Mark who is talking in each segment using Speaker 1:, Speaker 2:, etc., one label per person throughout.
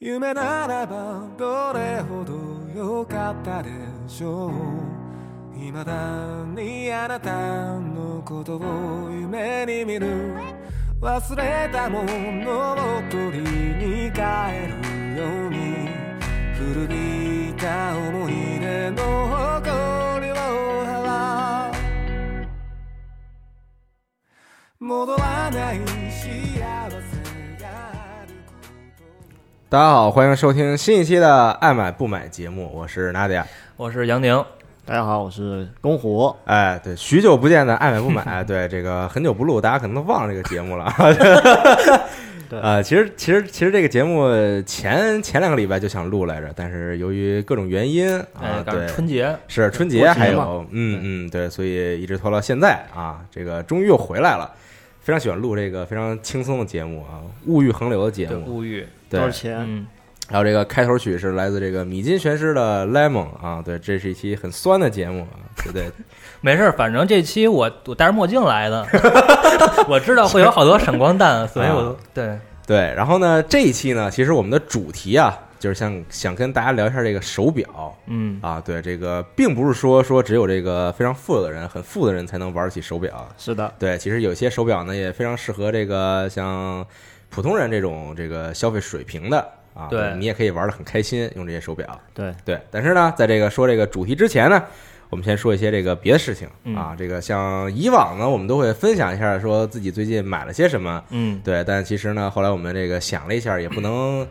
Speaker 1: 夢ならばどれほど良かったでしょう未だにあなたのことを夢に見る忘れたものを取りに帰るように古びた思い出の誇りを払う戻らない幸せがあること
Speaker 2: 大家好，欢迎收听新一期的《爱买不买》节目，我是娜迪亚。
Speaker 3: 我是杨宁，
Speaker 2: 啊
Speaker 4: 大家好，我是公虎。
Speaker 2: 哎，对，许久不见的《爱买不 买》，对这个很久不录，大家可能都忘了这个节目了。
Speaker 4: 对
Speaker 2: 呃，其实其实其实这个节目前前两个礼拜就想录来着，但是由于各种原因啊
Speaker 3: 哎，，赶
Speaker 2: 对
Speaker 3: 上，春节，
Speaker 2: 是春节
Speaker 4: 国庆
Speaker 2: 还
Speaker 4: 嘛
Speaker 2: 有，嗯嗯，对，所以一直拖到现在啊，这个终于又回来了。非常喜欢录这个非常轻松的节目啊，物欲横流的节
Speaker 3: 对
Speaker 2: 目，
Speaker 3: 物欲，
Speaker 4: 多
Speaker 2: 对
Speaker 4: 少，钱？
Speaker 3: 嗯，
Speaker 2: 还有这个开头曲是来自这个米津玄师的《Lemon》啊，对，这是一期很酸的节目啊，对对，
Speaker 3: 没事儿，反正这期我我戴着墨镜来的，我知道会有好多闪光弹，所以我
Speaker 2: 啊
Speaker 3: 都对，
Speaker 2: 对，然后呢，这一期呢，其实我们的主题啊，就是想想跟大家聊一下这个手表
Speaker 3: 嗯，
Speaker 2: 啊，对，这个并不是说说只有这个非常富的人、很富的人才能玩得起手表，啊
Speaker 4: 是的，
Speaker 2: 对，其实有些手表呢也非常适合这个像普通人这种这个消费水平的啊，
Speaker 3: 对
Speaker 2: 你也可以玩得很开心，用这些手表。
Speaker 4: 对，
Speaker 2: 对，但是呢，在这个说这个主题之前呢，我们先说一些这个别的事情
Speaker 3: 嗯
Speaker 2: 啊。这个像以往呢，我们都会分享一下，说自己最近买了些什么。
Speaker 3: 嗯，
Speaker 2: 对，但其实呢，后来我们这个想了一下，也不能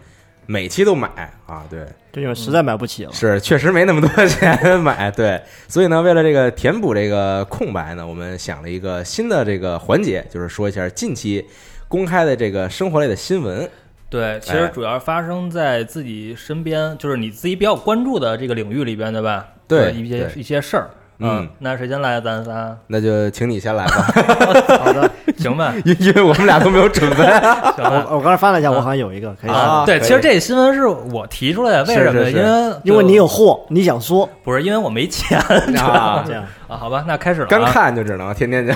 Speaker 2: 每期都买啊。对，
Speaker 4: 就因为实在买不起了。
Speaker 2: 是确实没那么多钱 买。对，所以呢，为了这个填补这个空白呢，我们想了一个新的这个环节，就是说一下近期公开的这个生活类的新闻。
Speaker 3: 对，其实主要发生在自己身边，就是你自己比较关注的这个领域里边，对吧？
Speaker 2: 对
Speaker 3: 一些
Speaker 2: 对
Speaker 3: 一些事儿，啊
Speaker 2: 嗯，
Speaker 3: 那谁先来？咱仨，
Speaker 2: 那就请你先来吧，
Speaker 4: 好的，
Speaker 3: 行吧，
Speaker 2: 因因为我们俩都没有准备。
Speaker 3: 行吧。
Speaker 4: 我我刚才翻了一下，
Speaker 3: 啊
Speaker 4: 我好像有一个可以
Speaker 2: 哦啊
Speaker 4: 说，
Speaker 3: 对，
Speaker 2: 可以
Speaker 3: 其实这新闻是我提出来的，为什么？
Speaker 2: 是是是
Speaker 3: 因为
Speaker 4: 因为你有货，你想说
Speaker 3: 不是因为我没钱
Speaker 2: 啊
Speaker 4: 这，样
Speaker 3: 啊？好吧，那开始了啊，
Speaker 2: 刚看就只能天 天讲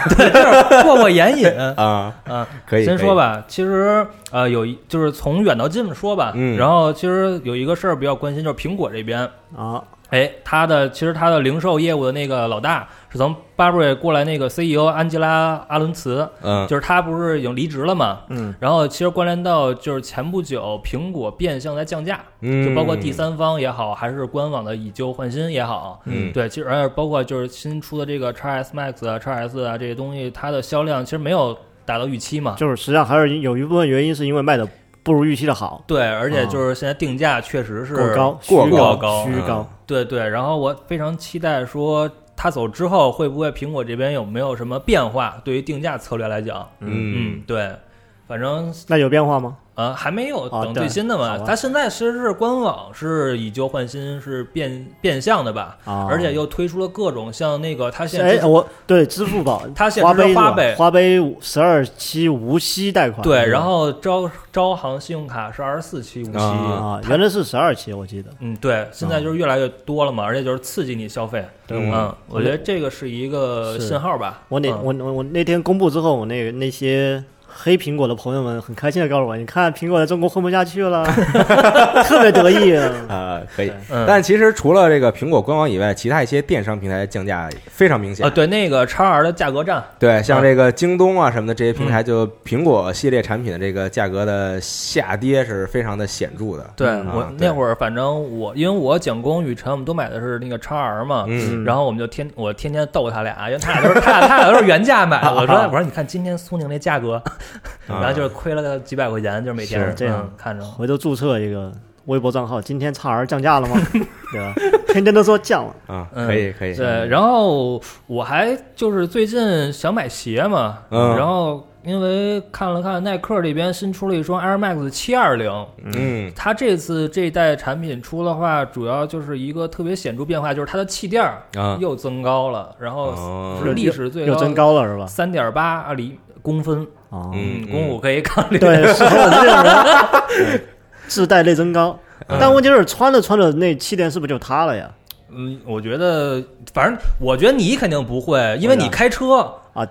Speaker 3: 过过眼瘾，
Speaker 2: 啊，
Speaker 3: 嗯，
Speaker 2: 可以
Speaker 3: 先
Speaker 2: 可
Speaker 3: 说
Speaker 2: 以
Speaker 3: 吧，其实呃，有一就是从远到近说吧，
Speaker 2: 嗯
Speaker 3: 然后其实有一个事儿比较关心，就是苹果这边，
Speaker 4: 啊，
Speaker 3: 哎，它的其实它的零售业务的那个老大是从巴瑞过来那个 CEO 安吉拉·阿伦茨，
Speaker 2: 嗯，
Speaker 3: 就是他不是已经离职了嘛，
Speaker 4: 嗯，
Speaker 3: 然后其实关联到就是前不久苹果变相在降价，
Speaker 2: 嗯
Speaker 3: 就包括第三方也好，还是官网的以旧换新也好，
Speaker 2: 嗯
Speaker 3: 对，其实而且包括就是新出的这个 x S Max 啊、x S 啊这些东西，它的销量其实没有达到预期嘛，
Speaker 4: 就是实际上还是有一部分原因是因为卖的不如预期的好，
Speaker 3: 对，而且就是现在定价确实是
Speaker 4: 过啊高，
Speaker 2: 过
Speaker 4: 虚
Speaker 3: 高
Speaker 4: 高，虚
Speaker 2: 嗯
Speaker 4: 高，
Speaker 3: 对对。然后我非常期待说他走之后，会不会苹果这边有没有什么变化？对于定价策略来讲，
Speaker 2: 嗯，
Speaker 3: 对，反正
Speaker 4: 那有变化吗？
Speaker 3: 呃还没有
Speaker 4: 哦
Speaker 3: 等
Speaker 4: 对
Speaker 3: 最新的嘛
Speaker 4: 好。吧
Speaker 3: 它现在其实是官网是以旧换新，是变变相的吧，
Speaker 4: 啊，
Speaker 3: 而且又推出了各种像那个它现在
Speaker 4: 哎
Speaker 3: 支，付
Speaker 4: 我对支付宝，
Speaker 3: 它现
Speaker 4: 花
Speaker 3: 在
Speaker 4: 呗
Speaker 3: 是
Speaker 4: 是吧
Speaker 3: 花呗。
Speaker 4: 花呗十二期无息贷款，
Speaker 3: 对，
Speaker 4: 是吧
Speaker 3: 然后招招行信用卡是二十四期无息，
Speaker 2: 啊
Speaker 4: 啊，原来是十二期，我记得，
Speaker 3: 嗯，对，现在就是越来越多了嘛，而且就是刺激你消费，
Speaker 4: 对
Speaker 2: 嗯
Speaker 3: 嗯，我觉得这个是一个
Speaker 4: 是
Speaker 3: 信号吧。
Speaker 4: 我那、
Speaker 3: 嗯
Speaker 4: 我我我那天公布之后，我那个那些黑苹果的朋友们很开心的告诉我，你看苹果在中国混不下 去了，特别得意。
Speaker 2: 啊，可以。
Speaker 3: 嗯
Speaker 2: 但其实除了这个苹果官网以外，其他一些电商平台降价非常明显
Speaker 3: 啊，对那个叉 R 的价格战，
Speaker 2: 对，像这个京东啊什么的这些平台，
Speaker 3: 嗯
Speaker 2: 就苹果系列产品的这个价格的下跌是非常的显著的。
Speaker 3: 对
Speaker 2: 嗯
Speaker 3: 我
Speaker 2: 啊对
Speaker 3: 那会儿反正我因为我蒋工雨晨我们都买的是那个叉 R 嘛。
Speaker 2: 嗯，
Speaker 3: 然后我们就天，我天天逗 他俩，因为他俩都是他俩他俩都是原价买的。我说我说你看今天苏宁那 价格，
Speaker 2: 啊
Speaker 3: 然后就是亏了几百块钱，就是每天
Speaker 4: 是这样
Speaker 3: 嗯看着。
Speaker 4: 回头注册一个微博账号，今天差儿降价了吗？对吧？天天都说降了，
Speaker 2: 啊，
Speaker 3: 嗯
Speaker 2: 可以可以。
Speaker 3: 对，然后我还就是最近想买鞋嘛，
Speaker 2: 嗯
Speaker 3: 然后因为看了看耐克这边新出了一双 Air Max 七二零，
Speaker 2: 嗯
Speaker 3: 它这次这一代产品出的话，主要就是一个特别显著变化，就是它的气垫儿
Speaker 2: 啊
Speaker 3: 又增高了，然后
Speaker 2: 哦
Speaker 3: 是历史最
Speaker 4: 又增高了是吧？
Speaker 3: 三点八厘公分，
Speaker 4: 啊、
Speaker 2: 嗯
Speaker 3: 公五可以考虑。
Speaker 4: 对，是我们这种人对自带内增高，但问题是穿着穿着那气垫是不是就塌了呀？
Speaker 3: 嗯，我觉得，反正我觉得你肯定不会，因为你开车。
Speaker 4: 啊，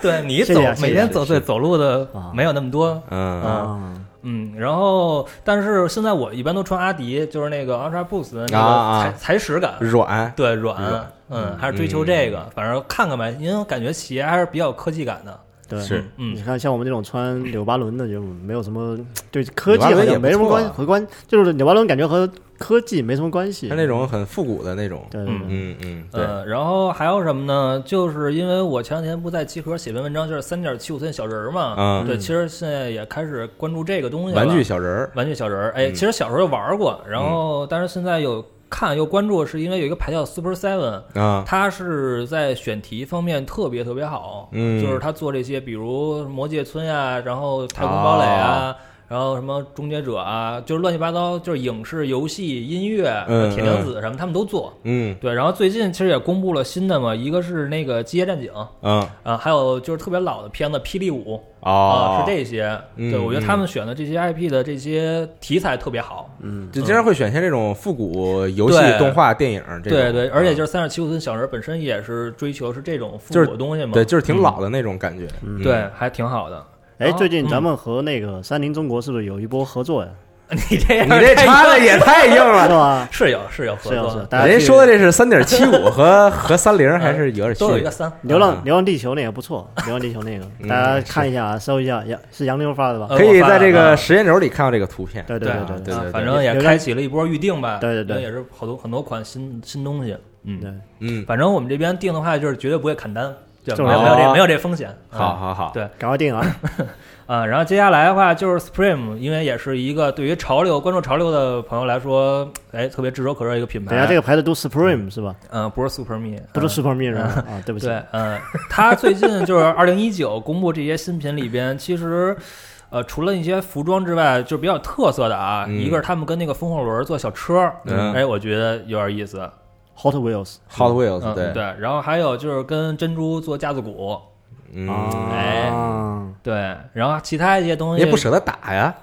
Speaker 3: 对你
Speaker 4: 谢
Speaker 3: 走
Speaker 4: 谢谢谢
Speaker 3: 每天走
Speaker 4: 谢谢
Speaker 3: 对走路的
Speaker 4: 啊
Speaker 3: 没有那么多
Speaker 2: 嗯
Speaker 4: 啊，
Speaker 3: 嗯，然后但是现在我一般都穿阿迪，就是那个 Ultra Boost 的那
Speaker 2: 啊
Speaker 3: 个
Speaker 2: 啊
Speaker 3: 踩踩屎感，
Speaker 2: 软，
Speaker 3: 对软
Speaker 2: 软，
Speaker 3: 嗯，还是追求这个，反正看看吧，因为感觉鞋还是比较有科技感的，
Speaker 4: 对，
Speaker 2: 是
Speaker 3: 嗯
Speaker 4: 你看，像我们这种穿纽巴伦的，就没有什么对科技
Speaker 2: 纽巴
Speaker 4: 好
Speaker 2: 伦也
Speaker 4: 像没什
Speaker 2: 不
Speaker 4: 么
Speaker 2: 错
Speaker 4: 关和关，就是纽巴伦感觉和科技没什么关系。
Speaker 2: 它那种很复古的那种，
Speaker 4: 对对对，
Speaker 2: 嗯嗯，对，
Speaker 3: 呃，然后还有什么呢？就是因为我前两天不在集合写篇文章，就是三点七五寸小人儿嘛，
Speaker 2: 嗯
Speaker 3: 啊对，其实现在也开始关注这个东西了
Speaker 2: 玩具小人儿，嗯
Speaker 3: 玩具小人儿，哎，其实小时候就玩过，然后但是现在有看又关注，是因为有一个牌叫 Super Seven，
Speaker 2: 啊，
Speaker 3: 它是在选题方面特别特别好，
Speaker 2: 嗯
Speaker 3: 就是它做这些，比如魔界村呀、然后太空堡垒
Speaker 2: 哦
Speaker 3: 啊。然后什么终结者啊，就是乱七八糟，就是影视、游戏、音乐、
Speaker 2: 嗯
Speaker 3: 铁娘子什么，他们都做。
Speaker 2: 嗯
Speaker 3: 对，然后最近其实也公布了新的嘛，一个是那个《机械战警》
Speaker 2: 嗯，
Speaker 3: 啊，还有就是特别老的片子《霹雳舞》
Speaker 2: 哦
Speaker 3: 啊，，是这些。
Speaker 2: 嗯
Speaker 3: 对，我觉得他们选的这些 IP 的这些题材特别好。
Speaker 4: 嗯，
Speaker 2: 就经常会选一些这种复古游戏、
Speaker 3: 对
Speaker 2: 动画、电影这种，嗯
Speaker 3: 对对，而且就是是三十七五寸小人本身也是追求是这种复
Speaker 2: 就是
Speaker 3: 古的东西嘛。
Speaker 2: 啊对，就是挺老的那种感觉，嗯
Speaker 3: 对，还挺好的。
Speaker 4: 哎，最近
Speaker 3: 嗯
Speaker 4: 咱们和那个三菱中国是不是有一波合作呀？
Speaker 3: 你这样
Speaker 2: 你这插的也太硬
Speaker 4: 是
Speaker 2: 了。
Speaker 4: 吧？
Speaker 3: 是有是有合
Speaker 4: 是
Speaker 3: 作
Speaker 4: 啊
Speaker 3: 的，
Speaker 4: 是啊， 大家
Speaker 2: 人
Speaker 4: 去
Speaker 2: 家说的这是三点七五 和和三零，还是有点区
Speaker 3: 都有一
Speaker 2: 别
Speaker 3: 个。三
Speaker 4: 流浪
Speaker 2: 嗯
Speaker 4: 流浪地球》那也不错，《流浪地球》那个
Speaker 2: 嗯
Speaker 4: 大家看一下啊，搜一下，杨是杨妞发的吧？
Speaker 3: 呃
Speaker 2: 可以
Speaker 3: 我
Speaker 2: 在
Speaker 3: 发
Speaker 2: 这
Speaker 3: 啊
Speaker 2: 个时间轴里看到这个图片。
Speaker 4: 对
Speaker 3: 对
Speaker 4: 对
Speaker 3: 啊
Speaker 2: 对
Speaker 4: 对
Speaker 2: 对
Speaker 3: 啊反正也
Speaker 4: 流浪
Speaker 3: 开启了一波预定吧。
Speaker 4: 对对对
Speaker 3: 因为也是好多很多款新新东西。嗯，
Speaker 4: 对，
Speaker 2: 嗯，
Speaker 3: 反正我们这边定的话，就是绝对不会砍单，就
Speaker 4: 正
Speaker 3: 没有
Speaker 4: 常
Speaker 3: 没有
Speaker 2: 哦
Speaker 3: 这没有这风险。啊
Speaker 2: 好好好，
Speaker 3: 对
Speaker 4: 赶快定啊！
Speaker 3: 啊，然后接下来的话就是 Supreme，因为也是一个对于潮流关注潮流的朋友来说，哎，特别炙手可热的一个品牌。
Speaker 4: 等一下这个牌子读 Supreme 是吧？
Speaker 3: 嗯、不是 Supreme，
Speaker 4: 不是
Speaker 3: 嗯
Speaker 4: Supreme 是吧？啊，对不起，
Speaker 3: 对，嗯，它最近就是二零一九公布这些新品里边，其实。呃，除了一些服装之外，就是比较有特色的啊，
Speaker 2: 嗯
Speaker 3: 一个是他们跟那个风火轮做小车，
Speaker 2: 嗯
Speaker 3: 哎，我觉得有点意思，
Speaker 4: Hot Wheels，
Speaker 2: ，Hot Wheels，
Speaker 3: 嗯，
Speaker 2: 对，
Speaker 3: 然后还有就是跟珍珠做架子鼓，
Speaker 2: 嗯，
Speaker 3: 哎
Speaker 4: 啊，
Speaker 3: 对，然后其他一些东西
Speaker 2: 也不舍得打呀，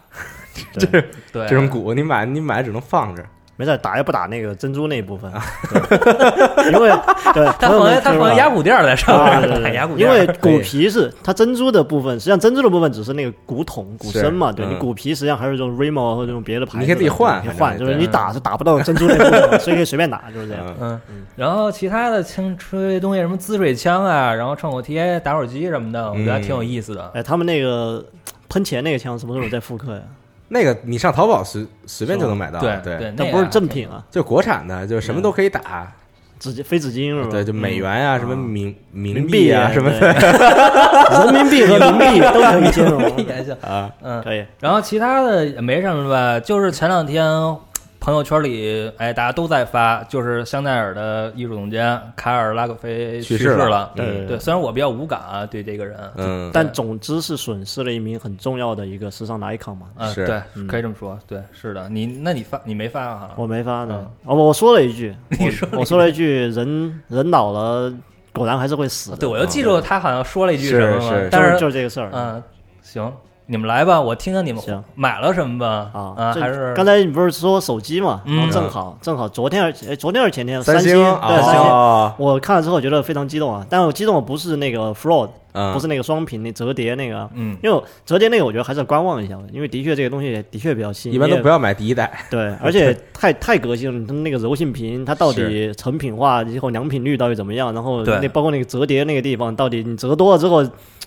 Speaker 2: 这
Speaker 3: 对
Speaker 2: 这种鼓你买你买只能放着，
Speaker 4: 没事，打也不打那个珍珠那一部分，对因为对
Speaker 3: 他
Speaker 4: 朋
Speaker 3: 放
Speaker 4: 友们
Speaker 3: 在他
Speaker 4: 知
Speaker 3: 放在
Speaker 4: 道吧
Speaker 3: 鸭骨垫儿在上
Speaker 4: 啊
Speaker 3: 面
Speaker 4: 对
Speaker 3: 儿，
Speaker 4: 对
Speaker 3: 打
Speaker 4: 对
Speaker 3: 鸭骨
Speaker 4: 因
Speaker 3: 垫儿，
Speaker 4: 为
Speaker 2: 可
Speaker 4: 骨
Speaker 2: 以
Speaker 4: 皮是它珍珠的部分，实际上珍珠的部分只是那个骨筒、骨身嘛，
Speaker 2: 是
Speaker 4: 对
Speaker 2: 嗯
Speaker 4: 你骨皮实际上还有这种 Remo 或者这种别的牌子的，
Speaker 2: 你可以自己换
Speaker 4: 你可以
Speaker 2: 反
Speaker 4: 换，
Speaker 2: 正
Speaker 4: 就是你
Speaker 3: 对
Speaker 4: 打是打不到珍珠那部分，所以可以随便打，就是这样。
Speaker 2: 嗯
Speaker 3: 嗯，然后其他的轻吹东西，什么滋水枪啊，然后创口贴、打火机什么的，我觉得还挺
Speaker 2: 嗯
Speaker 3: 有意思的。
Speaker 4: 哎，他们那个喷钱那个枪什么时候再复刻呀？
Speaker 2: 那个你上淘宝随随便就能买到，
Speaker 3: 对
Speaker 2: 哎对，
Speaker 3: 对，
Speaker 4: 那
Speaker 3: 个
Speaker 4: 不是正品啊，
Speaker 2: 就国产的，就什么都可以打，
Speaker 4: 纸巾非纸巾嗯是吧？
Speaker 2: 对，就
Speaker 3: 嗯
Speaker 2: 美元啊，什么冥冥
Speaker 4: 冥
Speaker 2: 币
Speaker 4: 币
Speaker 2: 啊，什么的，
Speaker 4: 对人民币和冥币都可以 兼
Speaker 3: 也
Speaker 4: 容，
Speaker 3: 还行，
Speaker 2: 啊，
Speaker 3: 嗯。
Speaker 4: 可以。
Speaker 3: 然后其他的也没什么吧，就是前两天朋友圈里，哎，大家都在发，就是香奈儿的艺术总监卡尔拉格菲
Speaker 2: 去
Speaker 3: 世
Speaker 2: 世了
Speaker 3: 了。
Speaker 4: 对
Speaker 3: 对，虽然我比较无感啊，对这个人，
Speaker 2: 嗯，
Speaker 4: 但总之是损失了一名很重要的一个时尚的 icon 嘛。
Speaker 3: 嗯，
Speaker 2: 是
Speaker 3: 对，可以这么说，对，是的。你那你发你没发啊？
Speaker 4: 我没发
Speaker 3: 嗯
Speaker 4: 呢，哦，我我说了一句，
Speaker 3: 你说
Speaker 4: 我我说了一句，人人老了，果然还是会死的。啊
Speaker 3: 对，我又记住他好像说了一句什么嘛
Speaker 2: 是是，
Speaker 3: 但
Speaker 4: 就是是就是这个事儿。
Speaker 3: 嗯，行，你们来吧，我听听你们
Speaker 4: 行
Speaker 3: 买了什么吧。
Speaker 4: 啊，这
Speaker 3: 嗯还是
Speaker 4: 刚才你不是说手机嘛？
Speaker 3: 嗯
Speaker 4: 然后正好正好昨天还是哎昨天还是前天，
Speaker 2: 三
Speaker 4: 星对三星。
Speaker 2: 哦，
Speaker 4: 我看了之后觉得非常激动啊，但我激动的不是那个 fraud，
Speaker 2: 嗯
Speaker 4: 不是那个双屏那折叠那个啊，
Speaker 3: 嗯
Speaker 4: 因为我折叠那个我觉得还是要观望一下吧，因为的确这个东西的确比较新，
Speaker 2: 一般都
Speaker 4: 因为
Speaker 2: 不要买第一代，
Speaker 4: 对，而且太太革新了，它那个柔性屏它到底成品化以后良品率到底怎么样，然后
Speaker 3: 对
Speaker 4: 那包括那个折叠那个地方到底你折多了之后，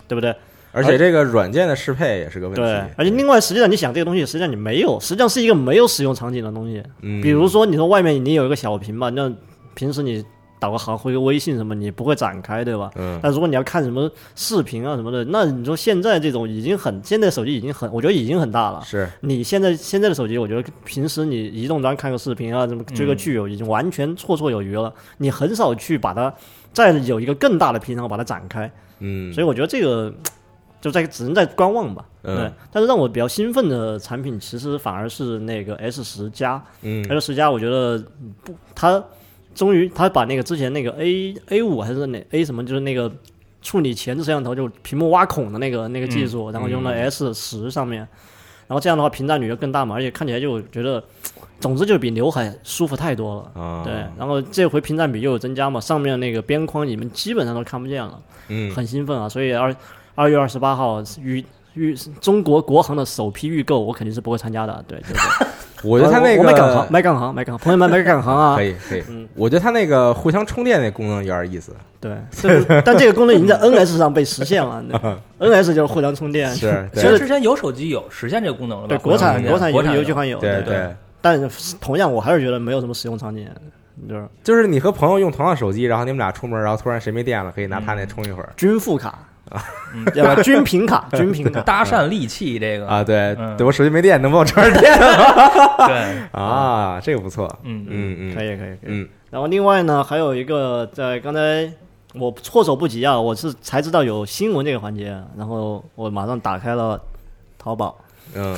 Speaker 4: 对不对？
Speaker 2: 而且这个软件的适配也是个问
Speaker 4: 对
Speaker 2: 题，，
Speaker 4: 而且另外，实际上你想这个东西，实际上你没有，实际上是一个没有使用场景的东西。
Speaker 2: 嗯
Speaker 4: 比如说，你说外面你有一个小屏吧，那平时你导个航、回个微信什么，你不会展开，对吧？
Speaker 2: 嗯
Speaker 4: 但如果你要看什么视频啊什么的，那你说现在这种已经很，现在手机已经很，我觉得已经很大了。
Speaker 2: 是
Speaker 4: 你现在现在的手机，我觉得平时你移动端看个视频啊，什么
Speaker 2: 嗯
Speaker 4: 追个剧，已经完全绰绰有余了。你很少去把它再有一个更大的屏，然后把它展开。
Speaker 2: 嗯，
Speaker 4: 所以我觉得这个就在只能在观望吧。
Speaker 2: 嗯
Speaker 4: 对，但是让我比较兴奋的产品，其实反而是那个 S 十加
Speaker 2: 嗯
Speaker 4: ，S 十加，我觉得不，它终于它把那个之前那个 A A 五还是哪 A 什么，就是那个处理前置摄像头，就屏幕挖孔的那个那个技
Speaker 2: 嗯
Speaker 4: 术，然后用到 S 十上面，然后这样的话屏占比就更大嘛，而且看起来就觉得，总之就比刘海舒服太多了。
Speaker 2: 啊，
Speaker 4: 对，然后这回屏占比又有增加嘛，上面那个边框你们基本上都看不见了。
Speaker 2: 嗯
Speaker 4: 很兴奋啊！所以二二月二十八号预预中国国行的首批预购，我肯定是不会参加的。对，就是
Speaker 2: 我觉得它那个
Speaker 4: 我买港行，买港行，买港行，朋 友们买港行啊
Speaker 2: 可！以可以，我觉得它那个互相充电那功能有点意思，
Speaker 4: 对，这个但这个功能已 经在 NS 上被实现了。对 NS 就是互相充电，
Speaker 2: 是
Speaker 3: 其
Speaker 2: 对
Speaker 3: 实之前有手机有实现这个功能了吧？
Speaker 4: 对国产
Speaker 3: 国
Speaker 4: 国产
Speaker 3: 国
Speaker 4: 游
Speaker 3: 产
Speaker 4: 游戏款有，
Speaker 2: 对
Speaker 4: 对。
Speaker 2: 对，
Speaker 4: 但是同样，我还是觉得没有什么使用场景，就是
Speaker 2: 就是你和朋友用同样手机，然后你们俩出门，然后突然谁没电了，可以拿
Speaker 4: 嗯
Speaker 2: 它那充一会儿
Speaker 4: 军副卡
Speaker 2: 嗯
Speaker 4: 啊， 要不然军 频卡，军频卡。
Speaker 3: 搭讪利器这个，
Speaker 2: 啊。对
Speaker 3: 嗯，
Speaker 2: 对我手机没电，能帮我充上电吗
Speaker 3: 对，
Speaker 2: 啊？这个不错，
Speaker 3: 嗯
Speaker 2: 嗯嗯，
Speaker 4: 可以可以可以。
Speaker 2: 嗯
Speaker 4: 然后另外呢，还有一个在刚才我措手不及啊，我是才知道有新闻这个环节，然后我马上打开了淘宝。
Speaker 2: 嗯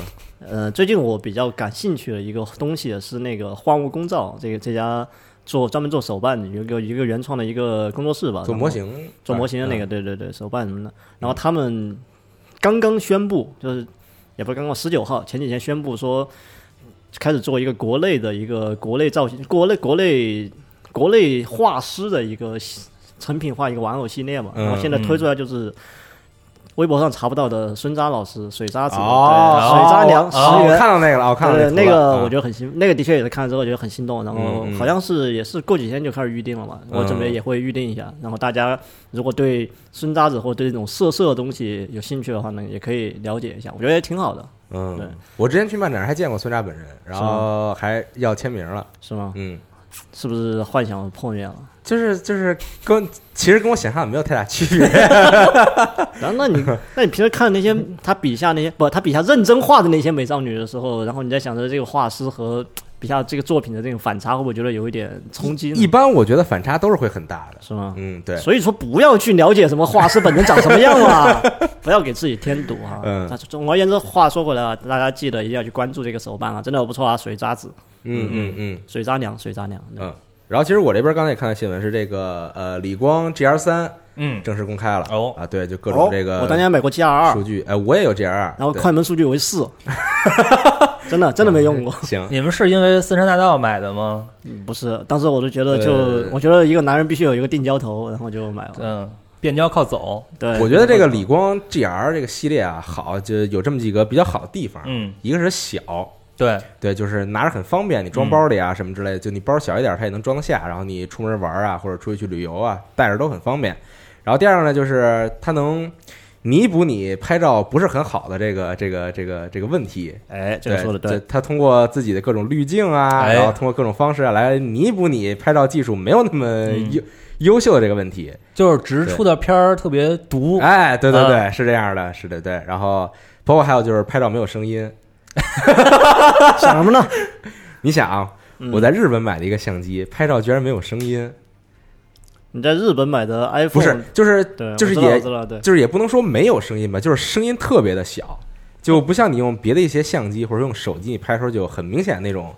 Speaker 4: 呃，最近我比较感兴趣的一个东西是那个荒芜工造这个这家做专门做手办的有一个一个原创的一个工作室吧，
Speaker 2: 做
Speaker 4: 然后
Speaker 2: 模型，
Speaker 4: 做模型的那个，对对对，手办什么的。然后他
Speaker 2: 嗯
Speaker 4: 们刚刚宣布，就是也不是刚刚十九号前几天宣布说，开始做一个国内的一个国内造型、国内国内国内画师的一个系成品化一个玩偶系列嘛。
Speaker 2: 嗯
Speaker 4: 然后现在推出来就是。微博上查不到的孙扎老师、水渣子、
Speaker 2: 哦
Speaker 4: 对水渣娘、
Speaker 2: 啊哦
Speaker 4: 石
Speaker 2: 我
Speaker 4: 原
Speaker 2: 看到那个了，我嗯看到
Speaker 4: 对，
Speaker 2: 那
Speaker 4: 呃那个我
Speaker 2: 得
Speaker 4: 觉得很心，那个的确也是看了之后觉得很心动，然后
Speaker 2: 嗯嗯
Speaker 4: 好像是也是过几天就开始预定了嘛，我准备也会预定一下。然后大家如果对孙渣子或对这种色色的东西有兴趣的话呢，也可以了解一下，我觉得也挺好的，对
Speaker 2: 嗯，我之前去漫展还见过孙扎本人，然后还要签名了，
Speaker 4: 是吗？
Speaker 2: 嗯。
Speaker 4: 是不是幻想破灭了？
Speaker 2: 就是就是跟其实跟我想象的没有太大区别，
Speaker 4: 然后那 你那你平时看那些他笔下那些不他笔下认真画的那些美少女的时候，然后你在想着这个画师和笔下这个作品的这种反差，会不会觉得有一点 冲击呢？
Speaker 2: 一般我觉得反差都是会很大的。
Speaker 4: 是吗？
Speaker 2: 嗯，对，
Speaker 4: 所以说不要去了解什么画师本人长什么样 啊，不要给自己添堵啊。
Speaker 2: 嗯
Speaker 4: 那总而言之，话说回来啊，大家记得一定要去关注这个手办啊，真的不错啊，水渣子、
Speaker 2: 嗯嗯嗯
Speaker 4: 水渣娘、水渣娘。对
Speaker 2: 嗯。然后其实我这边刚才也看到新闻是这个呃，理光 GR 三
Speaker 3: 嗯，
Speaker 2: 正式公开了
Speaker 3: 哦
Speaker 2: 啊，对，就各种这
Speaker 4: 我当年
Speaker 2: 个
Speaker 4: 还买过 GR 二，
Speaker 2: 数据，哎，我也有 GR 二，
Speaker 4: 然后
Speaker 2: 对
Speaker 4: 快门数据 为四，真的真的没用过。
Speaker 2: 行，
Speaker 3: 你们是因为四川大道买的吗？
Speaker 2: 嗯
Speaker 4: 不是，当时我就觉得就
Speaker 2: 呃，
Speaker 4: 我觉得一个男人必须有一个定焦头，然后就买了。
Speaker 3: 嗯，变焦靠走，
Speaker 4: 对，
Speaker 2: 我觉得这个理光 GR 这个系列啊，好就有这么几个比较好的地方，
Speaker 3: 嗯，
Speaker 2: 一个是小，
Speaker 3: 对，
Speaker 2: 对，就是拿着很方便，你装包里啊什么之类的，就你包小一点，它也能装得下。然后你出门玩啊，或者出去去旅游啊，带着都很方便。然后第二个呢，就是它能弥补你拍照不是很好的这个这个这个这个问题。
Speaker 4: 哎，这个说的
Speaker 2: 对，
Speaker 4: 对
Speaker 2: 就，它通过自己的各种滤镜啊，
Speaker 3: 哎
Speaker 2: 然后通过各种方式啊，来弥补你拍照技术没有那么优、优秀的这个问题。
Speaker 3: 就是直出的片儿特别
Speaker 4: 哦
Speaker 3: 毒，
Speaker 2: 哎，对对
Speaker 3: 啊
Speaker 2: 对，
Speaker 4: 嗯
Speaker 2: 是这样的，是的，对。然后包括还有就是拍照没有声 音，
Speaker 4: 想什么呢？
Speaker 2: 你想啊，
Speaker 4: 嗯
Speaker 2: 我在日本买的一个相机，拍照居然没有声音，
Speaker 4: 你在日本买的
Speaker 2: 不
Speaker 4: iPhone
Speaker 2: 是，就是
Speaker 4: 对，我
Speaker 2: 就是
Speaker 4: 知道我
Speaker 2: 也
Speaker 4: 知道，对，
Speaker 2: 就是也不能说没有声音吧，就是声音特别的小，就不像你用别的一些相机或者用手机你拍的时候就有很明显那种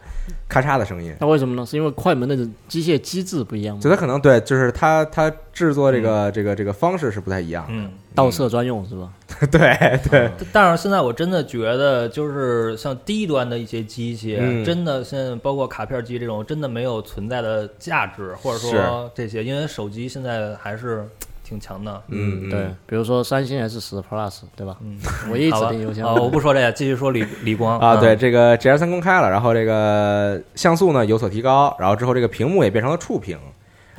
Speaker 2: 咔嚓的声音。
Speaker 4: 那为什么呢？是因为快门那种机械机制不一样吗
Speaker 2: 就？它可能对，就是它它制作这
Speaker 4: 嗯
Speaker 2: 个、这个这个方式是不太一样
Speaker 3: 嗯。
Speaker 4: 倒射专用是吧？
Speaker 2: 的， 对对，
Speaker 3: 但但是现在我真的觉得，就是像低端的一些机器，
Speaker 2: 嗯
Speaker 3: 真的现在包括卡片机这种，真的没有存在的价值，或者说
Speaker 2: 是
Speaker 3: 这些，因为手机现在还是挺强的。
Speaker 2: 嗯
Speaker 4: 对，比如说三星 S 十 Plus 对吧？
Speaker 3: 嗯，
Speaker 4: 唯一指
Speaker 3: 好吧
Speaker 4: 定邮箱
Speaker 3: 啊，我不说这个，继续说李李光
Speaker 2: 啊，对，，这个 G R 三公开了，然后这个像素呢有所提高，然后之后这个屏幕也变成了触屏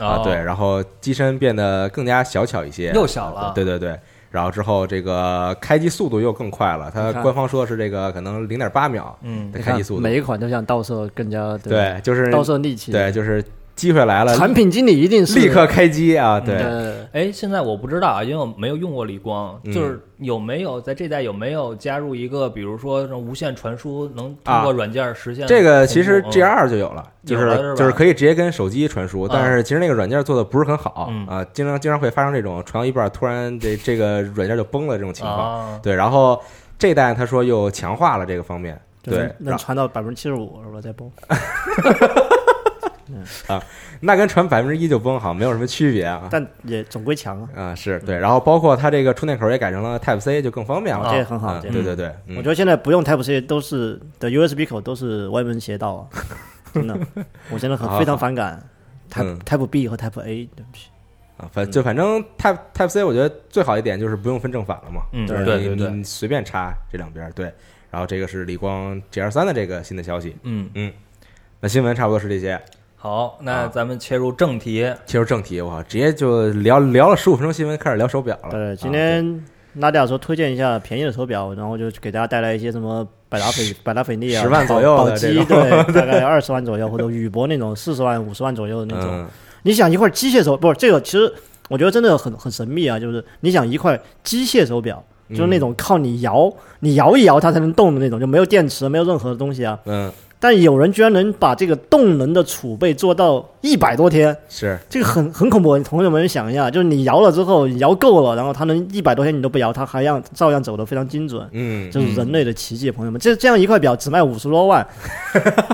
Speaker 3: 嗯
Speaker 2: 啊，
Speaker 3: 哦
Speaker 2: 对，然后机身变得更加小巧一些，
Speaker 3: 又小了
Speaker 2: 对对对。然后之后，这个开机速度又更快了。它
Speaker 4: 你看
Speaker 2: 官方说的是这个可能零点八秒
Speaker 3: 嗯
Speaker 2: 的
Speaker 4: 你
Speaker 2: 开
Speaker 4: 看
Speaker 2: 机速度，
Speaker 4: 每一款都想倒射更加吧
Speaker 2: 对，就是
Speaker 4: 倒射利器，
Speaker 2: 对，，就是机会来了，
Speaker 4: 产品经理一定是
Speaker 2: 立刻开机啊！对，
Speaker 4: 对
Speaker 3: 哎，现在我不知道啊，因为我没有用过理光，
Speaker 2: 嗯
Speaker 3: 就是有没有在这代有没有加入一个，比如说这种无线传输，能通过
Speaker 2: 啊
Speaker 3: 软件实现同步、
Speaker 2: 这个其实
Speaker 3: 嗯
Speaker 2: G R 二就有了，就
Speaker 3: 有了是吧
Speaker 2: 就是可以直接跟手机传输，
Speaker 3: 啊
Speaker 2: 但是其实那个软件做的不是很好
Speaker 3: 嗯
Speaker 2: 啊，经常经常会发生这种传到一半突然这这个软件就崩了这种情况。
Speaker 3: 啊，
Speaker 2: 对，然后这一代他说又强化了这个方面，
Speaker 4: 就是
Speaker 2: 对，啊
Speaker 4: 能
Speaker 2: 然
Speaker 4: 传到百分之七十五是吧？再崩，
Speaker 2: 那跟传百分之一就崩好像没有什么区别啊。
Speaker 4: 但也总归强啊，
Speaker 2: 啊，
Speaker 3: 嗯
Speaker 2: 是对，然后包括它这个充电口也改成了 Type C，就更方便了。
Speaker 4: 啊这也很好
Speaker 2: 嗯，
Speaker 4: 这也
Speaker 2: 对对对，嗯
Speaker 4: 我觉得现在不用 Type C 都是的 USB 口都是歪门邪道啊， 真的，我真的
Speaker 2: 好
Speaker 4: 很
Speaker 2: 好
Speaker 4: 非常反感
Speaker 2: 嗯
Speaker 4: Type Type B 和 Type A，对不起，
Speaker 2: 啊，反就反正 Type Type C，我觉得最好一点就是不用分正反了嘛，
Speaker 3: 嗯
Speaker 2: 就是
Speaker 3: 对
Speaker 2: 你
Speaker 3: 对对
Speaker 2: 你随便插这两边儿，对。然后这个是理光 G L 三的这个新的消息，
Speaker 3: 嗯，
Speaker 2: 那新闻差不多是这些，
Speaker 3: 好，
Speaker 2: 啊
Speaker 3: 那咱们切入正题，
Speaker 2: 切入正题，我靠，直接就聊聊了十五分钟新闻，开始聊手表了。
Speaker 4: 对，今
Speaker 2: 啊
Speaker 4: 天拉迪亚说推荐一下便宜的手表，然后就给大家带来一些什么百达翡百达翡丽啊，
Speaker 2: 10万左右的
Speaker 4: 宝
Speaker 2: 这
Speaker 4: 玑
Speaker 2: 种
Speaker 4: 对，大概二十万左右，或者宇舶 那种四十万、五十万左右的那种。
Speaker 2: 嗯，
Speaker 4: 你想一块机械手，不是这个，其实我觉得真的很很神秘啊，就是你想一块机械手表，就是那
Speaker 2: 嗯
Speaker 4: 种靠你摇，你摇一摇它才能动的那种，就没有电池，没有任何东西啊。
Speaker 2: 嗯，
Speaker 4: 但有人居然能把这个动能的储备做到一百多天，
Speaker 2: 是
Speaker 4: 这个很很恐怖，同学们想一下，就是你摇了之后，你摇够了，然后它能一百多天你都不摇，它还让照样走得非常精准，
Speaker 2: 嗯，
Speaker 4: 这是人类的奇迹，朋友们。这这样一块表只卖五十多万，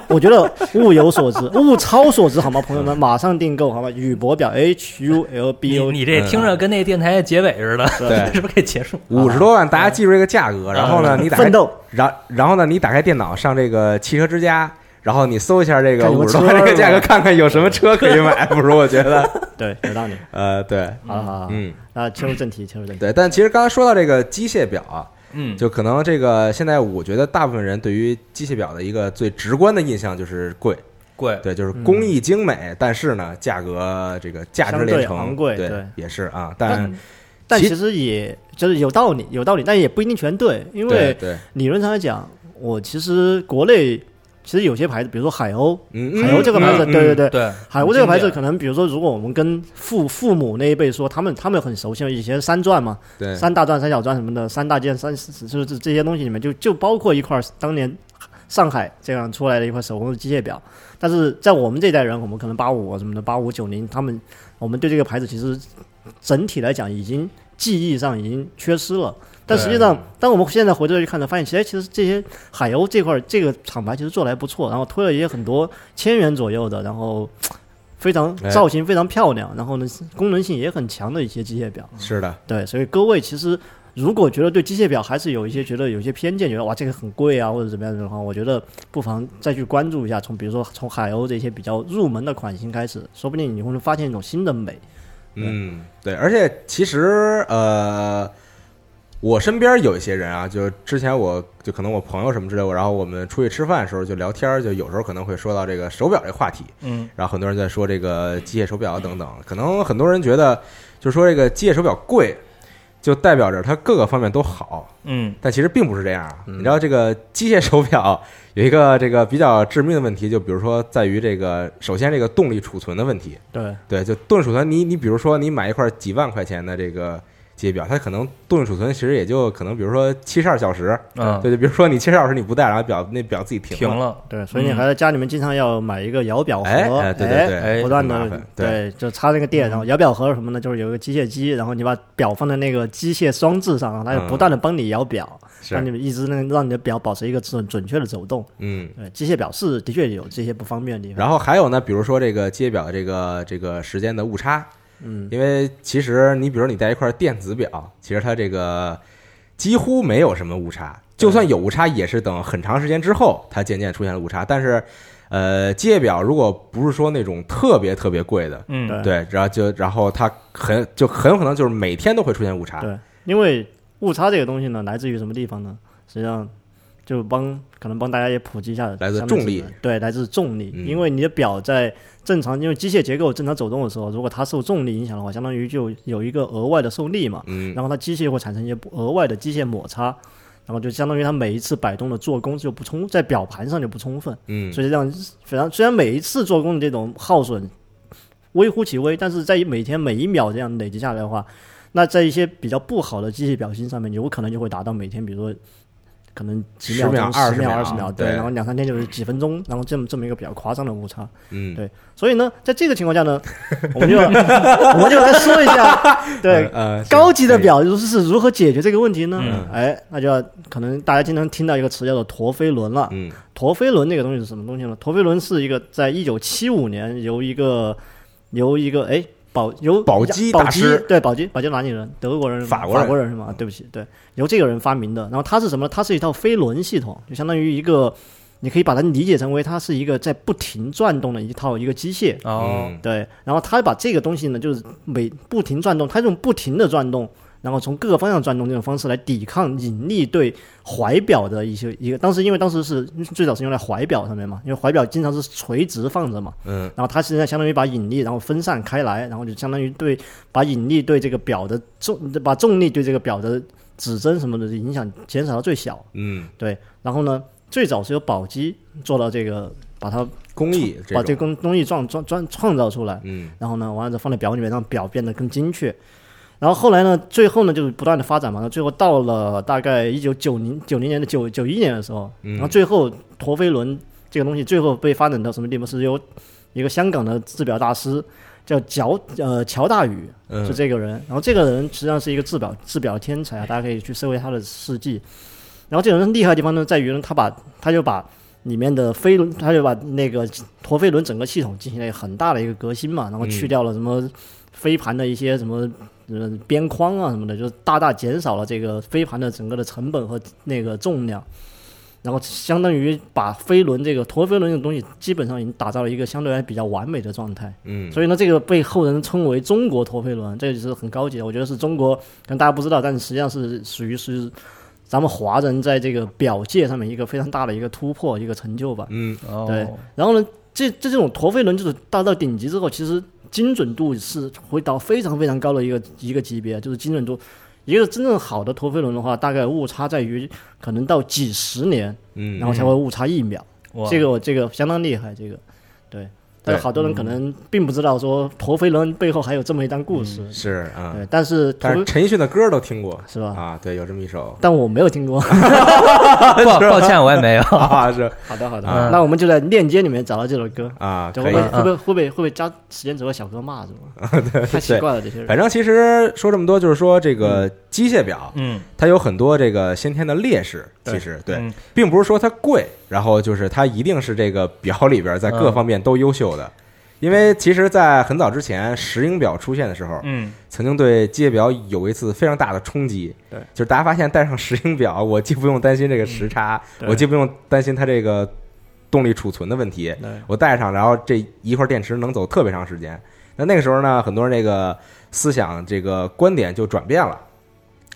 Speaker 4: 我觉得物有 所值，物超所值，好吗，朋友
Speaker 2: 嗯
Speaker 4: 们？马上订购，好吗？宇舶表 H U L B
Speaker 3: 你
Speaker 4: O，
Speaker 3: 你这听着跟那电台结尾似的，
Speaker 2: 嗯对
Speaker 3: 是不是可以结束？
Speaker 2: 五十多万，大家记住这个价格。然后呢，你打开
Speaker 4: 啊嗯奋斗，
Speaker 2: 然然后呢，你打开电脑上这个汽车之家，然后你搜一下这个
Speaker 4: 看有
Speaker 2: 五
Speaker 4: 没有
Speaker 2: 十多万这个
Speaker 4: 车
Speaker 2: 价格，看看有什么车可以买。不如我觉得，
Speaker 4: 对，有道理。
Speaker 2: 呃，对，
Speaker 4: 好了好了，
Speaker 2: 嗯，
Speaker 4: 那切入正题，切入正题。
Speaker 2: 对。但其实刚才说到这个机械表啊，
Speaker 3: 嗯，
Speaker 2: 就可能这个现在我觉得大部分人对于机械表的一个最直观的印象就是贵，
Speaker 3: 贵，
Speaker 2: 对，就是工艺精美，但是呢，价格这个价值
Speaker 4: 嗯相
Speaker 2: 连
Speaker 4: 对
Speaker 2: 城，
Speaker 4: 昂贵
Speaker 2: 对
Speaker 4: 对，
Speaker 2: 也是啊。但
Speaker 4: 但
Speaker 2: 其
Speaker 4: 其实也就是有道理，有道理，但也不一定全对，因
Speaker 2: 对
Speaker 4: 为
Speaker 2: 对，
Speaker 4: 理论上来讲，我其实国内其实有些牌子，比如说海鸥，
Speaker 2: 嗯，
Speaker 4: 海鸥这个牌子，
Speaker 2: 嗯嗯
Speaker 4: 对对对，
Speaker 3: 对，
Speaker 4: 海鸥这个牌子，
Speaker 3: 很经典啊
Speaker 4: 可能比如说，如果我们跟父父母那一辈说，他们他们很熟悉，以前三钻嘛，
Speaker 2: 对，
Speaker 4: 三大钻、三小钻什么的，三大件、三就是这这些东西里面就就包括一块当年上海这样出来的一块手工的机械表。但是在我们这一代人，我们可能八五什么的，八五九零，他们我们对这个牌子其实整体来讲已经记忆上已经缺失了。但实际上，当我们现在回头去看呢，发现其实其实这些海鸥这块这个厂牌其实做的还不错，然后推了一些很多千元左右的，然后非常
Speaker 2: 哎
Speaker 4: 造型非常漂亮，然后呢功能性也很强的一些机械表。
Speaker 2: 是的，
Speaker 4: 对，所以各位其实如果觉得对机械表还是有一些觉得有一些偏见，觉得哇这个很贵啊或者怎么样的话，我觉得不妨再去关注一下，从比如说从海鸥这些比较入门的款型开始，说不定你会发现一种新的美。
Speaker 2: 嗯，对，而且其实呃，我身边有一些人啊，就之前我就可能我朋友什么之类的，然后我们出去吃饭的时候就聊天儿，就有时候可能会说到这个手表这话题，
Speaker 3: 嗯，
Speaker 2: 然后很多人在说这个机械手表等等，可能很多人觉得就说这个机械手表贵，就代表着它各个方面都好，
Speaker 3: 嗯，
Speaker 2: 但其实并不是这样啊。你知道这个机械手表有一个这个比较致命的问题，就比如说在于这个首先这个动力储存的问题。
Speaker 4: 对，
Speaker 2: 对，就动力储存，你你比如说你买一块几万块钱的这个机械表，它可能动力储存其实也就可能比如说七十二小时。
Speaker 3: 嗯，
Speaker 2: 对，就比如说你七十二小时你不戴，然后表那表自己停
Speaker 3: 停
Speaker 2: 了。
Speaker 3: 了，
Speaker 4: 对，所以你还在家里面经常要买一个摇表盒，
Speaker 2: 哎哎对对对
Speaker 4: 不断
Speaker 2: 很麻
Speaker 4: 的
Speaker 2: 烦对嗯
Speaker 4: 对，就插那个电，然后摇表盒是什么呢？就是有一个机械机，然后你把表放在那个机械装置上，然后它就不断的帮你摇表，
Speaker 2: 嗯是
Speaker 4: 让你，们一直能让你的表保持一个准准确的走动。
Speaker 2: 嗯。
Speaker 4: 对，机械表是的确有这些不方便的地方。
Speaker 2: 然后还有呢，比如说这个机械表的这个这个时间的误差，
Speaker 4: 嗯，
Speaker 2: 因为其实你比如你戴一块电子表，其实它这个几乎没有什么误差，就算有误差，也是等很长时间之后它渐渐出现了误差。但是，呃，机械表如果不是说那种特别特别贵的，
Speaker 4: 哎
Speaker 3: 嗯，
Speaker 2: 对，然后就然后它很就很有可能就是每天都会出现误差，
Speaker 4: 对，因为误差这个东西呢，来自于什么地方呢？实际上就帮可能帮大家也普及一下，
Speaker 2: 来自
Speaker 4: 相
Speaker 2: 重
Speaker 4: 对
Speaker 2: 力
Speaker 4: 什么的，对，来自重力，
Speaker 2: 嗯
Speaker 4: 因为你的表在正常，因为机械结构正常走动的时候，如果它受重力影响的话，相当于就有一个额外的受力嘛，
Speaker 2: 嗯，
Speaker 4: 然后它机械会产生一些额外的机械摩擦。然后就相当于它每一次摆动的做工就不充，在表盘上就不充分，
Speaker 2: 嗯
Speaker 4: 所以让虽然虽然每一次做工的这种耗损微乎其微，但是在每天每一秒这样累积下来的话，那在一些比较不好的机器表芯上面，有可能就会达到每天比如说可能几秒
Speaker 2: 10
Speaker 4: 钟、
Speaker 2: 秒
Speaker 4: 十秒、啊
Speaker 2: 20
Speaker 4: 二
Speaker 2: 秒
Speaker 4: 十秒，
Speaker 2: 对
Speaker 4: 然后两三天就是几分钟，然后这么这么一个比较夸张的误差。
Speaker 2: 嗯，
Speaker 4: 对所以呢，在这个情况下 呢，我们就我们就来说一 下，对。
Speaker 2: 呃，
Speaker 4: 高级的表就是是如何解决这个问题呢？
Speaker 3: 嗯
Speaker 4: 哎，那就要可能大家经常听到一个词叫做陀飞轮了。
Speaker 2: 嗯，
Speaker 4: 陀飞轮这个东西是什么东西呢？陀飞轮是一个在一九七五年由一个由一个哎宝由
Speaker 2: 宝鸡
Speaker 4: 宝
Speaker 2: 大
Speaker 4: 鸡
Speaker 2: 师
Speaker 4: 对宝鸡宝鸡哪里人？德国人是吗？
Speaker 2: 法
Speaker 4: 法
Speaker 2: 国人
Speaker 4: 人是吗？对不起，对，由这个人发明的。然后它是什么呢？它是一套飞轮系统，就相当于一个。你可以把它理解成为它是一个在不停转动的一套一个机械。
Speaker 3: 哦，
Speaker 2: 嗯
Speaker 4: 对，然后它把这个东西呢，就是每不停转动，它这种不停的转动，然后从各个方向转动这种方式来抵抗引力对怀表的一些一个。当时因为当时是最早是用在怀表上面嘛，因为怀表经常是垂直放着嘛，
Speaker 2: 嗯，
Speaker 4: 然后它实际上相当于把引力然后分散开来，然后就相当于对把引力对这个表的重，把重力对这个表的指针什么的影响减少到最小。
Speaker 2: 嗯，
Speaker 4: 对，然后呢，最早是由宝鸡做到这个，把它
Speaker 2: 工艺
Speaker 4: 把这
Speaker 2: 这
Speaker 4: 个
Speaker 2: 种，
Speaker 4: 工工艺创创创创造出来。
Speaker 2: 嗯
Speaker 4: 然后呢，完了之后放在表里面，让表变得更精确。然后后来呢，最后呢就是不断的发展嘛，最后到了大概一九九零九零年的九九一年的时候，然后最后陀飞轮这个东西最后被发展到什么地步？是由一个香港的制表大师叫乔呃乔大宇，
Speaker 2: 嗯
Speaker 4: 是这个人。然后这个人实际上是一个制表制表天才啊，大家可以去搜一下他的事迹。然后这个人厉害的地方呢，在于呢，他把他就把里面的飞轮，他就把那个陀飞轮整个系统进行了一个很大的一个革新嘛，然后去掉了什么飞盘的一些什么呃边框啊什么的，就大大减少了这个飞盘的整个的成本和呃那个重量，然后相当于把飞轮这个陀飞轮这个东西基本上已经打造了一个相对来比较完美的状态。
Speaker 2: 嗯，
Speaker 4: 所以呢，这个被后人称为“中国陀飞轮”，这就是很高级的。我觉得是中国，可能大家不知道，但是实际上是属于是咱们华人在这个表界上面一个非常大的一个突破、一个成就吧。
Speaker 2: 嗯
Speaker 3: 哦
Speaker 4: 对，然后呢，这这这种陀飞轮就是达到顶级之后，其实精准度是回到非常非常高的一个一个级别，就是精准度。一个真正好的陀飞轮的话，大概误差在于可能到几十年，
Speaker 2: 嗯，
Speaker 4: 然后才会误差一秒。
Speaker 3: 哇
Speaker 4: 这个我这个相当厉害，这个对，但是好多人可
Speaker 2: 嗯
Speaker 4: 能并不知道说陀飞轮背后还有这么一段故事，
Speaker 2: 是啊，
Speaker 4: 对，但是陀
Speaker 2: 但是陈奕迅的歌都听过
Speaker 4: 是吧？
Speaker 2: 啊，对，有这么一 首
Speaker 4: 但我没 有听过。
Speaker 3: 抱抱歉，我也没有。
Speaker 2: 啊，是
Speaker 4: 好的，好的
Speaker 3: 啊
Speaker 4: 那我们就在链接里面找到这首歌。
Speaker 2: 啊，
Speaker 4: 对
Speaker 2: 可
Speaker 4: 会
Speaker 2: 以
Speaker 3: 啊
Speaker 4: 不会会不会会不会会不会加时间轴和小哥骂是吧？太奇怪了这些人。
Speaker 2: 反正其实说这么多，就是说这个机械表，
Speaker 3: 嗯，
Speaker 2: 它有很多这个先天的劣势。其实对
Speaker 3: 嗯，
Speaker 2: 并不是说它贵，然后就是它一定是这个表里边在各方面都优秀的。因为其实，在很早之前，石英表出现的时候，
Speaker 3: 嗯，
Speaker 2: 曾经对机械表有一次非常大的冲击。
Speaker 4: 对，
Speaker 2: 就是大家发现戴上石英表，我既不用担心这个时差，
Speaker 4: 嗯对
Speaker 2: 我既不用担心它这个动力储存的问题，
Speaker 4: 对
Speaker 2: 我戴上，然后这一块电池能走特别长时间。那那个时候呢，很多人这个思想、这个观点就转变了，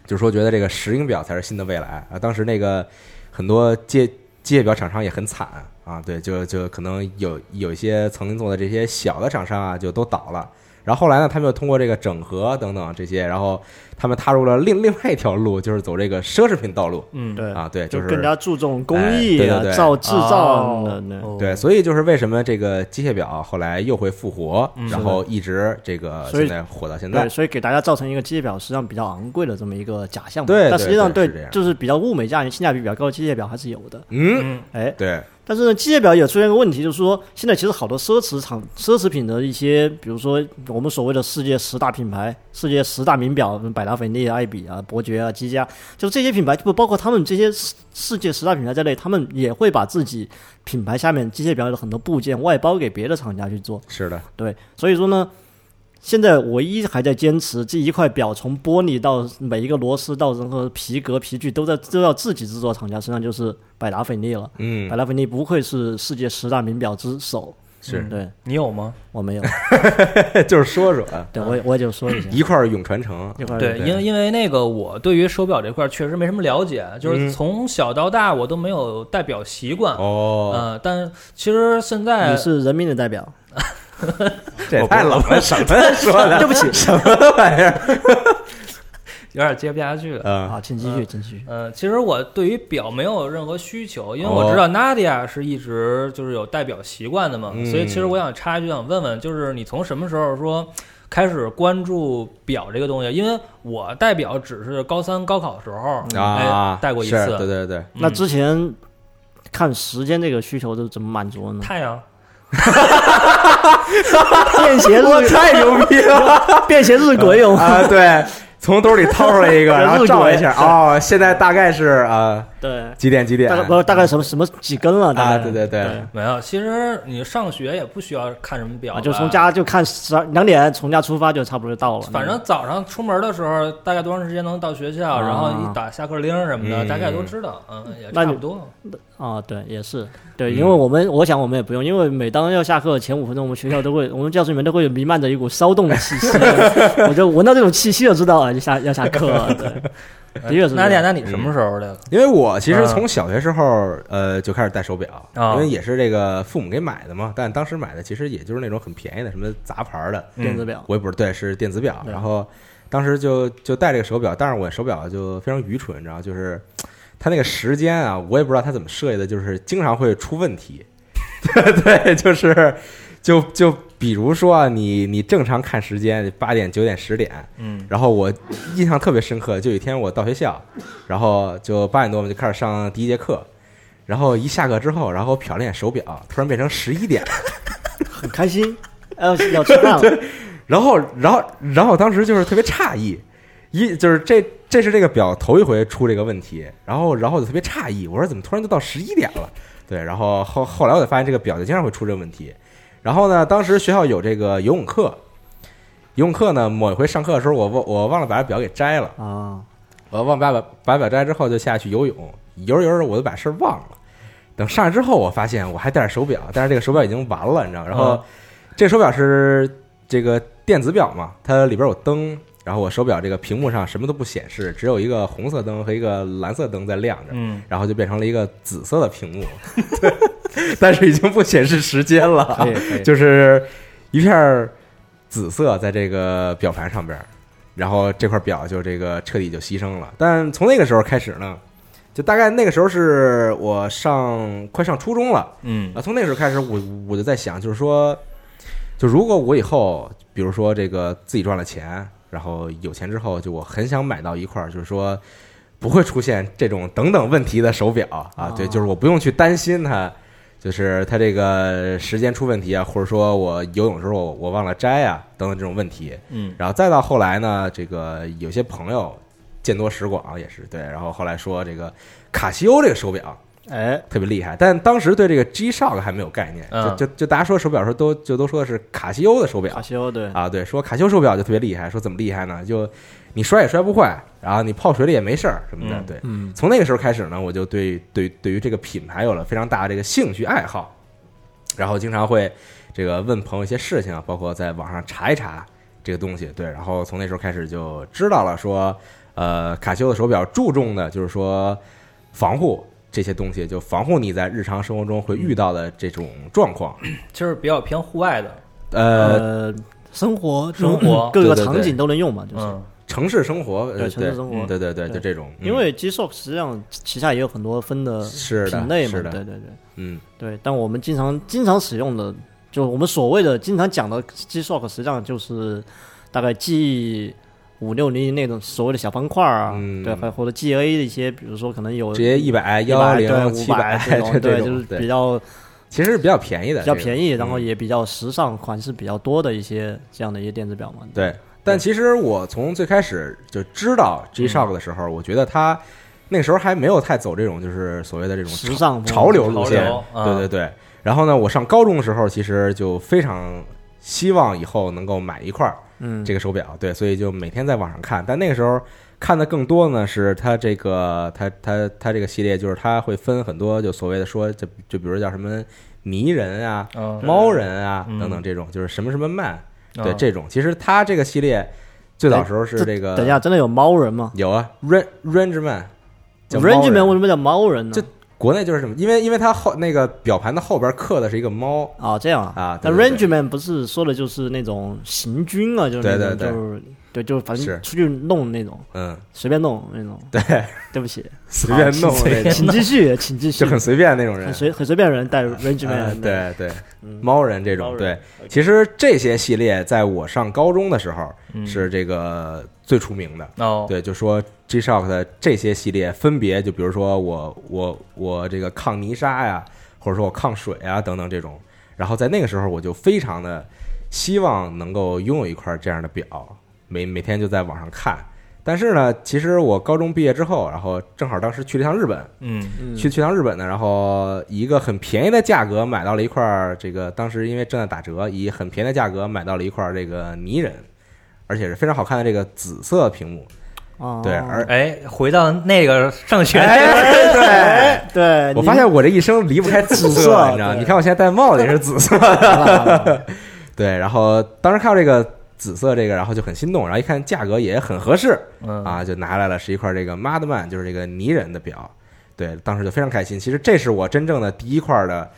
Speaker 2: 就说觉得这个石英表才是新的未来啊。当时那个很多借借表厂商也很惨啊，对，就就可能有有一些曾经做的这些小的厂商啊，就都倒了。然后后来呢，他们又通过这个整合等等这些，然后他们踏入了另另外一条路，就是走这个奢侈品道路
Speaker 3: 嗯，
Speaker 4: 对
Speaker 2: 啊，对，
Speaker 4: 就是更加注重工
Speaker 2: 哎
Speaker 4: 艺
Speaker 2: 对
Speaker 4: 啊
Speaker 2: 对对，
Speaker 4: 造制造
Speaker 3: 哦
Speaker 4: 的呢。
Speaker 3: 哦
Speaker 2: 对，所以就是为什么这个机械表后来又会复活，
Speaker 3: 嗯
Speaker 2: 然后一直这个
Speaker 4: 所以
Speaker 2: 现在火到现在
Speaker 4: 对，。所以给大家造成一个机械表实际上比较昂贵的这么一个假象嘛。
Speaker 2: 对
Speaker 4: 但
Speaker 2: 对
Speaker 4: 实际上
Speaker 2: 对
Speaker 4: 对
Speaker 2: 是这样
Speaker 4: 就是比较物美价廉、性价比比较高的机械表还是有的。
Speaker 2: 嗯，
Speaker 4: 哎，
Speaker 2: 对，
Speaker 4: 但是呢，机械表也出现一个问题，就是说现在其实好多奢侈厂、奢侈品的一些，比如说我们所谓的世界十大品牌、世界十大名表，百达翡丽、啊、爱彼啊、伯爵啊、积家，就这些品牌，不包括他们这些世世界十大品牌在内，他们也会把自己品牌下面机械表的很多部件外包给别的厂家去做。
Speaker 2: 是的，
Speaker 4: 对，所以说呢，现在唯一还在坚持这一块表，从玻璃到每一个螺丝到任何皮革、皮具，都在都要自己制作，厂家身上就是百达翡丽了。
Speaker 2: 嗯
Speaker 4: 百，达翡丽不愧是世界十大名表之首，
Speaker 2: 是，
Speaker 4: 对
Speaker 3: 你有吗？
Speaker 4: 我没有，
Speaker 2: 就是说说啊，
Speaker 4: 对我也我也就 说一下，
Speaker 2: 一块儿永传承，
Speaker 4: 一会儿
Speaker 3: 对，
Speaker 2: 啊对
Speaker 3: 因因为那个我对于手表这块儿确实没什么了解，就是从小到大我都没有戴表习惯。
Speaker 2: 嗯哦，
Speaker 3: 呃，但其实现在
Speaker 4: 你是人民的代表，
Speaker 2: 这也太冷了，什么说的？
Speaker 4: 对不起
Speaker 2: 什么玩意儿？
Speaker 3: 有点接不下去了。
Speaker 2: 嗯，
Speaker 4: 好，请继续，请继续。
Speaker 3: 呃，其实我对于表没有任何需求，因为我知道 Nadia 是一直就是有戴表习惯的嘛，
Speaker 2: 哦嗯
Speaker 3: 所以其实我想插一句，想问问，就是你从什么时候说开始关注表这个东西？因为我戴表只是高三高考时候、
Speaker 2: 啊
Speaker 3: 哎，戴过一
Speaker 2: 是
Speaker 3: 次，
Speaker 2: 对对对，
Speaker 4: 那
Speaker 3: 嗯
Speaker 4: 之前看时间这个需求都怎么满 足呢？
Speaker 3: 太阳
Speaker 4: 便携日
Speaker 2: 太牛逼了
Speaker 4: 便携日晷有吗？
Speaker 2: 啊啊！对，从兜里掏出来一个，
Speaker 4: 这
Speaker 2: 然后
Speaker 4: 入
Speaker 2: 照
Speaker 4: 轨
Speaker 2: 一下，哦，现在大概是啊，
Speaker 4: 对，
Speaker 2: 几点几点
Speaker 4: 大概不知道大概什么什么几根了，大
Speaker 2: 啊？
Speaker 4: 概
Speaker 2: 对对对，
Speaker 4: 对
Speaker 3: 没有，其实你上学也不需要看什么表
Speaker 4: 啊，
Speaker 3: 吧，
Speaker 4: 就从家就看十二两点，从家出发就差不多就到了。
Speaker 3: 反正早上出门的时候，大概多长时间能到学校，
Speaker 2: 啊
Speaker 3: 然后一打下课铃什么的，
Speaker 2: 嗯
Speaker 3: 大概都知道，嗯，也
Speaker 4: 那
Speaker 3: 差
Speaker 4: 你
Speaker 3: 不多。
Speaker 4: 啊，对，也是对，
Speaker 2: 嗯
Speaker 4: 因为我们我想我们也不用，因为每当要下课前五分钟，我们学校都会，我们教室里面都会弥漫着一股骚动的气息， 我就闻到这种气息就知道啊，就下要下课了。对，
Speaker 2: 哎
Speaker 4: 的确是
Speaker 3: 那
Speaker 4: 这
Speaker 3: 点，
Speaker 4: 样
Speaker 3: 那你什
Speaker 2: 嗯
Speaker 3: 么时候的？
Speaker 2: 因为我其实从小学时候，呃，就开始戴手表，
Speaker 3: 啊
Speaker 2: 因为也是这个父母给买的嘛。但当时买的其实也就是那种很便宜的，什么杂牌儿的，
Speaker 4: 电子表
Speaker 2: 我也不是对，是电子表。
Speaker 4: 对
Speaker 2: 然后当时就就戴这个手表，但是我手表就非常愚蠢，你知道，就是它那个时间啊，我也不知道它怎么设计的，就是经常会出问题。 对，就是就就比如说啊，你你正常看时间八点、九点、十点，
Speaker 3: 嗯，
Speaker 2: 然后我印象特别深刻，就有一天我到学校，然后就八点多我们就开始上第一节课，然后一下课之后，然后瞟了一眼手表，突然变成十一点，
Speaker 4: 很开心，要要吃饭了，
Speaker 2: 然后然后然后我当时就是特别诧异，一就是这这是这个表头一回出这个问题，然后然后我就特别诧异，我说怎么突然就到十一点了？对，然后后后来我才发现这个表就经常会出这个问题，然后呢，当时学校有这个游泳课。游泳课呢，某一回上课的时候，我忘我忘了把表给摘了，
Speaker 4: 啊，
Speaker 2: 我忘把把把表摘之后就下去游泳，游着游着我就把事儿忘了。等上来之后，我发现我还戴着手表，但是这个手表已经完了，你知道吗？然后
Speaker 3: 嗯
Speaker 2: 这个手表是这个电子表嘛，它里边有灯，然后我手表这个屏幕上什么都不显示，只有一个红色灯和一个蓝色灯在亮着，
Speaker 3: 嗯，
Speaker 2: 然后就变成了一个紫色的屏幕， 对，但是已经不显示时间了。
Speaker 4: 可以可以，
Speaker 2: 就是一片儿紫色在这个表盘上边儿，然后这块表就这个彻底就牺牲了。但从那个时候开始呢，就大概那个时候是我上快上初中了
Speaker 3: 嗯，
Speaker 2: 啊，从那个时候开始我我就在想，就是说，就如果我以后比如说这个自己赚了钱，然后有钱之后，就我很想买到一块儿，就是说。不会出现这种等等问题的手表啊，对，
Speaker 4: 哦
Speaker 2: 就是我不用去担心它，就是它这个时间出问题啊，或者说我游泳的时候我我忘了摘啊等等这种问题。
Speaker 3: 嗯，
Speaker 2: 然后再到后来呢，这个有些朋友见多识广也是对，然后后来说这个卡西欧这个手表
Speaker 4: 哎，
Speaker 2: 特别厉害，但当时对这个 G Shock 还没有概念，
Speaker 3: 嗯
Speaker 2: 就就就大家说手表的时候都就都说的是卡西欧的手表
Speaker 4: 卡，西欧对，
Speaker 2: 啊，对，说卡西欧手表就特别厉害，说怎么厉害呢？就你摔也摔不坏，然后你泡水里也没事儿什么的。
Speaker 3: 嗯
Speaker 2: 对，
Speaker 4: 嗯
Speaker 2: 从那个时候开始呢，我就对对对于这个品牌有了非常大的这个兴趣爱好，然后经常会这个问朋友一些事情啊，包括在网上查一查这个东西。对，然后从那时候开始就知道了说，呃，卡西欧的手表注重的就是说防护。这些东西就防护你在日常生活中会遇到的这种状况，
Speaker 3: 就是比较偏户外的，
Speaker 2: 呃，
Speaker 4: 呃，生活
Speaker 3: 生活
Speaker 4: 各
Speaker 2: 对
Speaker 4: 个
Speaker 2: 对
Speaker 4: 场
Speaker 2: 对
Speaker 4: 景都能用嘛，就是。
Speaker 3: 嗯
Speaker 2: 城市生活，呃
Speaker 4: 对城市生活
Speaker 2: 嗯对对对，就
Speaker 4: 对
Speaker 2: 这种，嗯
Speaker 4: 因为 G Shock 实际上旗下也有很多分的
Speaker 2: 是的
Speaker 4: 品类嘛，
Speaker 2: 是的
Speaker 4: 对对对
Speaker 2: 嗯
Speaker 4: 对。但我们经常经常使用的，就我们所谓的经常讲的 G Shock，实际上就是大概 G 五六零那种所谓的小方块儿啊，
Speaker 2: 嗯
Speaker 4: 对，还或者 GA 的一些，比如说可能有
Speaker 2: 直接一百、幺
Speaker 4: 100对
Speaker 2: 零、
Speaker 4: 五
Speaker 2: 七百
Speaker 4: 百这 种，
Speaker 2: 这
Speaker 4: 对，
Speaker 2: 种，
Speaker 4: 就是比
Speaker 2: 对，
Speaker 4: 较
Speaker 2: 其实是比较便宜的，
Speaker 4: 比较
Speaker 2: 这个
Speaker 4: 便宜，然后
Speaker 2: 嗯
Speaker 4: 也比较时尚，款式比较多的一些这样的一些电子表嘛。
Speaker 2: 对。但其实我从最开始就知道
Speaker 4: 嗯
Speaker 2: G Shock 的时候，我觉得它那个时候还没有太走这种就是所谓的这种
Speaker 4: 时尚风
Speaker 2: 潮流路线
Speaker 3: 潮流，啊
Speaker 2: 对对对。然后呢，我上高中的时候，其实就非常希望以后能够买一块儿
Speaker 4: 嗯，
Speaker 2: 这个手表，对，所以就每天在网上看。但那个时候看的更多呢是它这个它它它这个系列，就是它会分很多，就所谓的说，就就比如叫什么泥人啊、
Speaker 3: 嗯，
Speaker 2: 猫人啊
Speaker 3: 嗯
Speaker 2: 等等这种，就是什么什么曼，对
Speaker 3: 嗯
Speaker 2: 这种。其实它这个系列最早时候是这个，
Speaker 4: 哎等一下，真的有猫人吗
Speaker 2: 有啊，Range Range Man。叫猫人
Speaker 4: Range Man 为什么叫猫人呢？
Speaker 2: 这国内就是什么？因为因为它后那个表盘的后边刻的是一个猫，
Speaker 4: 啊，这样
Speaker 2: 啊对
Speaker 4: 那
Speaker 2: 对对
Speaker 4: Rangeman 不是说的就是那种行军啊，就是
Speaker 2: 对
Speaker 4: 那种
Speaker 2: 对对
Speaker 4: 就是对，就是反
Speaker 2: 是
Speaker 4: 正出去弄那种，
Speaker 2: 嗯，
Speaker 4: 随便弄那种。
Speaker 2: 对，
Speaker 4: 对不起，
Speaker 2: 随便 弄那种，
Speaker 4: 请继续，请继续
Speaker 2: 就，很随便那种人
Speaker 4: 很，随很随便人带
Speaker 2: 呃
Speaker 4: Rangeman，，
Speaker 2: 对对，
Speaker 4: 嗯
Speaker 2: 猫人这
Speaker 4: 猫
Speaker 2: 种，对
Speaker 4: 人，
Speaker 2: 其实这些系列在我上高中的时候
Speaker 3: 嗯
Speaker 2: 是这个最出名的。
Speaker 3: 哦，
Speaker 2: 对，就说 G Shock 的这些系列分别，就比如说我我我这个抗泥沙呀，或者说我抗水啊等等这种。然后在那个时候，我就非常的希望能够拥有一块这样的表，每每天就在网上看，但是呢，其实我高中毕业之后，然后正好当时去了趟日本，
Speaker 3: 嗯
Speaker 4: 嗯
Speaker 2: 去去趟日本呢，然后以一个很便宜的价格买到了一块儿这个，当时因为正在打折，以很便宜的价格买到了一块儿这个泥人，而且是非常好看的这个紫色屏幕，
Speaker 4: 哦
Speaker 2: 对，而
Speaker 3: 哎，回到那个上学，
Speaker 2: 哎对。
Speaker 4: 哎对，
Speaker 2: 我
Speaker 4: 你
Speaker 2: 发现我这一生离不开紫
Speaker 4: 紫色
Speaker 2: 你知道？
Speaker 4: 对啊
Speaker 2: 你看我现在戴帽子也是紫色， 对。然后当时看到这个紫色这个，然后就很心动，然后一看价格也很合适
Speaker 3: 嗯
Speaker 2: 啊，就拿来了，是一块这个 Madman，就是这个泥人的表。对，当时就非常开心。其实这是我真正的第一块的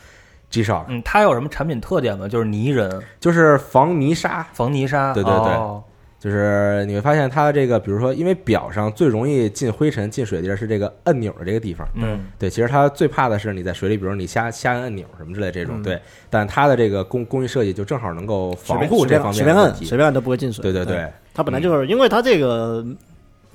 Speaker 2: G Shock，
Speaker 3: 嗯，它有什么产品特点吗？就是泥人、
Speaker 2: 就是防泥沙，
Speaker 3: 防泥沙，
Speaker 2: 对对对
Speaker 3: 哦
Speaker 2: 就是你会发现它的这个，比如说，因为表上最容易进灰尘、进水的地儿是这个按钮的这个地方，
Speaker 3: 嗯
Speaker 2: 对，其实它最怕的是你在水里，比如你瞎瞎按按钮什么之类的这种，
Speaker 3: 嗯
Speaker 2: 对。但它的这个工工艺设计就正好能够
Speaker 4: 随
Speaker 2: 防
Speaker 4: 便
Speaker 2: 护这方
Speaker 4: 随
Speaker 2: 面
Speaker 4: 便
Speaker 2: 的问
Speaker 4: 按，
Speaker 2: 题
Speaker 4: 随。便按都不会进水。
Speaker 2: 对对
Speaker 4: 对
Speaker 2: 对，嗯
Speaker 4: 它本来就是因为它这个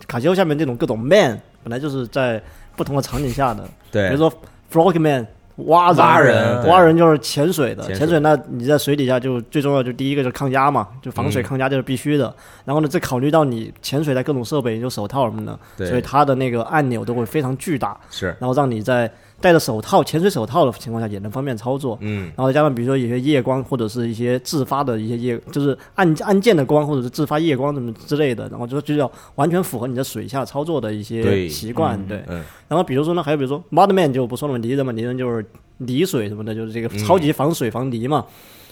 Speaker 4: 卡西欧下面这种各种 man，本来就是在不同的场景下的，比
Speaker 2: 对
Speaker 4: 如说 frog man。蛙人，
Speaker 2: 蛙
Speaker 4: 蛙
Speaker 2: 人对
Speaker 4: 人就是潜水的，
Speaker 2: 潜水
Speaker 4: 潜水那你在水底下就最重要，就第一个就是抗压嘛，就防水
Speaker 2: 嗯
Speaker 4: 抗压这是必须的。然后呢，再考虑到你潜水带各种设备，就手套什么的，
Speaker 2: 对
Speaker 4: 所以它的那个按钮都会非常巨大，
Speaker 2: 是，
Speaker 4: 然后让你在戴着手套、潜水手套的情况下也能方便操作。
Speaker 2: 嗯，
Speaker 4: 然后加上比如说有些夜光或者是一些自发的一些夜，就是按按键的光或者是自发夜光什么之类的，然后就就要完全符合你在水下操作的一
Speaker 2: 对
Speaker 4: 些习惯，
Speaker 3: 嗯
Speaker 4: 对。
Speaker 2: 嗯
Speaker 4: 然后比如说呢，还有比如说 Mudman 就不说了嘛，泥人嘛，泥人就是泥水什么的，就是这个
Speaker 2: 嗯
Speaker 4: 超级防水防泥嘛。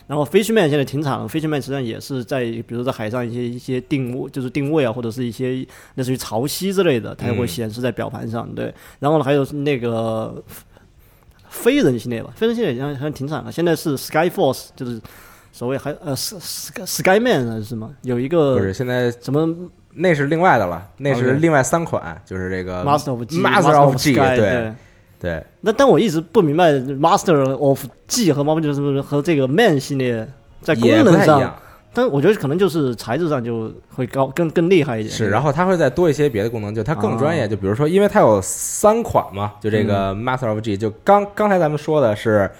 Speaker 4: 然后 Fishman 现在停产了，Fishman 实际上也是在比如说在海上一些一些定位，就是定位啊，或者是一些类似于潮汐之类的，它也会
Speaker 2: 嗯
Speaker 4: 显示在表盘上。对，然后呢还有那个飞人系列吧，飞人系列好像好像停产了，现在是 Sky Force，就是所谓还呃 Sky Skyman 还是什么，有一
Speaker 2: 不
Speaker 4: 个
Speaker 2: 是，现在
Speaker 4: 什么
Speaker 2: 那是另外的了，那是
Speaker 4: OK
Speaker 2: 另外三款，就是这个
Speaker 4: Master of G
Speaker 2: 呃 Master of G，
Speaker 4: Sky，
Speaker 2: 对对，
Speaker 4: 那但我一直不明白 Master of G 和 Master 就是和这个 Man 系列在功
Speaker 2: 也不
Speaker 4: 能
Speaker 2: 太一
Speaker 4: 上，
Speaker 2: 样，
Speaker 4: 但我觉得可能就是材质上就会高更更厉害一点。
Speaker 2: 是。然后它会再多一些别的功能，就它更专业。
Speaker 4: 啊
Speaker 2: 就比如说，因为它有三款嘛，就这个 Master of G，就刚刚才咱们说的是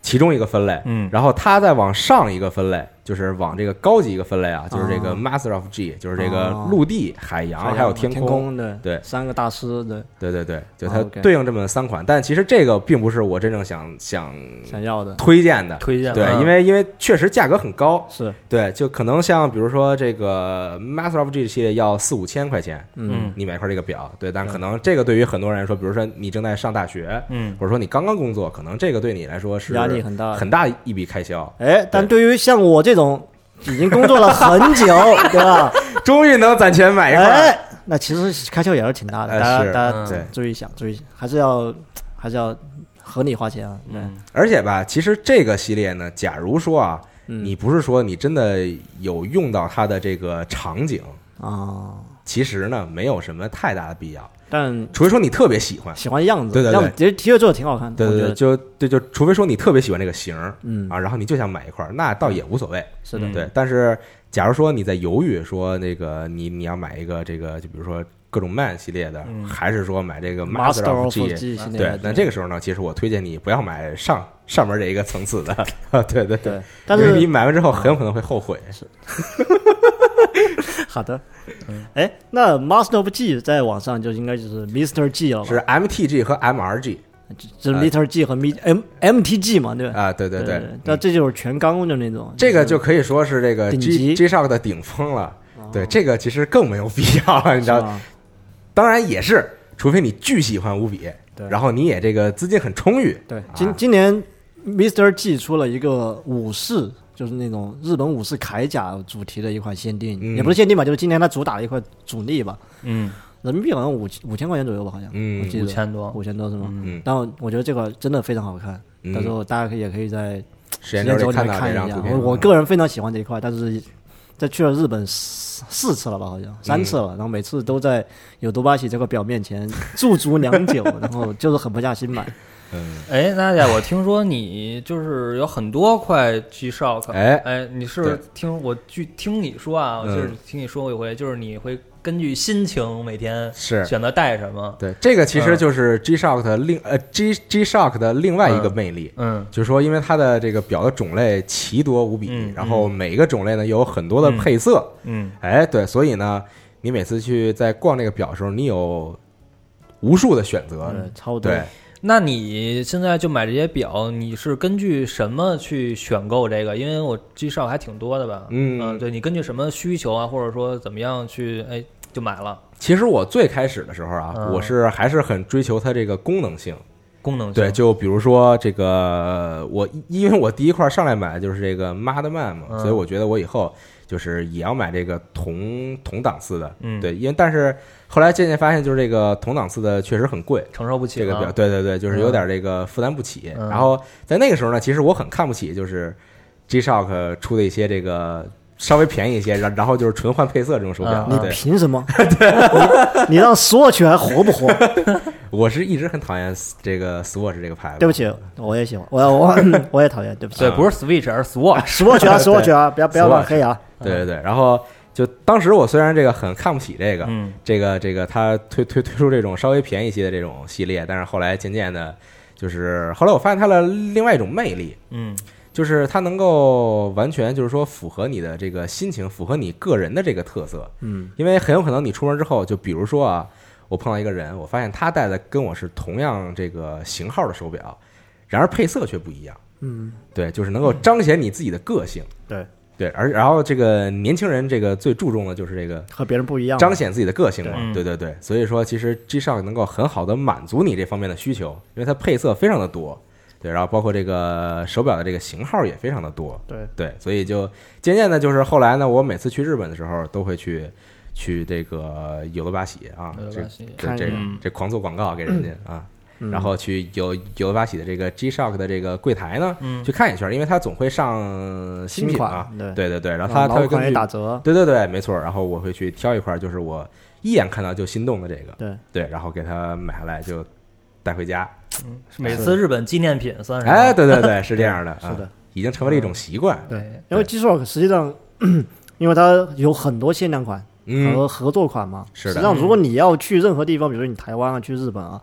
Speaker 2: 其中一个分类，
Speaker 3: 嗯，
Speaker 2: 然后它再往上一个分类，就是往这个高级一个分类啊，就是这个
Speaker 4: 哦
Speaker 2: Master of G，就是这个
Speaker 4: 哦
Speaker 2: 陆地、海洋还有
Speaker 4: 天
Speaker 2: 空。
Speaker 4: 的
Speaker 2: 对
Speaker 4: 三个大师的
Speaker 2: 对对对，就
Speaker 4: 哦
Speaker 2: 它
Speaker 4: OK
Speaker 2: 对应这么三款，但其实这个并不是我真正想想
Speaker 4: 想要的
Speaker 2: 推荐的。
Speaker 3: 推荐
Speaker 2: 对，
Speaker 3: 嗯
Speaker 2: 因为因为确实价格很高，
Speaker 4: 是
Speaker 2: 对，就可能像比如说这个 Master of G 系列要四五千块钱，
Speaker 3: 嗯
Speaker 2: 你买一块这个表，对，但可能这个对于很多人来说，比如说你正在上大学，
Speaker 3: 嗯
Speaker 2: 或者说你刚刚工作，可能这个对你来说是
Speaker 4: 压力很大
Speaker 2: 很大一笔开销。
Speaker 4: 哎，但对于像我这种已经工作了很久，对吧？
Speaker 2: 终于能攒钱买一块儿，
Speaker 4: 哎，那其实开销也是挺大的，
Speaker 2: 呃
Speaker 4: 大家
Speaker 2: 是
Speaker 4: 大
Speaker 3: 嗯
Speaker 4: 家
Speaker 2: 对
Speaker 4: 注意一下，注意一下还是要还是要合理花钱啊。对，
Speaker 3: 嗯
Speaker 2: 而且吧，其实这个系列呢，假如说啊，
Speaker 4: 嗯
Speaker 2: 你不是说你真的有用到它的这个场景，
Speaker 4: 啊，
Speaker 2: 其实呢没有什么太大的必要，
Speaker 4: 但
Speaker 2: 除非说你特别喜欢。
Speaker 4: 喜欢样子，
Speaker 2: 对对对
Speaker 4: 样子其实的确做的挺好看的，
Speaker 2: 对对
Speaker 4: 我觉
Speaker 2: 对，
Speaker 4: 得
Speaker 2: 就对就，除非说你特别喜欢这个型儿，
Speaker 4: 嗯
Speaker 2: 啊，然后你就想买一块儿，那倒也无所谓。
Speaker 4: 是的
Speaker 3: 嗯
Speaker 2: 对，但是假如说你在犹豫说那个你你要买一个这个，就比如说各种 man 系列的，
Speaker 3: 嗯
Speaker 2: 还是说买这个
Speaker 4: Master
Speaker 2: of
Speaker 4: of
Speaker 2: G？
Speaker 4: G 系列
Speaker 2: 对
Speaker 4: 的，，
Speaker 2: 那这个时候呢，其实我推荐你不要买上上面这一个层次的， 对对对
Speaker 4: 对，但
Speaker 2: 因为你
Speaker 4: 是嗯
Speaker 2: 买完之后很有可能会后悔。
Speaker 4: 好的，
Speaker 2: 嗯
Speaker 4: 哎，那 Master of G 在网上就应该就是 Mr G 了吧，
Speaker 2: 是 MTG 和 MRG
Speaker 4: 就是 Mr G 和 Mi- M M T G 嘛，对吧？
Speaker 2: 啊，对对
Speaker 4: 对
Speaker 2: 嗯
Speaker 4: 那这就是全钢的那种，
Speaker 2: 这个就可以说是这个
Speaker 4: 顶
Speaker 2: G
Speaker 4: 级哦
Speaker 2: G Shock 的顶峰了。对，这个其实更没有必要了，你知
Speaker 4: 是
Speaker 2: 道？
Speaker 4: 吧？
Speaker 2: 当然也是，除非你巨喜欢无比，
Speaker 4: 对
Speaker 2: 然后你也这个资金很充裕，
Speaker 4: 对
Speaker 2: 啊，
Speaker 4: 今今年 Mr G 出了一个武士。就是那种日本武士铠甲主题的一款限定，
Speaker 2: 嗯
Speaker 4: 也不是限定吧，就是今年它主打的一块主力吧，
Speaker 3: 嗯，
Speaker 4: 人民币好像五五千块钱左右吧，好像，
Speaker 2: 嗯
Speaker 4: 我记得
Speaker 3: 五千多，
Speaker 4: 五千多是吗？
Speaker 2: 嗯
Speaker 4: 然后我觉得这款真的非常好看，
Speaker 2: 嗯
Speaker 4: 到时候大家可以也可以在
Speaker 2: 时
Speaker 4: 时
Speaker 2: 间
Speaker 4: 间
Speaker 2: 轴里
Speaker 4: 轴里面
Speaker 2: 到
Speaker 4: 看
Speaker 2: 这
Speaker 4: 一
Speaker 2: 张
Speaker 4: 下
Speaker 2: 图。片。啊
Speaker 4: 我我个人非常喜欢这一块，但是在去了日本四四次了吧，好像三次了，
Speaker 2: 嗯
Speaker 4: 然后每次都在有多巴喜这块表面前驻足 良久，然后就是狠不下心买。
Speaker 2: 嗯，
Speaker 3: 哎，娜姐，我听说你就是有很多块 G Shock，
Speaker 2: 哎
Speaker 3: 哎，你是不是
Speaker 2: 对
Speaker 3: 听我据听你说啊，我就是听你说过一回，就是你会根据心情每天
Speaker 2: 是
Speaker 3: 选择带什么，
Speaker 2: 对，这个其
Speaker 4: 嗯
Speaker 2: 实就是 G Shock 的另呃 G G Shock 的另外一个
Speaker 3: 嗯
Speaker 2: 魅力，
Speaker 3: 嗯
Speaker 2: 就是说，因为它的这个表的种类奇多无比，
Speaker 3: 嗯
Speaker 2: 然后每一个种类呢有很多的配色，
Speaker 3: 嗯
Speaker 2: 哎，对，所以呢，你每次去在逛那个表的时候，你有无数的选择，
Speaker 4: 嗯，超多
Speaker 2: 对，
Speaker 3: 那你现在就买这些表，你是根据什么去选购这个？因为我记绍还挺多的吧？
Speaker 2: 嗯
Speaker 3: 对你根据什么需求啊，或者说怎么样去哎就买了
Speaker 2: 其实我最开始的时候啊，
Speaker 3: 嗯
Speaker 2: 我是还是很追求它这个功能性。
Speaker 3: 功能性
Speaker 2: 对，就比如说这个，我因为我第一块上来买的就是这个 Madman 嘛，
Speaker 3: 嗯
Speaker 2: 所以我觉得我以后就是也要买这个同同档次的。
Speaker 3: 嗯
Speaker 2: 对，因为但是后来渐渐发现，就是这个同档次的确实很贵。
Speaker 3: 承受不起
Speaker 2: 这个
Speaker 3: 了
Speaker 2: 表，对对对，就是有
Speaker 3: 嗯
Speaker 2: 点这个负担不起。
Speaker 3: 嗯
Speaker 2: 然后在那个时候呢，其实我很看不起，就是 G-Shock 出的一些这个稍微便宜一些，然然后就是纯换配色这种手表。
Speaker 3: 嗯
Speaker 4: 你
Speaker 2: 对，
Speaker 4: 凭 什么？你你让 Swatch 还活不活？
Speaker 2: 我是一直很讨厌 s- 这个 Swatch 这个牌子。
Speaker 4: 对不，起，我也喜欢，我我 我也讨厌，对不起
Speaker 2: 啊
Speaker 3: 对，不是 Switch 而是 Swatch，
Speaker 4: ，Swatch 啊 Swatch 啊，不要不要乱黑啊！
Speaker 2: 对对对。然后就当时我虽然这个很看不起这个，
Speaker 3: 嗯
Speaker 2: 这个这个它推推推出这种稍微便宜一些的这种系列，但是后来渐渐的，就是后来我发现它的另外一种魅力，
Speaker 3: 嗯
Speaker 2: 就是它能够完全就是说符合你的这个心情，符合你个人的这个特色。
Speaker 4: 嗯，
Speaker 2: 因为很有可能你出门之后，就比如说啊，我碰到一个人，我发现他戴的跟我是同样这个型号的手表，然而配色却不一样。
Speaker 4: 嗯，
Speaker 2: 对，就是能够彰显你自己的个性。
Speaker 4: 对，
Speaker 2: 对，而然后这个年轻人这个最注重的就是这个
Speaker 4: 和别人不一样，
Speaker 2: 彰显自己的个性嘛
Speaker 3: 嗯。
Speaker 2: 对对对，所以说其实 G Shock 能够很好的满足你这方面的需求，因为它配色非常的多。对，然后包括这个手表的这个型号也非常的多。
Speaker 4: 对，
Speaker 2: 对，所以就渐渐的，就是后来呢，我每次去日本的时候都会去去这个有的巴喜啊
Speaker 3: 有，的
Speaker 2: 这
Speaker 3: 巴西
Speaker 2: 这这
Speaker 3: 嗯
Speaker 2: 这狂做广告给人家啊，
Speaker 4: 嗯
Speaker 2: 然后去有有的巴喜的这个 G Shock 的这个柜台呢，
Speaker 3: 嗯
Speaker 2: 去看一圈，因为它总会上新
Speaker 4: 新
Speaker 2: 品
Speaker 4: 款
Speaker 2: 啊，
Speaker 4: 对嗯
Speaker 2: 对对对，然后它
Speaker 4: 老
Speaker 2: 它会根
Speaker 4: 款也
Speaker 2: 据
Speaker 4: 打折，
Speaker 2: 对对对，没错，然后我会去挑一块，就是我一眼看到就心动的这个，
Speaker 4: 对
Speaker 2: 啊对，然后给它买下来就带回家，
Speaker 3: 嗯，每次日本纪念品算是吧
Speaker 2: 哎，对对对，是这样的，
Speaker 4: 是
Speaker 2: 啊
Speaker 4: 的，
Speaker 2: 已经成为了一种习惯，
Speaker 3: 对，
Speaker 4: 因为 G Shock 实际上， 因为它有很多限量款
Speaker 2: 嗯，
Speaker 4: 和合作款嘛，
Speaker 2: 是的嗯
Speaker 4: 实际上，如果你要去任何地方，比如说你台湾啊，去日本啊，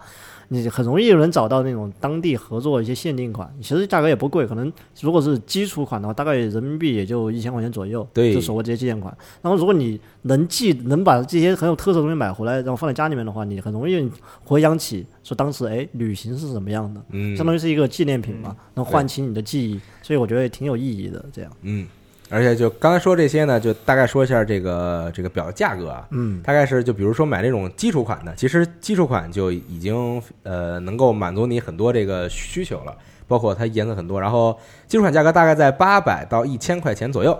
Speaker 4: 你很容易有人找到那种当地合作的一些限定款，其实价格也不贵，可能如果是基础款的话，大概人民币也就一千块钱左右，
Speaker 2: 对
Speaker 4: 就手握这些纪念款。然后如果你能记能把这些很有特色的东西买回来，然后放在家里面的话，你很容易回想起说当时哎旅行是什么样的，
Speaker 2: 嗯，
Speaker 4: 相当于是一个纪念品嘛，能唤起你的记忆，所以我觉得也挺有意义的。这样，
Speaker 2: 嗯，而且就刚才说这些呢，就大概说一下这个这个表的价格啊，
Speaker 4: 嗯，
Speaker 2: 大概是就比如说买那种基础款的，其实基础款就已经呃能够满足你很多这个需求了，包括它颜色很多，然后基础款价格大概在八百到一千块钱左右。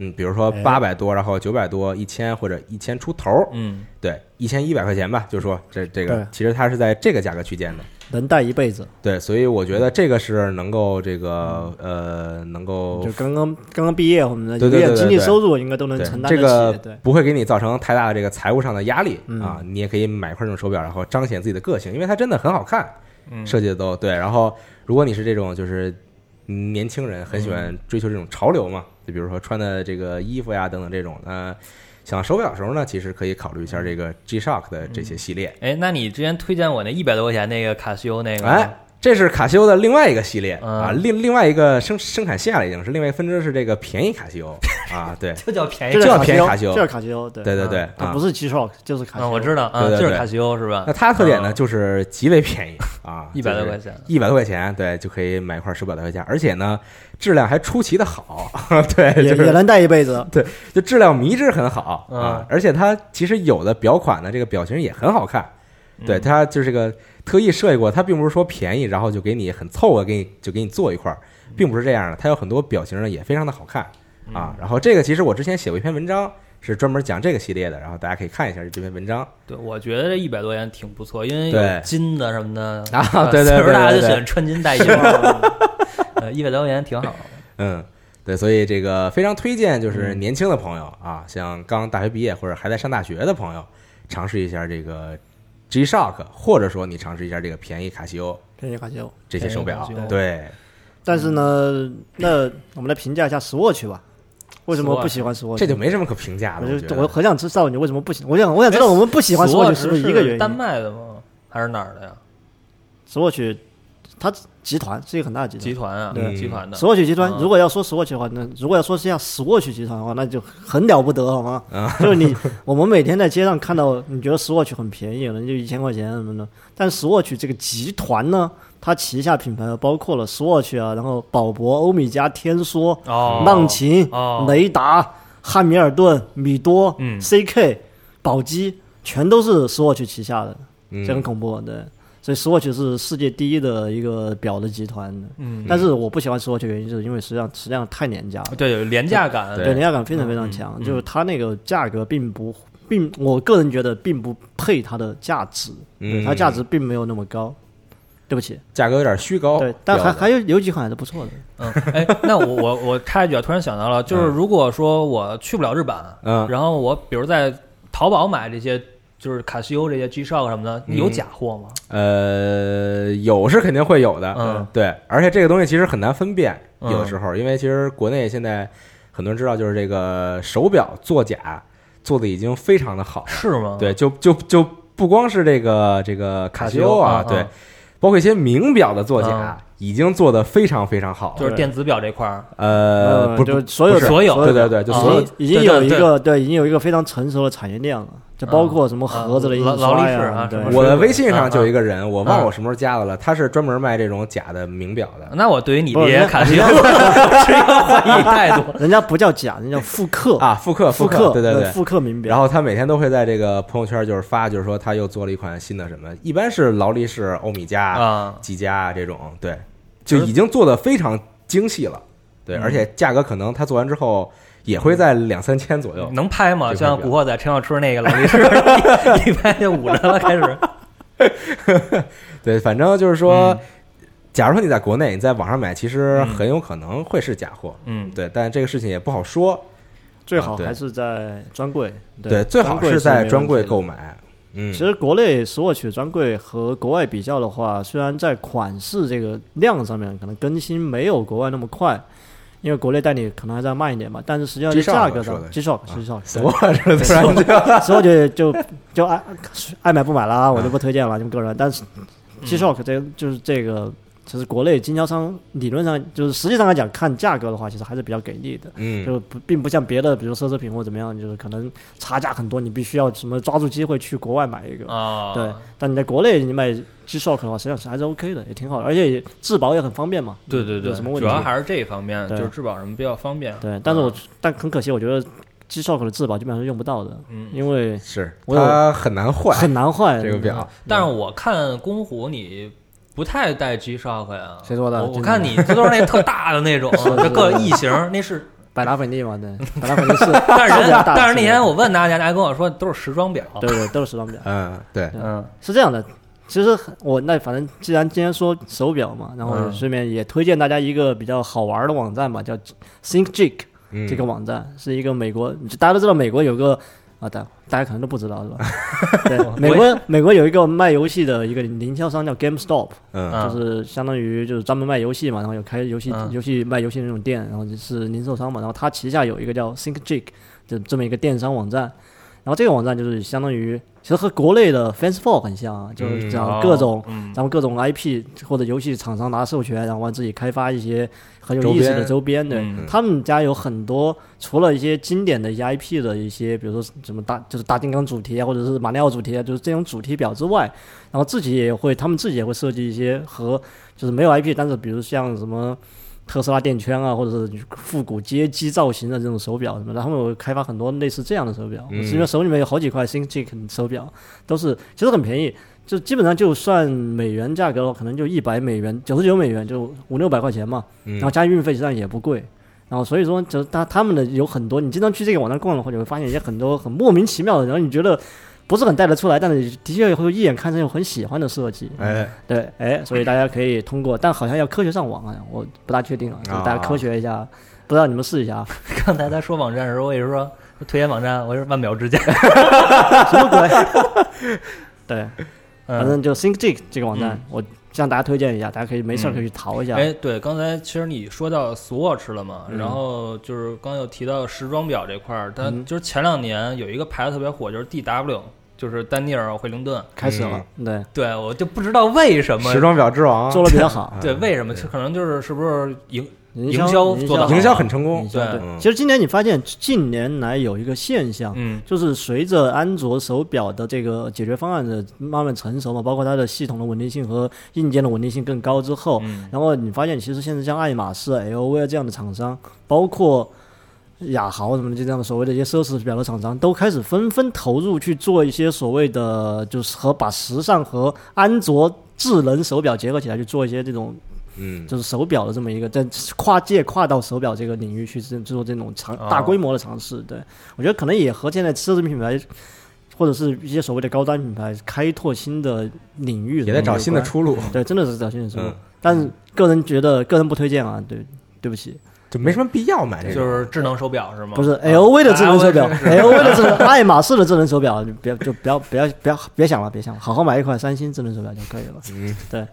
Speaker 2: 嗯，比如说
Speaker 4: 哎
Speaker 2: 八百多，然后九百多，一千或者一千出头，
Speaker 3: 嗯
Speaker 2: 对，一千一百块钱吧，就说这这个
Speaker 4: 对，
Speaker 2: 其实它是在这个价格区间的。
Speaker 4: 能带一辈子。
Speaker 2: 对，所以我觉得这个是能够这个呃能够
Speaker 4: 就刚刚刚刚毕业，我们
Speaker 2: 对
Speaker 4: 的
Speaker 2: 对
Speaker 4: 月
Speaker 2: 对对
Speaker 4: 经济
Speaker 2: 对
Speaker 4: 收入应该都能
Speaker 2: 对，
Speaker 4: 承担
Speaker 2: 这
Speaker 4: 得
Speaker 2: 个
Speaker 4: 起。对，
Speaker 2: 不会给你造成太大的这个财务上的压力、
Speaker 4: 嗯
Speaker 2: 啊。你也可以买一块这种手表，然后彰显自己的个性，因为它真的很好看，
Speaker 3: 嗯，
Speaker 2: 设计的都对。然后，如果你是这种就是年轻人，很喜
Speaker 3: 嗯
Speaker 2: 欢追求这种潮流嘛，就比如说穿的这个衣服呀等等这种，那想手表的时候呢，其实可以考虑一下这
Speaker 3: 嗯
Speaker 2: 个 G Shock 的这些系列。
Speaker 3: 哎，那你之前推荐我那一百多块钱那个卡西欧那个，
Speaker 2: 哎，，这是卡西欧的另外一个系列
Speaker 3: 嗯
Speaker 2: 啊，另另外一个生生产线了，已经是另外一个分支是这个便宜卡西欧啊，对
Speaker 3: 就叫便宜嗯
Speaker 4: 这
Speaker 2: 就
Speaker 4: 叫
Speaker 2: 要便宜卡西欧
Speaker 4: 这叫卡西欧， 对
Speaker 2: 对对对，
Speaker 4: 它
Speaker 2: 啊
Speaker 4: 不是 G Shock 就是卡西
Speaker 3: 啊，
Speaker 4: 欧。
Speaker 3: 我知道啊，
Speaker 2: 对对
Speaker 3: 就是
Speaker 2: 对
Speaker 3: 卡西欧是吧
Speaker 2: 那？它的特点呢，
Speaker 3: 嗯
Speaker 2: 就是极为便宜啊，
Speaker 3: 100多块钱
Speaker 2: 一百多块钱，对，就可以买一块手表带回家，而且呢，质量还出奇的好， 对，
Speaker 4: 也
Speaker 2: 就
Speaker 4: 也
Speaker 2: 是
Speaker 4: 能带一辈子。
Speaker 2: 对，就质量迷之很好啊
Speaker 3: 嗯，
Speaker 2: 而且它其实有的表款呢，这个表情也很好看，
Speaker 3: 嗯
Speaker 2: 对，它就是个特意设计过，它并不是说便宜，然后就给你很凑合，给你就给你做一块儿，并不是这样的，它有很多表情呢也非常的好看啊，然后这个其实我之前写过一篇文章。是专门讲这个系列的，然后大家可以看一下这篇文章
Speaker 3: 对，我觉得这一百多元挺不错，因为
Speaker 2: 对
Speaker 3: 有金的什么的
Speaker 2: 啊，对对 对
Speaker 3: 岁数
Speaker 2: 对
Speaker 3: 大了
Speaker 2: 对
Speaker 3: 就喜
Speaker 2: 对
Speaker 3: 欢穿金戴银 了。呃，一百多块钱挺好。
Speaker 2: 嗯，对，所以这个非常推荐，就是
Speaker 4: 嗯
Speaker 2: 年轻的朋友啊，像刚大学毕业或者还在上大学的朋友，尝试一下这个 G Shock，或者说你尝试一下这个便宜卡西欧
Speaker 4: 便宜哎卡西欧。
Speaker 2: 这些手表
Speaker 3: 便宜卡西。欧
Speaker 2: 对，
Speaker 4: 但是
Speaker 2: 嗯
Speaker 4: 呢，那我们来评价一下 Swatch 吧。为什么不喜欢 Swatch？
Speaker 2: 这就没什么可评价
Speaker 4: 我
Speaker 2: 的。我觉
Speaker 4: 就
Speaker 2: 得
Speaker 4: 我很想知道你为什么不喜，我想我想知道我们不喜欢 Swatch
Speaker 3: 索
Speaker 4: 是不是一个原
Speaker 3: 丹
Speaker 4: 因
Speaker 3: 麦的吗？还是哪儿的呀？
Speaker 4: ？Swatch 它集团是一个很大的集团，
Speaker 3: 集团啊，
Speaker 2: 对
Speaker 3: 集团的，
Speaker 4: Swatch 集团
Speaker 3: 嗯，
Speaker 4: 如果要说 Swatch 的话，那如果要说是像 Swatch 集团的话，那就很了不得，好吗？
Speaker 3: 嗯
Speaker 4: 就是你，我们每天在街上看到，你觉得 Swatch 很便宜，可能就一千块钱什么的，但 Swatch 这个集团呢，它旗下品牌包括了 Swatch 啊，然后宝珀、欧米茄、天梭、
Speaker 3: 哦，
Speaker 4: 浪琴、
Speaker 3: 哦
Speaker 4: 雷达、汉密尔顿、米多、
Speaker 3: 嗯
Speaker 4: CK、宝玑，全都是 Swatch 旗下的，
Speaker 2: 嗯
Speaker 4: 这很恐怖，对。所以 Swatch 是世界第一的一个表的集团的，
Speaker 3: 嗯，
Speaker 4: 但是我不喜欢 Swatch 的原因，就是因为实际上实际上太廉价了，
Speaker 3: 对，有廉价感，
Speaker 2: 对嗯
Speaker 4: 对廉价感非常非常强，就是它那个价格并不并，我个人觉得并不配它的价值，对
Speaker 2: 嗯
Speaker 4: 它价值并没有那么高。对不起，
Speaker 2: 价格哦有点虚高，
Speaker 4: 对，但还
Speaker 2: 标的
Speaker 4: 还有有几款还是不错的，
Speaker 3: 嗯，哎，那我我我插一句啊，突然想到了，就是如果说我去不了日本，
Speaker 2: 嗯
Speaker 3: 然后我比如在淘宝买这些，就是卡西欧这些 G Shock 什么的，有假货吗？
Speaker 2: 呃有是肯定会有的，
Speaker 3: 嗯
Speaker 2: 对，而且这个东西其实很难分辨，有的
Speaker 3: 嗯
Speaker 2: 时候，因为其实国内现在很多人知道，就是这个手表作假做的已经非常的好，
Speaker 3: 是吗？，
Speaker 2: 对，就就就不光是这个这个卡西欧啊，
Speaker 3: 啊卡西欧啊
Speaker 2: 对
Speaker 3: 啊，
Speaker 2: 包括一些名表的作假
Speaker 3: 啊
Speaker 2: 已经做的非常非常好了，
Speaker 3: 就是电子表这块儿，
Speaker 2: 呃，不，
Speaker 4: 就是所有
Speaker 2: 不是
Speaker 3: 所有
Speaker 2: 对对对，就
Speaker 3: 啊
Speaker 2: 所有
Speaker 4: 已经
Speaker 3: 对
Speaker 4: 有
Speaker 3: 对
Speaker 4: 一
Speaker 3: 对
Speaker 4: 个对，已经有一个非常成熟的产业链了，就包括什么盒子的印
Speaker 3: 啊劳劳
Speaker 4: 刷
Speaker 3: 力士
Speaker 4: 呀，
Speaker 3: 啊
Speaker 4: 对
Speaker 3: 什么，
Speaker 2: 我的
Speaker 3: 水果
Speaker 2: 微信上就有一个人，我忘
Speaker 3: 嗯
Speaker 2: 了我什么时候加的了，他是专门卖这种假的名表的。
Speaker 3: 那我对于你
Speaker 4: 不
Speaker 3: 这
Speaker 4: 是
Speaker 3: 些
Speaker 4: 人
Speaker 3: 卡西欧 持一个怀疑态 度。
Speaker 4: 人家不叫假，人家叫复刻
Speaker 2: 啊，复刻
Speaker 4: 嗯复
Speaker 2: 刻，
Speaker 4: 刻，呃
Speaker 2: 对对对。
Speaker 4: 复刻名表。
Speaker 2: 然后他每天都会在这个朋友圈就是发，就是说他又做了一款新的什么，一般是劳力士、欧米茄、
Speaker 3: 啊
Speaker 2: 技嘉啊这种，对，就已经做的非常精细了，对，
Speaker 4: 嗯
Speaker 2: 而且价格可能他做完之后也会在两三千左
Speaker 4: 嗯
Speaker 2: 右。
Speaker 3: 能拍吗？
Speaker 2: 哎这块
Speaker 3: 像《
Speaker 2: 表
Speaker 3: 古惑仔》陈小春那个劳力士，一一拍就捂着了，开始。
Speaker 2: 对，反正就是说，
Speaker 4: 嗯
Speaker 2: 假如说你在国内，你在网上买，其实很有可能会是假货，
Speaker 3: 嗯，
Speaker 2: 对，但这个事情也不好说，
Speaker 4: 最
Speaker 2: 啊
Speaker 4: 好
Speaker 2: 对
Speaker 4: 还是在专柜，
Speaker 2: 对，最好是在专柜购。买，嗯
Speaker 4: 专柜没问题的其，实国内 Swatch 专柜和国外比较的话，虽然在款式这个量上面可能更新没有国外那么快，因为国内代理可能还在慢一点嘛，但是实际上在
Speaker 2: G-Shock
Speaker 4: 价格
Speaker 2: 说
Speaker 4: 上
Speaker 2: 的
Speaker 4: ，G-Shock G-Shock
Speaker 2: 所以我这突然就
Speaker 4: Swatch 就就爱爱买不买了啊，我就不推荐了，你们个人。但是 G-Shock 这就是这个，就是国内经销商理论上就是实际上来讲，看价格的话，其实还是比较给力的。
Speaker 2: 嗯
Speaker 4: 就不并不像别的，比如奢侈品或怎么样，就是可能差价很多，你必须要什么抓住机会去国外买一个。
Speaker 3: 啊，
Speaker 4: 对，但你在国内你买 G-Shock 的话，实际上是还是 OK 的，也挺好的，而且也质保也很方便嘛。
Speaker 3: 对对对，
Speaker 4: 有什么问
Speaker 3: 主
Speaker 4: 题
Speaker 3: 要还是这一方面，就
Speaker 4: 对
Speaker 3: 是质保什么比较方便。
Speaker 4: 对，但是我、
Speaker 3: 啊
Speaker 4: 但很可惜，我觉得 G-Shock 的质保基本上是用不到的，
Speaker 3: 嗯
Speaker 4: 因为
Speaker 2: 是
Speaker 4: 我有
Speaker 2: 它很难坏，
Speaker 4: 很难坏嗯
Speaker 2: 这个表。
Speaker 3: 但是我看公虎你不太带 G Shock 呀？
Speaker 4: 谁说的
Speaker 3: 我
Speaker 4: 真
Speaker 3: 我
Speaker 4: 的
Speaker 3: 看你这都是那特大的 那种，就各异形，那是。
Speaker 4: 百达翡丽 嘛，对，百达翡丽是
Speaker 3: 但是
Speaker 4: 是
Speaker 3: 人
Speaker 4: 大，的
Speaker 3: 但是那天我问大家，大家跟我说都是时装表。
Speaker 4: 对对，都是时装表。
Speaker 2: 嗯，对，
Speaker 3: 嗯
Speaker 4: 是这样的，其实很我那反正既然今天说手表嘛，然后
Speaker 3: 嗯
Speaker 4: 顺便也推荐大家一个比较好玩的网站吧，叫 ThinkGeek。
Speaker 2: 嗯
Speaker 4: 这个网站是一个美国，大家都知道美国有个啊，大大家可能都不知道是吧？对，美国美国有一个卖游戏的一个零销商叫 GameStop，
Speaker 2: 嗯
Speaker 3: 啊
Speaker 4: 就是相当于就是专门卖游戏嘛，然后有开游戏、
Speaker 3: 嗯
Speaker 4: 游戏卖游戏的那种店，然后就是零售商嘛，然后它旗下有一个叫 ThinkGeek 就这么一个电商网站，然后这个网站就是相当于其实和国内的 Fans4 很像啊，就是讲各种、
Speaker 3: 嗯
Speaker 4: 咱们各种 IP 或者游戏厂商拿授权，然后自己开发一些很有意思的周边。对，
Speaker 3: 嗯
Speaker 4: 他们家有很多除了一些经典的一些 IP 的一些，比如说什么大就是大金刚主题啊，或者是马里奥主题啊，就是这种主题表之外，然后自己也会，他们自己也会设计一些和就是没有 IP，但是比如像什么。特斯拉电圈啊，或者是复古街机造型的这种手表什么的，他们有开发很多类似这样的手表。
Speaker 2: 嗯
Speaker 4: 我因为手里面有好几块 ThinkGeek 手表，都是其实很便宜，就基本上就算美元价格的话，可能就一百美元、九十九美元，就五六百块钱嘛。
Speaker 2: 嗯
Speaker 4: 然后加运费实际上也不贵。然后所以说，就是他他们的有很多，你经常去这个网站逛的话，你会发现一些很多很莫名其妙的，然后你觉得不是很带得出来，但是的确会一眼看上去很喜欢的设计。
Speaker 2: 哎，
Speaker 4: 对，哎，所以大家可以通过，但好像要科学上网啊，我不大确定啊，就是大家科学一下，不知道你们试一下啊。
Speaker 3: 刚才他说网站的时候，我也是说推荐网站，我是万表之家。
Speaker 4: 什么鬼？对， 反
Speaker 3: 嗯。
Speaker 4: 正就 ThinkGeek 这个网站，
Speaker 3: 嗯
Speaker 4: 我向大家推荐一下，大家可以没事儿可以去淘一下。
Speaker 3: 哎，对，刚才其实你说到 Swatch 了嘛，然后就是刚有提到时装表这块儿，但
Speaker 4: 嗯
Speaker 3: 就是前两年有一个牌子特别火，就是 DW，就是丹尼尔惠灵顿，
Speaker 4: 开始了，嗯对，
Speaker 3: 对我就不知道为什么
Speaker 2: 时，装表之王
Speaker 4: 做的比较好，
Speaker 2: 啊
Speaker 3: 对为什么，就可能就是是不是 营
Speaker 4: 营
Speaker 3: 销做得好
Speaker 2: 营销很成功
Speaker 4: 营，销
Speaker 3: 对
Speaker 4: 对。
Speaker 2: 嗯
Speaker 4: 其实今年你发现近年来有一个现象，
Speaker 3: 嗯
Speaker 4: 就是随着安卓手表的这个解决方案的慢慢成熟嘛，包括它的系统的稳定性和硬件的稳定性更高之后，
Speaker 3: 嗯
Speaker 4: 然后你发现其实现在像爱马仕、LV 这样的厂商，包括雅豪什么的就这样的所谓的一些奢侈表的厂商，都开始纷纷投入去做一些所谓的就是和把时尚和安卓智能手表结合起来去做一些这种
Speaker 2: 嗯，
Speaker 4: 就是手表的这么一个，在跨界跨到手表这个领域去制制作这种尝
Speaker 3: 哦
Speaker 4: 大规模的尝试。对我觉得可能也和现在奢侈品品牌或者是一些所谓的高端品牌开拓新的领域
Speaker 2: 也在找新的
Speaker 4: 有关。
Speaker 2: 出路，
Speaker 4: 对，真的是找新的出路
Speaker 2: 嗯。
Speaker 4: 但是个人觉得，个人不推荐啊。对，对不起，
Speaker 2: 就没什么必要买这
Speaker 3: 嗯就
Speaker 2: 种。
Speaker 3: 是智能手表是吗？
Speaker 4: 不是
Speaker 3: 啊
Speaker 4: LV 的智能手表
Speaker 3: 啊我
Speaker 4: ，LV 的智能， 爱马仕的智能手表，就别就不要不要不要别想了，别想了，好好买一块三星智能手表就可以了。
Speaker 2: 嗯，
Speaker 4: 对，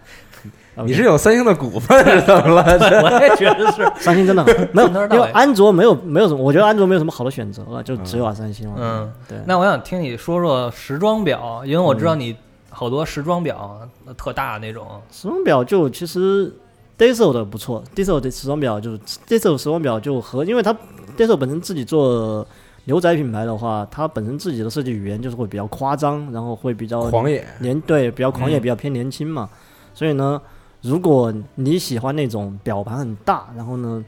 Speaker 2: 你是有三星的股份是怎么了？这
Speaker 3: 我也觉得是，
Speaker 4: 三星真的好， 没有，
Speaker 3: 从头到
Speaker 4: 因为
Speaker 3: 尾
Speaker 4: 安卓没有没有什么，我觉得安卓没有什么好的选择了，就只有啊三星了。
Speaker 3: 嗯，
Speaker 4: 对。
Speaker 3: 那我想听你说说时装表，因为我
Speaker 4: 嗯
Speaker 3: 知道你好多时装表特大那种，
Speaker 4: 时钟表就其实 Diesel 的不错，Diesel 的时钟表就是 Diesel 时钟表就和，因为它 Diesel 本身自己做牛仔品牌的话，它本身自己的设计语言就是会比较夸张，然后会比较
Speaker 2: 狂野，
Speaker 4: 年对比较狂野，
Speaker 3: 嗯
Speaker 4: 比较偏年轻嘛。所以呢，如果你喜欢那种表盘很大，然后呢。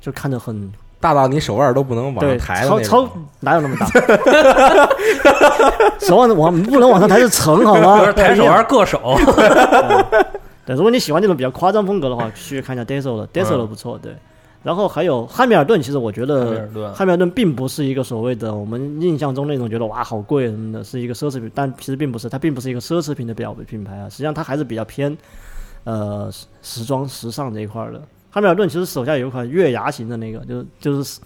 Speaker 4: 就看着很
Speaker 2: 大到你手腕都不能往
Speaker 4: 对，
Speaker 2: 上抬的
Speaker 4: 超
Speaker 2: 那
Speaker 4: 超
Speaker 2: 种。
Speaker 4: 哪有那么大？ 手腕往不能往上抬是沉好
Speaker 3: 就
Speaker 4: 吗？
Speaker 3: 是抬手玩各手，
Speaker 4: 嗯对，如果你喜欢这种比较夸张风格的话，去看一下 Diesel 的，Diesel 的不错，对。然后还有汉密尔顿，其实我觉
Speaker 3: 嗯汉密尔
Speaker 4: 得
Speaker 3: 顿
Speaker 4: 汉密尔顿并不是一个所谓的我们印象中那种觉得哇好贵什么的，是一个奢侈品，但其实并不是，它并不是一个奢侈品的表品牌啊，实际上它还是比较偏呃时时装时尚这一块儿的。汉密尔顿其实手下有一款月牙形的那个，就是就是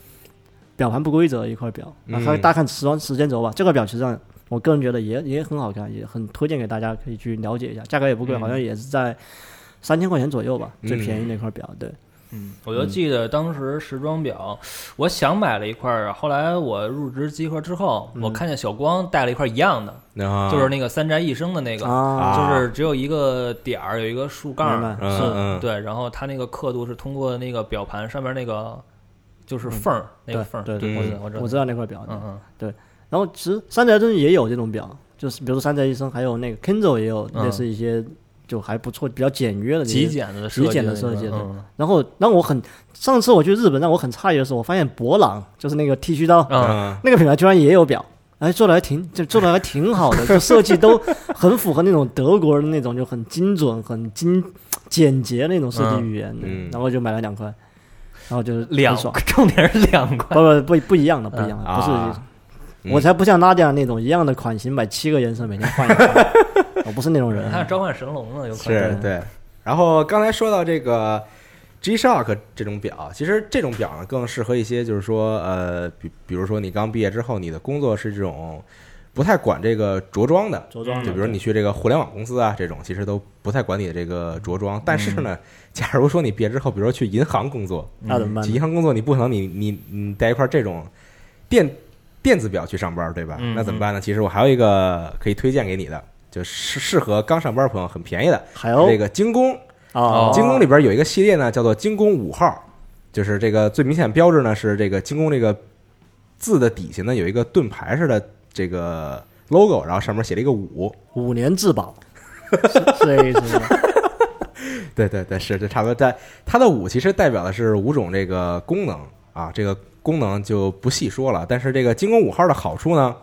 Speaker 4: 表盘不规则的一块表，
Speaker 2: 嗯
Speaker 4: 还大家看时装时间轴吧，这块表其实上我个人觉得也也很好看，也很推荐给大家可以去了解一下，价格也不贵，
Speaker 3: 嗯
Speaker 4: 好像也是在三千块钱左右吧，最
Speaker 2: 嗯
Speaker 4: 便宜那块表。对，
Speaker 3: 嗯，我就记得当时时装表，我想买了一块儿，后来我入职集合之后，我看见小光带了一块一样的，
Speaker 2: 啊
Speaker 3: 就是那个三宅一生的那个，
Speaker 4: 啊，
Speaker 3: 就是只有一个点儿，有一个竖杠
Speaker 4: 明
Speaker 3: 儿，
Speaker 4: 白
Speaker 2: 嗯
Speaker 4: 是
Speaker 2: 嗯，
Speaker 3: 对，然后它那个刻度是通过那个表盘上面那个就是缝儿，那个缝儿，
Speaker 4: 嗯对
Speaker 2: 对
Speaker 3: 我知
Speaker 2: 对
Speaker 3: 道我知道，
Speaker 4: 我知道那块表。
Speaker 3: 嗯嗯，
Speaker 4: 然后其实山宅真也有这种表，就是比如说山宅医生，还有那个 Kenzo 也有
Speaker 3: 嗯
Speaker 4: 类似一些就还不错、比较简约的这
Speaker 3: 极
Speaker 4: 些
Speaker 3: 简的
Speaker 4: 极简的
Speaker 3: 设
Speaker 4: 设计
Speaker 3: 那嗯
Speaker 4: 对
Speaker 3: 种
Speaker 4: 然后让我很上次我去日本，让我很诧异的是，我发现博朗就是那个剃须刀、
Speaker 3: 嗯
Speaker 2: 嗯
Speaker 4: 那个品牌居然也有表，哎，做的还挺就做的还挺好的，就设 计都很符合那种德国人那种就很精准、很精简洁那种设计语言的。
Speaker 2: 嗯嗯
Speaker 4: 然后就买了两块，然后就是很
Speaker 3: 两
Speaker 4: 爽，
Speaker 3: 重点是两 块，
Speaker 4: 不不不不一样的，不一样的，
Speaker 2: 嗯
Speaker 4: 不是。
Speaker 2: 啊
Speaker 4: 我才不像拉迪亚那种一样的款型买七个颜色每天换一个，我不是那种
Speaker 2: 嗯
Speaker 4: 人。
Speaker 3: 它是召唤神龙呢，有可能
Speaker 2: 是对。然后刚才说到这个 G Shock 这种表，其实这种表呢更适合一些，就是说呃，比比如说你刚毕业之后，你的工作是这种不太管这个着装的，
Speaker 4: 着装的
Speaker 2: 就比如你去这个互联网公司啊，这种其实都不太管你的这个着装。但是呢，假如说你毕业之后，比如说去银行工作，
Speaker 4: 那怎么办
Speaker 2: 去
Speaker 4: 呢？
Speaker 2: 银行工作，你不可能你你你带一块这种电电子表去上班，对吧？
Speaker 3: 嗯
Speaker 2: 那怎么办呢？其实我还有一个可以推荐给你的，就是适合刚上班的朋友，很便宜的，
Speaker 4: 海鸥
Speaker 2: 这个精工。
Speaker 4: 哦，
Speaker 2: 精工里边有一个系列呢，叫做精工五号，就是这个最明显标志呢是这个精工这个字的底下呢有一个盾牌似的这个 logo，然后上面写了一个五。
Speaker 4: 五年质 保，是是这个意思吗？
Speaker 2: 对对对，是这差不多。但它的五其实代表的是五种这个功能啊，这个功能就不细说了。但是这个精工五号的好处呢，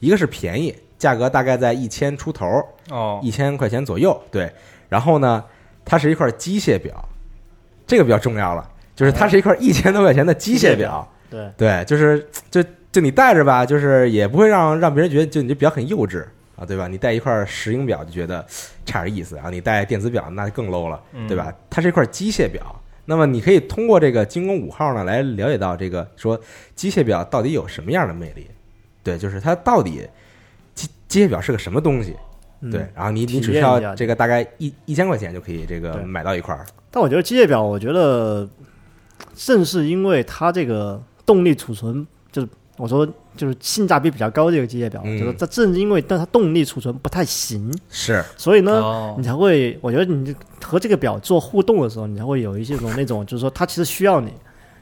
Speaker 2: 一个是便宜，价格大概在一千出头，
Speaker 3: 哦，
Speaker 2: 一千块钱左右。对，然后呢，它是一块机械表，这个比较重要了，就是它是一块一千多块钱的机
Speaker 4: 械
Speaker 2: 械
Speaker 4: 表
Speaker 2: 表。
Speaker 4: 对，
Speaker 2: 对，就是就就你戴着吧，就是也不会让让别人觉得就你这表很幼稚啊，对吧？你戴一块石英表就觉得 差点意思啊，你戴电子表那就更 low 了，
Speaker 4: 嗯
Speaker 2: 对吧？它是一块机械表，那么你可以通过这个精工五号呢来了解到这个说机械表到底有什么样的魅力，对，就是它到底机机械表是个什么东西。
Speaker 4: 嗯
Speaker 2: 对，然后你你
Speaker 4: 体
Speaker 2: 只需
Speaker 4: 验一
Speaker 2: 要
Speaker 4: 下
Speaker 2: 这个大概一一千块钱就可以这个
Speaker 4: 对
Speaker 2: 买到一块儿，
Speaker 4: 但我觉得机械表，我觉得正是因为它这个动力储存，就是我说就是性价比比较高的一个机械表，
Speaker 2: 嗯
Speaker 4: 就是它正因为但它动力储存不太行，
Speaker 2: 是
Speaker 4: 所以呢，
Speaker 3: 哦
Speaker 4: 你才会，我觉得你和这个表做互动的时候，你才会有一些种那种，就是说它其实需要你。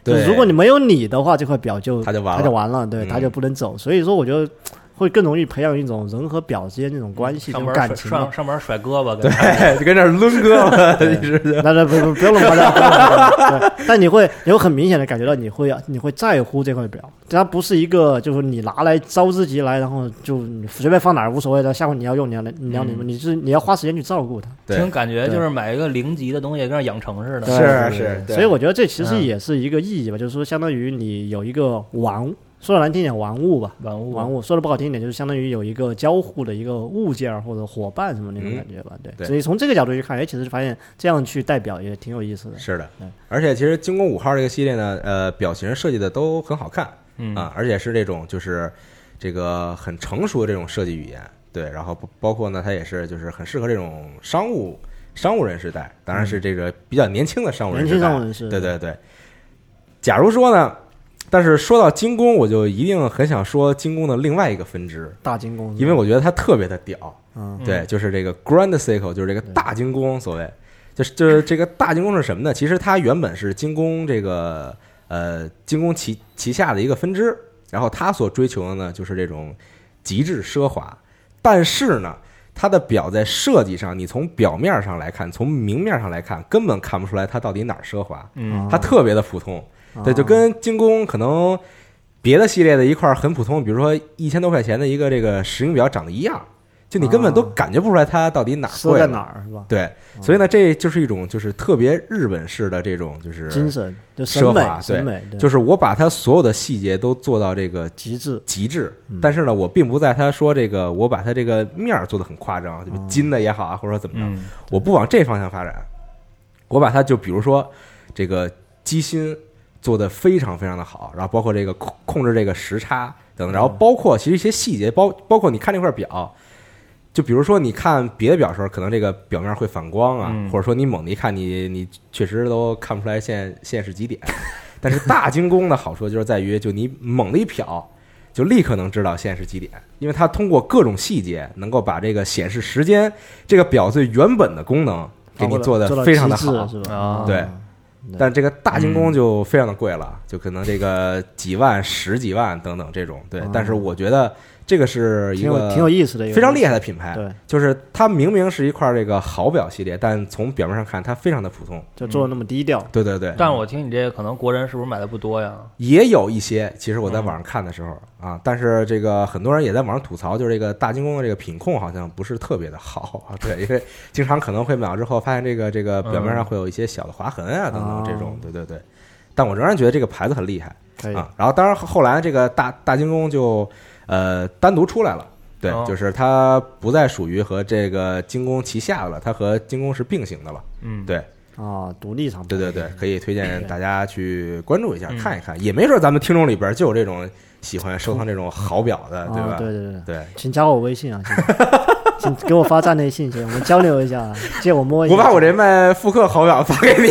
Speaker 4: 就
Speaker 2: 对
Speaker 4: 如果你没有你的话，这块表就
Speaker 2: 它就完了
Speaker 4: 它就完了，对，
Speaker 2: 嗯
Speaker 4: 它就不能走。所以说，我觉得会更容易培养一种人和表之间那种关系、
Speaker 3: 嗯
Speaker 4: 这
Speaker 3: 上
Speaker 4: 种
Speaker 3: 班
Speaker 4: 感
Speaker 3: 甩
Speaker 4: 情嘛
Speaker 3: 上。上班甩胳膊，
Speaker 2: 对
Speaker 3: 跟，
Speaker 2: 就跟这儿抡哥 了，一直就
Speaker 4: 那那不不不要乱夸张，不要乱夸 张对但你会你会很明显的感觉到你会你会在乎这块表，它不是一个就是你拿来招之即来，然后就你随便放哪儿无所谓的，下回你要用你要你要你你是你要花时间去照顾它。
Speaker 2: 对
Speaker 3: 听感觉就是买一个零级的东西，跟那养成似的。
Speaker 2: 是是，对
Speaker 4: 所以我觉得这其实
Speaker 3: 嗯
Speaker 4: 也是一个意义吧，就是说相当于你有一个玩物，说的难听点玩物吧，
Speaker 3: 玩
Speaker 2: 嗯
Speaker 3: 物
Speaker 4: 玩物说的不好听一点就是相当于有一个交互的一个物件儿或者伙伴什么那种
Speaker 2: 嗯
Speaker 4: 感觉吧，
Speaker 2: 对
Speaker 4: 对。所以从这个角度去看，哎，其实发现这样去代表也挺有意思的。
Speaker 2: 是的
Speaker 4: 对，
Speaker 2: 而且其实精工五号这个系列呢，呃，表型设计的都很好看
Speaker 3: 嗯
Speaker 2: 啊，而且是这种就是这个很成熟的这种设计语言，对，然后包包括呢，它也是就是很适合这种商务商务人士戴，当然是这个比较年轻的商务人
Speaker 4: 年
Speaker 2: 士
Speaker 4: 轻
Speaker 2: 戴
Speaker 4: 上，人是，
Speaker 2: 对对对。假如说呢，但是说到精工，我就一定很想说精工的另外一个分支，
Speaker 4: 大精工，
Speaker 2: 因为我觉得它特别的屌，
Speaker 4: 嗯
Speaker 2: 对，就是这个 Grand Cycle，就是这个大精工，所谓就是就是这个大精工是什么呢？其实它原本是精工这个呃精工旗旗下的一个分支，然后它所追求的呢就是这种极致奢华，但是呢。它的表在设计上，你从表面上来看，从明面上来看，根本看不出来它到底哪儿奢华，
Speaker 3: 嗯，
Speaker 2: 它特别的普通。
Speaker 4: 啊
Speaker 2: 对，就跟精工可能别的系列的一块儿很普通，比如说一千多块钱的一个这个石英表长得一样，就你根本都
Speaker 4: 啊
Speaker 2: 感觉不出来它到底哪儿
Speaker 4: 说
Speaker 2: 贵
Speaker 4: 在
Speaker 2: 了
Speaker 4: 哪儿是啊吧？
Speaker 2: 对，所以呢，这就是一种就是特别日本式的这种就是
Speaker 4: 精神就
Speaker 2: 奢
Speaker 4: 审美
Speaker 2: 华，，
Speaker 4: 审美对
Speaker 2: 就是我把它所有的细节都做到这个
Speaker 4: 极致。
Speaker 2: 极致，
Speaker 4: 嗯
Speaker 2: 但是呢，我并不在他说这个，我把它这个面儿做的很夸张，就金的也好啊，或者说怎么着，
Speaker 3: 嗯
Speaker 2: 我不往这方向发展，我把它就比如说这个机芯做的非常非常的好，然后包括这个控控制这个时差等等，然后包括其实一些细节，包包括你看这块表，就比如说你看别的表的时候，可能这个表面会反光啊，
Speaker 3: 嗯
Speaker 2: 或者说你猛地一看你，你确实都看不出来现现是几点。 但是大精工的好处就是在于，就你猛地一瞟，就立刻能知道现在是几点，因为它通过各种细节能够把这个显示时间这个表最原本的功能给你做
Speaker 4: 做到
Speaker 2: 的非常的
Speaker 4: 极致
Speaker 2: 好。
Speaker 4: 是吧？嗯
Speaker 3: 啊
Speaker 2: 对
Speaker 4: 对
Speaker 2: 但这个大精工就非常的贵了，就可能这个几万、十几万等等这种。对
Speaker 4: 啊，
Speaker 2: 但是我觉得这个是一
Speaker 4: 挺有
Speaker 2: 个
Speaker 4: 挺有意思的一个，
Speaker 2: 非常厉害的品牌，
Speaker 4: 对，
Speaker 2: 就是它明明是一块这个好表系列，但从表面上看它非常的普通。
Speaker 4: 就做的那么低调。
Speaker 2: 对对对，
Speaker 3: 但我听你这个，可能国人是不是买的不多呀？
Speaker 2: 也有一些，其实我在
Speaker 3: 嗯
Speaker 2: 网上看的时候、啊，但是这个很多人也在网上吐槽，就是这个大精工的这个品控好像不是特别的好啊， 对，因为经常可能会秒之后发现这个这个
Speaker 3: 嗯
Speaker 2: 表面上会有一些小的划痕啊等等这种，对对对，但我仍然觉得这个牌子很厉害
Speaker 3: 哎
Speaker 4: 可以，
Speaker 2: 啊。然后当然后来这个大大精工就呃单独出来了。对
Speaker 3: 哦，
Speaker 2: 就是它不再属于和这个精工旗下的了，它和精工是并行的了。
Speaker 3: 嗯，
Speaker 2: 对，
Speaker 4: 啊，独立厂牌
Speaker 2: 对对对，可以推荐大家去关注一下，
Speaker 4: 嗯
Speaker 2: 看一看，也没准咱们听众里边就有这种喜欢收藏这种好表的，对
Speaker 4: 啊，
Speaker 2: 吧？
Speaker 4: 对对对，
Speaker 2: 对，
Speaker 4: 请加我微信啊， 请请给我发站内信息，我们交流一下，啊借我摸一下。
Speaker 2: 我把我这卖复刻好表发给 你，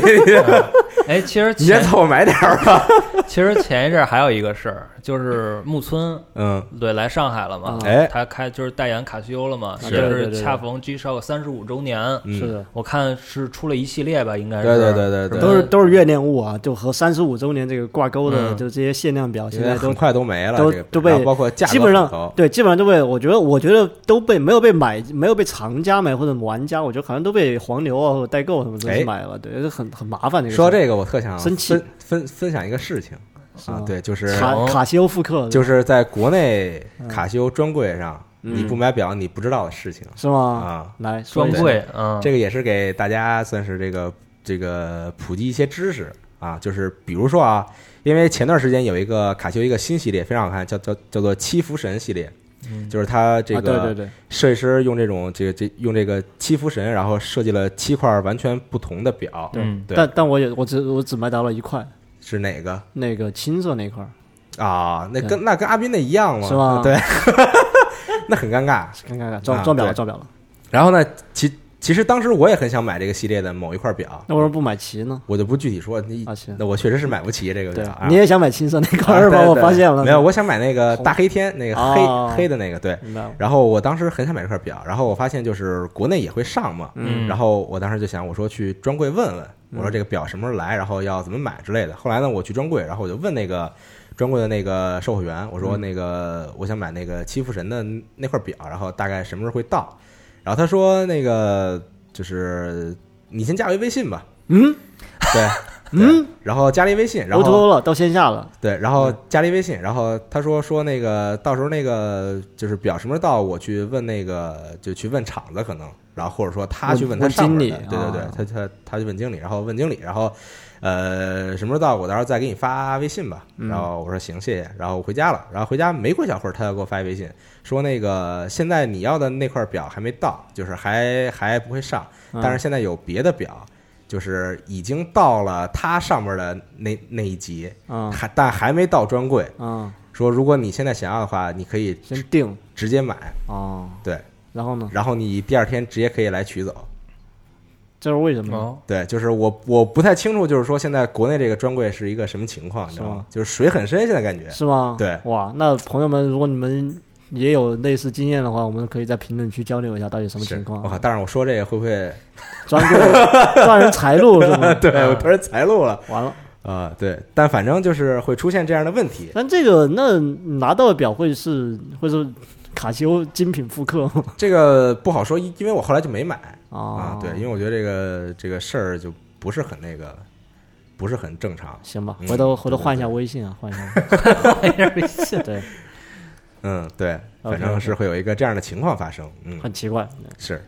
Speaker 3: 哎，其实
Speaker 2: 你先
Speaker 3: 前
Speaker 2: 凑合买点儿吧。
Speaker 3: 其实前一阵儿还有一个事儿，就是木村
Speaker 2: 嗯，
Speaker 3: 对来上海了嘛，
Speaker 2: 哎
Speaker 3: 他开就是代言卡西欧了嘛，
Speaker 4: 嗯是
Speaker 3: 就
Speaker 4: 对对
Speaker 3: 是
Speaker 4: 对对
Speaker 3: 恰逢 G Shock 三十五周年，
Speaker 2: 嗯
Speaker 4: 是的，
Speaker 3: 我看是出了一系列吧，应该是
Speaker 2: 对对对对对
Speaker 3: 吧
Speaker 4: 都是都是月亮物啊，就和三十五周年这个挂钩的，
Speaker 3: 嗯
Speaker 4: 就这些限量表，现
Speaker 2: 现在
Speaker 4: 在
Speaker 2: 很
Speaker 4: 都
Speaker 2: 快都没了，
Speaker 4: 都
Speaker 2: 这个
Speaker 4: 都被
Speaker 2: 然后包括价格
Speaker 4: 基本
Speaker 2: 很
Speaker 4: 上
Speaker 2: 高
Speaker 4: 对，基本上都被我觉得，我觉得都被没有被买，没有被藏家买或者玩家，我觉得好像都被黄牛啊或者代购什么东
Speaker 2: 哎
Speaker 4: 西买了，对，就很很麻烦。这个
Speaker 2: 说
Speaker 4: 事
Speaker 2: 这个，我特想
Speaker 4: 生
Speaker 2: 分
Speaker 4: 气哦
Speaker 2: 分分享一个事情
Speaker 4: 是
Speaker 2: 啊
Speaker 4: 吗，
Speaker 2: 对，就是
Speaker 4: 卡卡西欧复刻的
Speaker 2: 就是在国内
Speaker 4: 嗯
Speaker 2: 卡西欧专柜上，你不买表你不知道的事情
Speaker 4: 是吗？
Speaker 2: 啊，
Speaker 4: 来说
Speaker 3: 专
Speaker 4: 一下
Speaker 3: 柜，嗯，
Speaker 2: 这个也是给大家算是这个这个普及一些知识啊，就是比如说啊，因为前段时间有一个卡西欧一个新系列非常好看，叫叫叫做七福神系列，就是它这
Speaker 4: 啊，对对
Speaker 2: 个
Speaker 4: 对，
Speaker 2: 设计师用这种这个这用这个七福神，然后设计了七块完全不同的表，
Speaker 3: 嗯
Speaker 2: 对
Speaker 4: 但但我也我只我只买到了一块，
Speaker 2: 是哪个
Speaker 4: 那个青色那块儿，
Speaker 2: 啊？那跟那跟阿斌那一样吗？
Speaker 4: 是吗
Speaker 2: 对，那很尴尬。
Speaker 4: 看看看
Speaker 2: 啊
Speaker 4: 撞撞表了
Speaker 2: 对
Speaker 4: 撞表了，
Speaker 2: 然后呢，其其实当时我也很想买这个系列的某一块表，
Speaker 4: 那为什么不买齐呢？
Speaker 2: 我就不具体说，你
Speaker 4: 啊行
Speaker 2: 那我确实是买不起这个
Speaker 4: 对
Speaker 2: 表。啊，
Speaker 4: 你也想买青色那块
Speaker 2: 啊
Speaker 4: 儿吧？
Speaker 2: 对
Speaker 4: 我
Speaker 2: 对
Speaker 4: 发现了，
Speaker 2: 没有，我想买那个大黑天，那个
Speaker 4: 哦
Speaker 2: 黑黑的那个，对。
Speaker 4: 明白了，
Speaker 2: 然后我当时很想买这块表，然后我发现就是国内也会上嘛，
Speaker 3: 嗯
Speaker 2: 然后我当时就想，我说去专柜问问，
Speaker 4: 嗯
Speaker 2: 我说这个表什么时候来，然后要怎么买之类的。后来呢，我去专柜，然后我就问那个专柜的那个售货员，我说那个我想买那个七福神的那块表，然后大概什么时候会到？然后他说那个就是你先加我一微信吧，
Speaker 4: 嗯，
Speaker 2: 对，嗯，然后加了一微信，然后
Speaker 4: 偷偷了，到线下了，
Speaker 2: 对，然
Speaker 4: 嗯
Speaker 2: 后加了一微信，然后他说说那个到时候那个就是表什么时候到，我去问那个就去问厂子可能，然后或者说他去他
Speaker 4: 问
Speaker 2: 上面的
Speaker 4: 问经理
Speaker 2: 对对对
Speaker 4: 啊，
Speaker 2: 他他他去问经理，然后问经理，然后呃什么时候到，我到时候再给你发微信吧。
Speaker 4: 嗯
Speaker 2: 然后我说行，谢谢。然后我回家了，然后回家没过一小会儿，他又给我发一微信说那个现在你要的那块表还没到，就是还还不会上，
Speaker 4: 嗯
Speaker 2: 但是现在有别的表。就是已经到了他上面的那那一级，
Speaker 4: 嗯
Speaker 2: 还但还没到专柜。
Speaker 4: 嗯，
Speaker 2: 说如果你现在想要的话，你可以
Speaker 4: 先定
Speaker 2: 直接买，
Speaker 4: 哦，
Speaker 2: 对，
Speaker 4: 然后呢？
Speaker 2: 然后你第二天直接可以来取走。
Speaker 4: 这是为什么？
Speaker 3: 哦，
Speaker 2: 对，就是我我不太清楚，就是说现在国内这个专柜是一个什么情况，你知道
Speaker 4: 是
Speaker 2: 吗
Speaker 4: 吗？
Speaker 2: 就是水很深，现在感觉。
Speaker 4: 是吗？
Speaker 2: 对
Speaker 4: 哇，那朋友们，如果你们也有类似经验的话，我们可以在评论区交流一下到底什么
Speaker 2: 是
Speaker 4: 情况
Speaker 2: 我。靠！但是我说这个会不会？
Speaker 4: 专柜断人财路是吗？
Speaker 2: 对我突然财路了
Speaker 4: 完了，
Speaker 2: 啊、对，但反正就是会出现这样的问题。
Speaker 4: 但这个那拿到的表会是会是卡西欧精品复刻 吗
Speaker 2: 这个不好说，因因为我后来就没买啊、
Speaker 4: 啊
Speaker 2: 对，因为我觉得这个这个事儿就不是很那个，不是很正常。
Speaker 4: 行吧，
Speaker 2: 嗯
Speaker 4: 回头
Speaker 2: 对
Speaker 4: 回头
Speaker 2: 对
Speaker 4: 换一下
Speaker 2: 对
Speaker 4: 微信啊，换一下。
Speaker 3: 微 信，
Speaker 4: 对，
Speaker 2: 嗯，对，
Speaker 4: OK，
Speaker 2: 反正是会有一个这样的情况发生。嗯，
Speaker 4: 很奇 嗯怪，
Speaker 2: 是，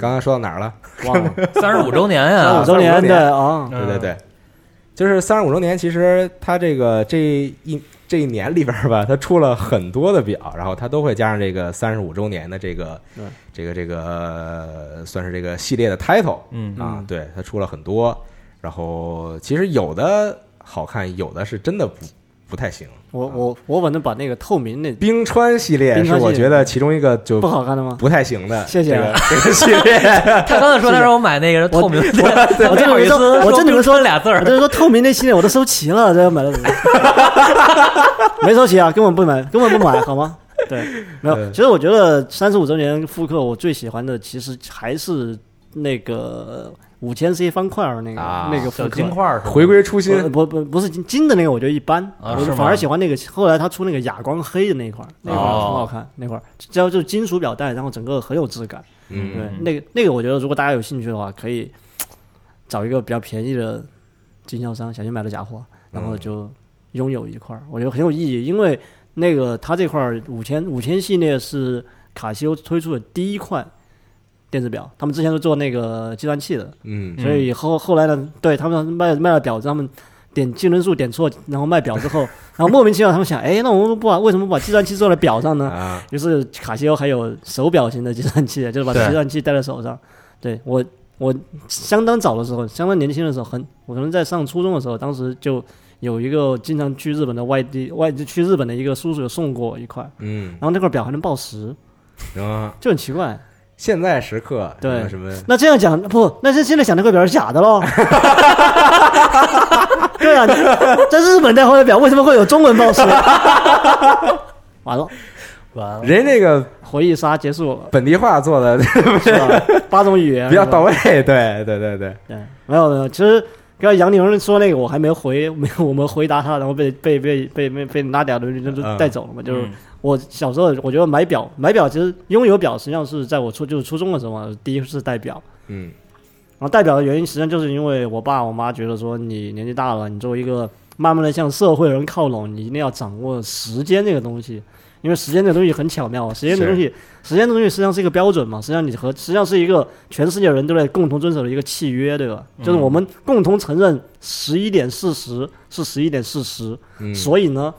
Speaker 2: 刚刚说到哪儿了？
Speaker 4: 忘了
Speaker 3: 三十五周年
Speaker 4: 三
Speaker 3: 呀嗯
Speaker 4: 五，周年
Speaker 2: 年
Speaker 4: 对啊，
Speaker 2: 对对对，就是三十五周年，其实它这个这一这一年里边儿吧，它出了很多的表，然后它都会加上这个三十五周年的这个
Speaker 4: 嗯
Speaker 2: 这个这个呃算是这个系列的 title
Speaker 3: 嗯
Speaker 2: 啊
Speaker 4: 嗯，
Speaker 2: 对，它出了很多，然后其实有的好看，有的是真的不不太行。
Speaker 4: 我我我反正把那个透明那
Speaker 2: 冰川系列
Speaker 4: 冰
Speaker 2: 是
Speaker 4: 川系列
Speaker 2: 我觉得其中一个就
Speaker 4: 不好看的吗？
Speaker 2: 不太行的，
Speaker 4: 谢谢
Speaker 2: 这
Speaker 4: 啊
Speaker 2: 个这个系 列。
Speaker 3: 他刚才说他让我买那个透明的，
Speaker 4: 我这
Speaker 3: 不好意
Speaker 4: 里
Speaker 3: 思
Speaker 4: 说，我这里
Speaker 3: 说
Speaker 4: 说
Speaker 3: 俩字
Speaker 4: 我
Speaker 3: 儿，
Speaker 4: 就是说透明那系列我都收齐了，这买了怎么办没收齐啊，根本不买，根本不买，好吗？对，没有。其实我觉得三十五周年复刻，我最喜欢的其实还是那个五千 C 方块儿那个、
Speaker 2: 啊
Speaker 4: 那个
Speaker 3: 小
Speaker 4: 复刻
Speaker 3: 金。块儿是吧
Speaker 2: 回归初心
Speaker 4: 不，不不不是金金的那个，我觉得一般，
Speaker 3: 啊
Speaker 4: 我
Speaker 3: 是吗哦
Speaker 4: 反而喜欢那个。后来他出那个哑光黑的那一块儿，那块儿很好看，那块儿只要就是金属表带，然后整个很有质感。
Speaker 2: 嗯
Speaker 4: 对，那个那个，我觉得如果大家有兴趣的话，可以找一个比较便宜的经销商，小心买的假货，然
Speaker 2: 嗯
Speaker 4: 后就拥有一块儿，我觉得很有意义，因为那个它这块儿五千五千系列是卡西欧推出的第一块电子表，他们之前是做那个计算器的，
Speaker 2: 嗯
Speaker 4: 所以后后来呢，对他们卖卖了表之后，他们点竞争数点错，然后卖表之后，然后莫名其妙他们想，哎，那我们不把为什么不把计算器做在表上呢？
Speaker 2: 啊，
Speaker 4: 于是卡西欧还有手表型的计算器，就是把
Speaker 3: 对
Speaker 4: 计算器戴在手上。对我，我相当早的时候，相当年轻的时候，很我可能在上初中的时候，当时就有一个经常去日本的外地外地去日本的一个叔叔有送过我一块，
Speaker 2: 嗯，
Speaker 4: 然后那块表还能报时，
Speaker 2: 然后
Speaker 4: 就很奇怪。
Speaker 2: 现在时刻什么
Speaker 4: 对
Speaker 2: 什么
Speaker 4: 那这样讲不？那是现在讲那块表是假 的喽？对啊，在日本戴块表为什么会有中文报时？ 完了，
Speaker 3: 完了，
Speaker 2: 人这个
Speaker 4: 回忆杀结束了，
Speaker 2: 本地化做 的
Speaker 4: 是吧？八种语言
Speaker 2: 比较
Speaker 4: 是吧
Speaker 2: 到位，对 对对对，
Speaker 4: 对，没有没有，其实刚才杨宁说那个我还没回， 没有我们回答他，然后被被被被被被拉掉的人就就
Speaker 2: 嗯
Speaker 4: 带走了嘛。就是
Speaker 3: 嗯
Speaker 4: 我小时候，我觉得买表买表其实拥有表实际上是在我初就是初中的时候嘛，第一次戴表。
Speaker 2: 嗯
Speaker 4: 然后戴表的原因实际上就是因为我爸我妈觉得说你年纪大了，你作为一个慢慢的向社会人靠拢，你一定要掌握时间这个东西。因为时间这个东西很巧妙，啊时间这个东西，时间这个东西实际上是一个标准嘛，实际上你和实际上是一个全世界人都在共同遵守的一个契约，对吧？就是我们共同承认十一点四十是十一点四十，
Speaker 2: 嗯，
Speaker 4: 所以呢，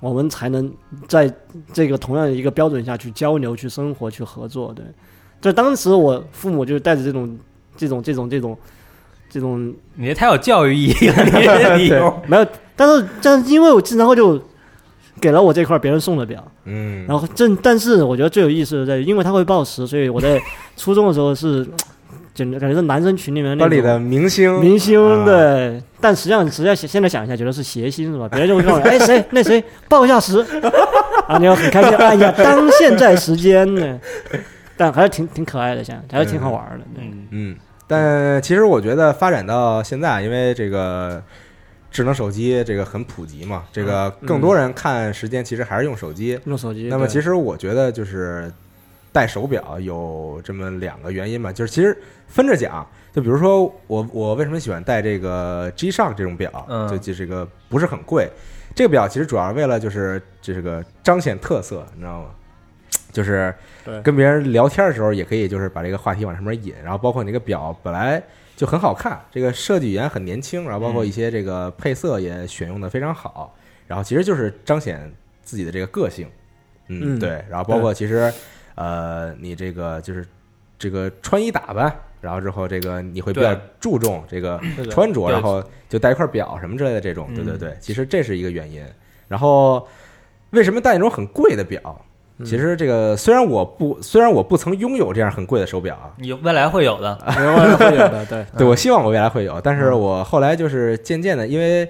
Speaker 4: 我们才能在这个同样一个标准下去交流、去生活、去合作。对，就当时我父母就带着这种、这种、这种、这种、这种
Speaker 3: 你这太有教育意义 了，你这理由。
Speaker 4: 没有，但是但是因为我然后就给了我这块别人送的表，
Speaker 2: 嗯，
Speaker 4: 然后正但是我觉得最有意思的在于，因为它会报时，所以我在初中的时候是简直感觉是男生群里面那
Speaker 2: 班里
Speaker 4: 种
Speaker 2: 的明星，
Speaker 4: 明星
Speaker 2: 啊
Speaker 4: 对，但实际上实在现在想一下，觉得是谐星 是吧？别人就会告诉你，哎谁那谁报一下时，啊你要很开心，哎 呀当现在时间呢，但还是挺挺可爱的，现在还是挺好玩的，对
Speaker 3: 嗯，
Speaker 2: 嗯，但其实我觉得发展到现在，因为这个智能手机这个很普及嘛，这个更多人看时间其实还是用手机。
Speaker 4: 用手机。
Speaker 2: 那么
Speaker 4: 对
Speaker 2: 其实我觉得就是戴手表有这么两个原因吧，就是其实分着讲，就比如说我我为什么喜欢戴这个 G Shock 这种表，
Speaker 3: 嗯
Speaker 2: 就就这个不是很贵，这个表其实主要是为了就是这个彰显特色，你知道吗？就是
Speaker 4: 对
Speaker 2: 跟别人聊天的时候，也可以就是把这个话题往上面引，然后包括你那个表本来就很好看，这个设计语言很年轻，
Speaker 3: 嗯
Speaker 2: 然后包括一些这个配色也选用的非常好，然后其实就是彰显自己的这个个性，嗯，
Speaker 4: 嗯
Speaker 2: 对，然后包括其实呃，你这个就是这个穿衣打扮，然后之后这个你会比较
Speaker 3: 对
Speaker 2: 注重这个
Speaker 4: 对的
Speaker 2: 穿着，
Speaker 3: 对
Speaker 2: 然后就戴一块表什么之类的这种，对对
Speaker 3: 嗯
Speaker 2: 对，其实这是一个原因。然后为什么戴那种很贵的表？
Speaker 3: 嗯
Speaker 2: 其实这个虽然我不虽然我不曾拥有这样很贵的手表啊，
Speaker 3: 你未来会有的，
Speaker 4: 没有会有 的，对，
Speaker 2: 对我希望我未来会有，但是我后来就是渐渐的，因为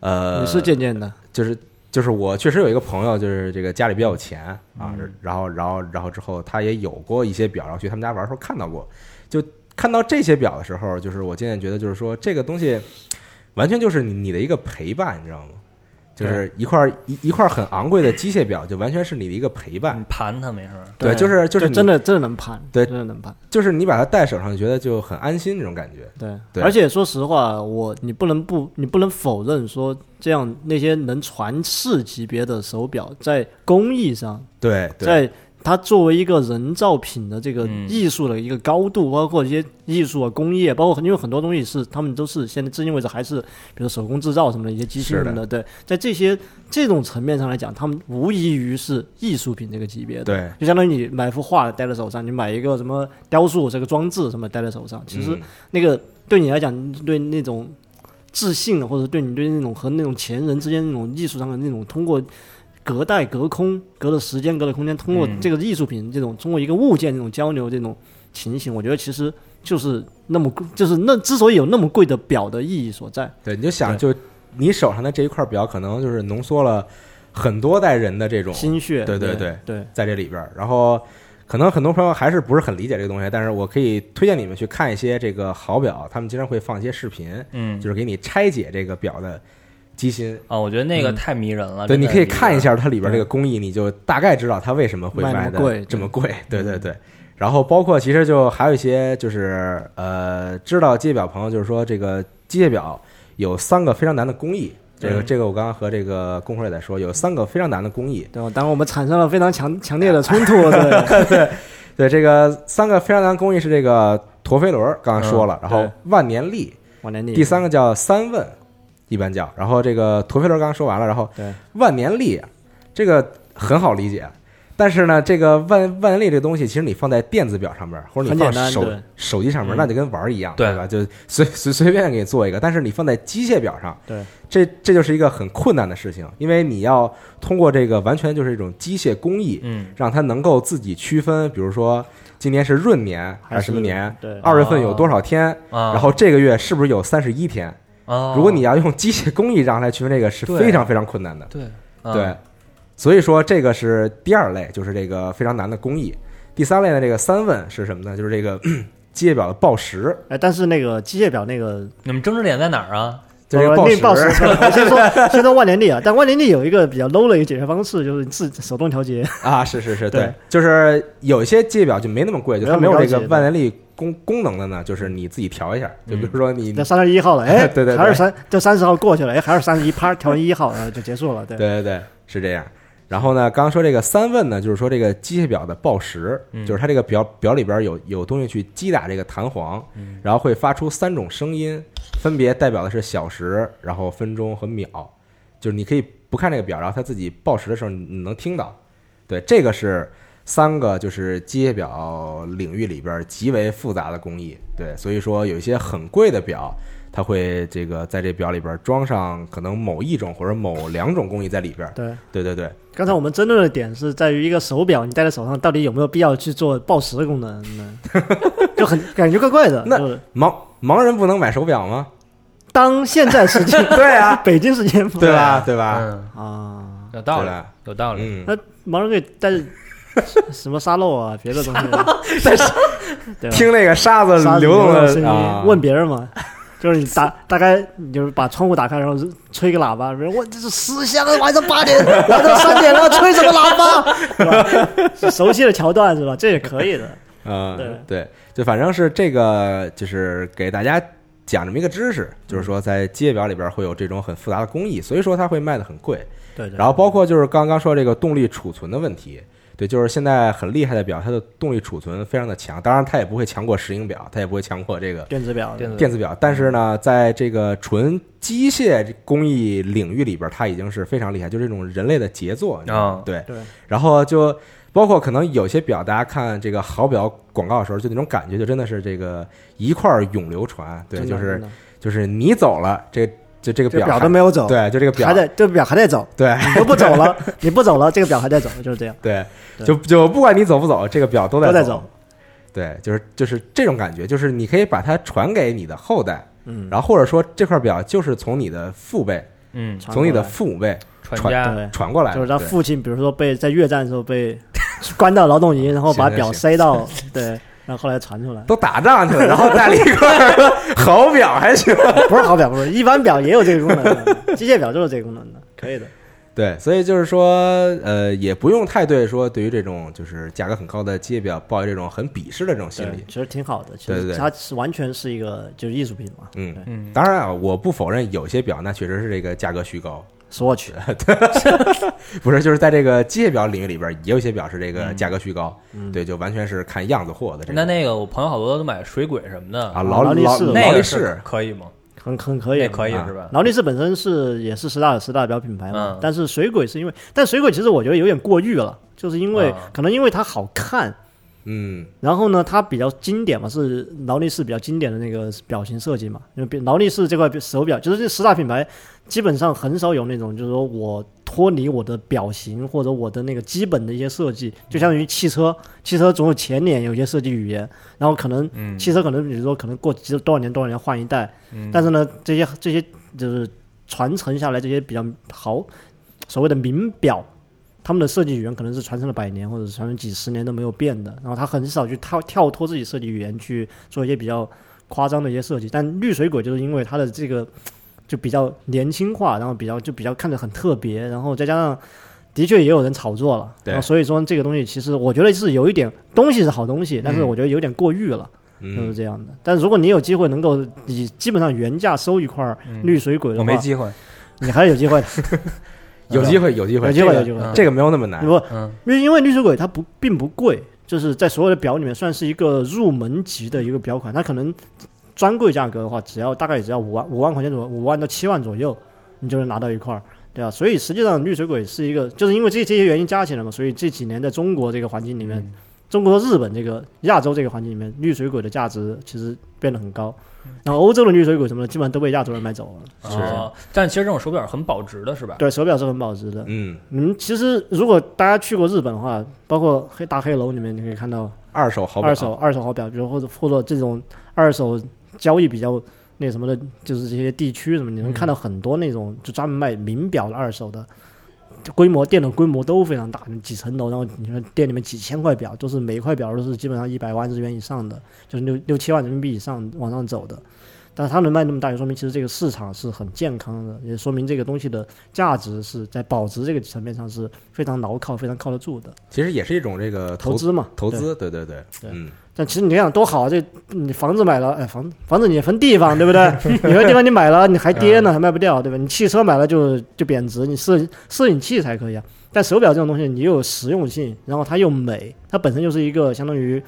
Speaker 2: 呃，
Speaker 4: 嗯你是渐渐的，
Speaker 2: 就是就是我确实有一个朋友，就是这个家里比较有钱啊，
Speaker 4: 嗯
Speaker 2: 然后然后然后之后他也有过一些表，然后去他们家玩的时候看到过，就看到这些表的时候，就是我渐渐觉得就是说这个东西完全就是你你的一个陪伴，你知道吗？就是一块一一块很昂贵的机械表，就完全是你的一个陪伴
Speaker 3: 你。盘它没事儿。
Speaker 2: 对就是就是
Speaker 4: 就
Speaker 2: 你
Speaker 4: 真的真的能盘，
Speaker 2: 对
Speaker 4: 真的能盘，
Speaker 2: 就是你把它戴手上，就觉得就很安心那种感觉。
Speaker 4: 对。
Speaker 2: 对
Speaker 4: 而且说实话，我你不能不你不能否认说，这样那些能传世级别的手表，在工艺上，
Speaker 2: 对对
Speaker 4: 在它作为一个人造品的这个
Speaker 3: 嗯
Speaker 4: 艺术的一个高度，包括一些艺术啊、工业，包括因为很多东西是他们都是现在至今为止还是比如手工制造什么的一些机器
Speaker 2: 是
Speaker 4: 什
Speaker 2: 的
Speaker 4: 么的，对，在这些这种层面上来讲，他们无异于是艺术品这个级别的。
Speaker 2: 对，
Speaker 4: 就相当于你买幅画戴在手上，你买一个什么雕塑这个装置什么戴在手上，其实
Speaker 2: 嗯
Speaker 4: 那个对你来讲，对那种自信，或者对你对那种和那种前人之间那种艺术上的那种通过隔代、隔空、隔的时间、隔的空间，通过
Speaker 3: 嗯
Speaker 4: 这个艺术品这种通过一个物件这种交流这种情形，我觉得其实就是那么贵就是那之所以有那么贵的表的意义所在，
Speaker 2: 对，你就想就你手上的这一块表，可能就是浓缩了很多代人的这种
Speaker 4: 心血，
Speaker 2: 对对
Speaker 4: 对
Speaker 2: 对
Speaker 4: 对，
Speaker 2: 在这里边儿。然后可能很多朋友还是不是很理解这个东西，但是我可以推荐你们去看一些这个好表，他们经常会放一些视频，
Speaker 3: 嗯，
Speaker 2: 就是给你拆解这个表的机芯。
Speaker 3: 啊，我觉得那啊个太迷人了。
Speaker 2: 对，
Speaker 3: 真
Speaker 2: 你
Speaker 3: 的
Speaker 2: 可以
Speaker 3: 迷人
Speaker 2: 看一。下它里边这个工艺，你就大概知道它为什么会
Speaker 4: 卖那
Speaker 2: 卖
Speaker 4: 么
Speaker 2: 的
Speaker 4: 贵嗯
Speaker 2: 这么贵。 对对对。然后包括其实就还有一些就是呃，知道机械表朋友就是说这个机械表有三个非常难的工艺，这个
Speaker 3: 嗯
Speaker 2: 这个我刚刚和这个工会也在说，有三个非常难的工艺，
Speaker 4: 对吧？当然我们产生了非常强强烈的冲突， 对，
Speaker 2: 对，这个三个非常难的工艺是这个陀飞轮儿，刚刚
Speaker 3: 嗯
Speaker 2: 说了，然后
Speaker 4: 对
Speaker 2: 万年历，
Speaker 4: 我来你
Speaker 2: 第三个叫三问，一般叫，然后这个陀飞轮儿刚刚说完了，然后
Speaker 4: 对
Speaker 2: 万年历这个很好理解，但是呢，这个万万年历这个东西，其实你放在电子表上面，或者你
Speaker 4: 很
Speaker 2: 放
Speaker 4: 简单
Speaker 2: 手
Speaker 4: 对
Speaker 2: 手机上面，
Speaker 3: 嗯
Speaker 2: 那就跟玩儿一样，
Speaker 3: 对
Speaker 2: 对吧？就随随随便给你做一个，但是你放在机械表上，
Speaker 4: 对，
Speaker 2: 这这就是一个很困难的事情，因为你要通过这个完全就是一种机械工艺，
Speaker 3: 嗯，
Speaker 2: 让它能够自己区分，比如说今年是闰年还是什么年，
Speaker 4: 对
Speaker 2: 二月份有多少天，
Speaker 3: 啊，
Speaker 2: 然后这个月是不是有三十一天？
Speaker 3: 啊，
Speaker 2: 如果你要用机械工艺让它来区分这个，是
Speaker 3: 对啊
Speaker 2: 非常非常困难的。
Speaker 3: 对
Speaker 2: 对，，所以说这个是第二类，就是这个非常难的工艺。第三类呢，这个三问是什么呢？就是这个 机械表的报时，
Speaker 4: 哎，但是那个机械表那个，
Speaker 3: 你们争执点在哪儿啊？
Speaker 2: 就是
Speaker 4: 呃
Speaker 2: 报
Speaker 4: 那报时，
Speaker 2: 时
Speaker 4: 我先说先说万年历啊，但万年历有一个比较 low 的一个解决方式，就是自手动调节，
Speaker 2: 啊，是是是，对
Speaker 4: 对，
Speaker 2: 就是有一些机械表就没那么贵，就它没有这
Speaker 4: 没那么高
Speaker 2: 个
Speaker 4: 级对
Speaker 2: 万年历功功能的呢，就是你自己调一下，就比如说你
Speaker 4: 那三十 一号了，哎，
Speaker 2: 对对对
Speaker 4: 还是三这三十号过去了，哎，还是三十一，啪调一号，然呃后就结束了，对，
Speaker 2: 对对对，是这样。然后呢，刚刚说这个三问呢，就是说这个机械表的报时，
Speaker 3: 嗯
Speaker 2: 就是它这个表表里边有有东西去击打这个弹簧，然后会发出三种声音，分别代表的是小时、然后分钟和秒。就是你可以不看这个表，然后它自己报时的时候你你能听到。对，这个是三个就是机械表领域里边极为复杂的工艺。对，所以说有一些很贵的表，它会这个在这表里边装上可能某一种或者某两种工艺在里边。
Speaker 4: 对，
Speaker 2: 对对对，
Speaker 4: 刚才我们争论的点是在于一个手表你戴在手上到底有没有必要去做报时的功能呢？ 就很感觉怪怪的。
Speaker 2: 那
Speaker 4: 就是
Speaker 2: 盲盲人不能买手表吗？
Speaker 4: 当现在时间，
Speaker 2: 对啊，
Speaker 4: 北京时间
Speaker 2: 对吧？对吧？
Speaker 3: 嗯，
Speaker 4: 啊，
Speaker 3: 有道
Speaker 2: 对
Speaker 3: 理，
Speaker 2: 吧？
Speaker 3: 有道理。
Speaker 2: 嗯，
Speaker 4: 那盲人可以带着什么沙漏啊，别 的东西， 对吧？
Speaker 2: 听那个沙 子
Speaker 4: 沙子
Speaker 2: 流动
Speaker 4: 的
Speaker 2: 的
Speaker 4: 声
Speaker 2: 啊，
Speaker 4: 音，问别人嘛。就是你打大概你就是把窗户打开，然后吹个喇叭，比如我这是思乡，啊晚上八点，晚上三点了，吹什么喇叭？ 是吧？是熟悉的桥段是吧？这也可以的。
Speaker 2: 嗯，
Speaker 4: 对
Speaker 2: 对，就反正是这个，就是给大家讲这么一个知识，就是说在机械表里边会有这种很复杂的工艺，所以说它会卖的很贵。
Speaker 4: 对对。
Speaker 2: 然后包括就是刚刚说这个动力储存的问题，对，就是现在很厉害的表，它的动力储存非常的强，当然它也不会强过石英表，它也不会强过这个
Speaker 4: 嗯电子表，
Speaker 3: 电子
Speaker 2: 电子表，但是呢，在这个纯机械工艺领域里边，它已经是非常厉害，就是这种人类的杰作你知道吗
Speaker 3: 啊
Speaker 2: 对
Speaker 4: 对
Speaker 2: 然后就包括可能有些表，大家看这个好表广告的时候，就那种感觉，就真的是这个一块儿永流传，对，
Speaker 4: 真的
Speaker 2: 就是
Speaker 4: 真的
Speaker 2: 就是你走了，这就这个
Speaker 4: 这
Speaker 2: 表
Speaker 4: 表
Speaker 2: 还
Speaker 4: 都没有走，
Speaker 2: 对，就这个表
Speaker 4: 还在这表还在走，
Speaker 2: 对
Speaker 4: 你都不走了，你不走了，这个表还在走，就是这样。
Speaker 2: 对，
Speaker 4: 对
Speaker 2: 就就不管你走不走，这个表 都在
Speaker 4: 都在
Speaker 2: 走
Speaker 4: 走，
Speaker 2: 对，就是就是这种感觉，就是你可以把它传给你的后代，
Speaker 4: 嗯，
Speaker 2: 然后或者说这块表就是从你的父辈，
Speaker 3: 嗯，
Speaker 4: 传
Speaker 2: 从你
Speaker 4: 过
Speaker 2: 的
Speaker 4: 来
Speaker 2: 父母辈
Speaker 3: 传家
Speaker 4: 对，
Speaker 2: 传过来的，
Speaker 4: 就是他
Speaker 2: 对
Speaker 4: 父亲，比如说被在越战的时候被 关到劳动营，然后把
Speaker 2: 行行
Speaker 4: 表塞到对，然后后来传出来，
Speaker 2: 都打仗去了，然后带了一块 儿好表还行。
Speaker 4: 不是好表，不是一般表也有这个功能的，机械表就是这个功能的，可以的。
Speaker 2: 对，所以就是说，呃，也不用太对说对于这种就是价格很高的机械表抱有这种很鄙视的这种心
Speaker 4: 对
Speaker 2: 理，。
Speaker 4: 其实挺好的，其
Speaker 2: 对对
Speaker 4: 实
Speaker 2: 对
Speaker 4: 它是完全是一个就是艺术品嘛，
Speaker 2: 嗯
Speaker 4: 对
Speaker 3: 嗯，
Speaker 2: 当然啊，我不否认有些表那确实是这个价格虚高，
Speaker 4: ，Swatch
Speaker 2: 不是，就是在这个机械表领域里边，也有一些表是这个价格虚高，
Speaker 4: 嗯
Speaker 2: 对，就完全是看样子货的这
Speaker 3: 那
Speaker 2: 种
Speaker 3: 那个我朋友好多都买水鬼什么的
Speaker 2: 啊，，劳
Speaker 4: 劳力
Speaker 2: 劳
Speaker 4: 士
Speaker 2: 劳
Speaker 3: 那
Speaker 2: 力
Speaker 3: 个
Speaker 2: 士
Speaker 3: 是，可以吗？
Speaker 4: 很很可以
Speaker 3: 那
Speaker 4: 的，
Speaker 3: 可以
Speaker 2: 啊
Speaker 3: 是吧？
Speaker 4: 劳力士本身是也是十大十大表品牌嘛，
Speaker 3: 嗯
Speaker 4: 但是水鬼是因为，但水鬼其实我觉得有点过誉了，就是因为、
Speaker 3: 啊
Speaker 4: 可能因为它好看，
Speaker 2: 嗯
Speaker 4: 然后呢它比较经典嘛，是劳力士比较经典的那个表情设计嘛，因为比劳力士这块手表就是这十大品牌基本上很少有那种就是说我脱离我的表型或者我的那个基本的一些设计，就相当于汽车，汽车总有前脸有一些设计语言，然后可能
Speaker 3: 嗯，
Speaker 4: 汽车可能比如说可能过几多少年多少年换一代，
Speaker 3: 嗯
Speaker 4: 但是呢，这些这些就是传承下来这些比较好所谓的名表，他们的设计语言可能是传承了百年或者是传承几十年都没有变的，然后他很少去跳跳脱自己设计语言去做一些比较夸张的一些设计。但绿水鬼就是因为它的这个就比较年轻化，然后比较就比较看着很特别，然后再加上。的确也有人炒作了，
Speaker 2: 对
Speaker 4: 然后所以说这个东西其实我觉得是有一点东西是好东西，但是
Speaker 3: 嗯
Speaker 4: 我觉得有点过誉了。就是
Speaker 2: 嗯，
Speaker 4: 这样的。但如果你有机会能够以基本上原价收一块儿绿水鬼的
Speaker 3: 我
Speaker 4: 话，
Speaker 3: 没机会，
Speaker 4: 你还是有机会的，
Speaker 2: 有机会，有机会，
Speaker 4: 有机
Speaker 2: 这
Speaker 4: 会，
Speaker 2: 个
Speaker 4: 有机会。
Speaker 3: 嗯
Speaker 2: 这个没有那么难
Speaker 4: 不，
Speaker 3: 嗯
Speaker 4: 因为因为绿水鬼它不并不贵，就是在所有的表里面算是一个入门级的一个表款，它可能专柜价格的话，只要大概也只要五万五万块钱左右，五万到七万左右，你就能拿到一块儿。对啊，所以实际上绿水鬼是一个，就是因为这这些原因加起来嘛，所以这几年在中国这个环境里面，中国、日本这个亚洲这个环境里面，绿水鬼的价值其实变得很高。然后欧洲的绿水鬼什么的，基本上都被亚洲人买走了。
Speaker 2: 是
Speaker 3: 哦，但其实这种手表很保值的，是吧？
Speaker 4: 对，手表是很保值的。
Speaker 2: 嗯，
Speaker 4: 嗯，其实如果大家去过日本的话，包括黑大黑楼里面，你可以看到
Speaker 2: 二手好表，
Speaker 4: 二手二手好表，比如或者或者这种二手交易比较那什么的，就是这些地区什么，你能
Speaker 2: 嗯
Speaker 4: 看到很多那种就专门卖名表的二手的，就规模店的规模都非常大，几层楼，然后你说店里面几千块表，就是每一块表都是基本上一百万日元以上的，就是六六七万人民币以上往上走的。但是它能卖那么大，也说明其实这个市场是很健康的，也说明这个东西的价值是在保值这个层面上是非常牢靠、非常靠得住的。
Speaker 2: 其实也是一种这个
Speaker 4: 投
Speaker 2: 啊投
Speaker 4: 资嘛，
Speaker 2: 投
Speaker 4: 对
Speaker 2: 资，对对对，嗯，
Speaker 4: 但其实你想多好啊，这你房子买了，哎，房房子你也分地方，对不对？ 有些地方你买了，你还跌
Speaker 2: 啊
Speaker 4: 呢，还卖不掉，对吧？你汽车买了就就贬值，你摄摄影器材可以啊，但手表这种东西，你又有实用性，然后它又美，它本身就是一个相当于，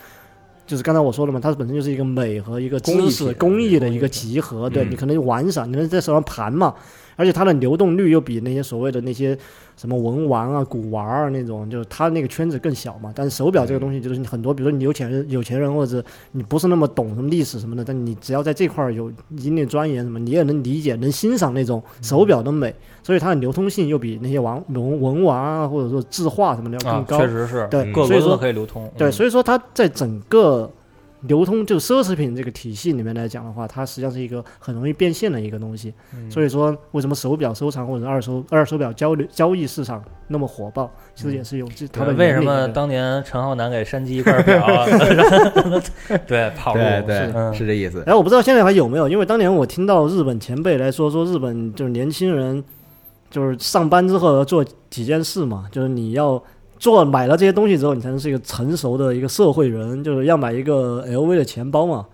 Speaker 4: 就是刚才我说了嘛，它本身就是一个美和一个知识
Speaker 2: 工
Speaker 4: 工
Speaker 2: 艺品
Speaker 4: 艺的一
Speaker 2: 工
Speaker 4: 个
Speaker 2: 艺
Speaker 4: 集合，
Speaker 2: 嗯
Speaker 4: 对你可能玩赏，你能在手上盘嘛。而且它的流动率又比那些所谓的那些什么文玩啊、古玩啊那种，就是它那个圈子更小嘛。但是手表这个东西，就是你很多，比如说你有钱人、有钱人，或者你不是那么懂什么历史什么的，但你只要在这块儿有一定的钻研什么，你也能理解、能欣赏那种手表的
Speaker 3: 嗯
Speaker 4: 美。所以它的流通性又比那些玩文文玩啊，或者说字画什么的要更
Speaker 3: 啊，
Speaker 4: 高。
Speaker 3: 确实是，
Speaker 4: 对，
Speaker 2: 嗯
Speaker 3: 各
Speaker 4: 所以
Speaker 3: 国
Speaker 4: 说
Speaker 3: 都可以流通，
Speaker 4: 对，
Speaker 3: 嗯
Speaker 4: 所以说它在整个流通就奢侈品这个体系里面来讲的话，它实际上是一个很容易变现的一个东西。
Speaker 3: 嗯
Speaker 4: 所以说，为什么手表收藏或者二手二手表交流交易市场那么火爆，其实也是有这
Speaker 3: 嗯
Speaker 4: 它
Speaker 3: 对
Speaker 4: 的
Speaker 3: 为
Speaker 4: 原
Speaker 3: 什
Speaker 4: 理
Speaker 3: 么
Speaker 4: 的
Speaker 3: 当年陈浩南给山鸡一块表啊， 然后对跑路
Speaker 2: 对
Speaker 4: 是
Speaker 2: 对，
Speaker 3: 嗯
Speaker 2: 是这意思。
Speaker 4: 哎，我不知道现在还有没有，因为当年我听到日本前辈来说，说日本就是年轻人，就是上班之后要做几件事嘛，就是你要做买了这些东西之后，你才能是一个成熟的一个社会人，就是要买一个 LV 的钱包嘛，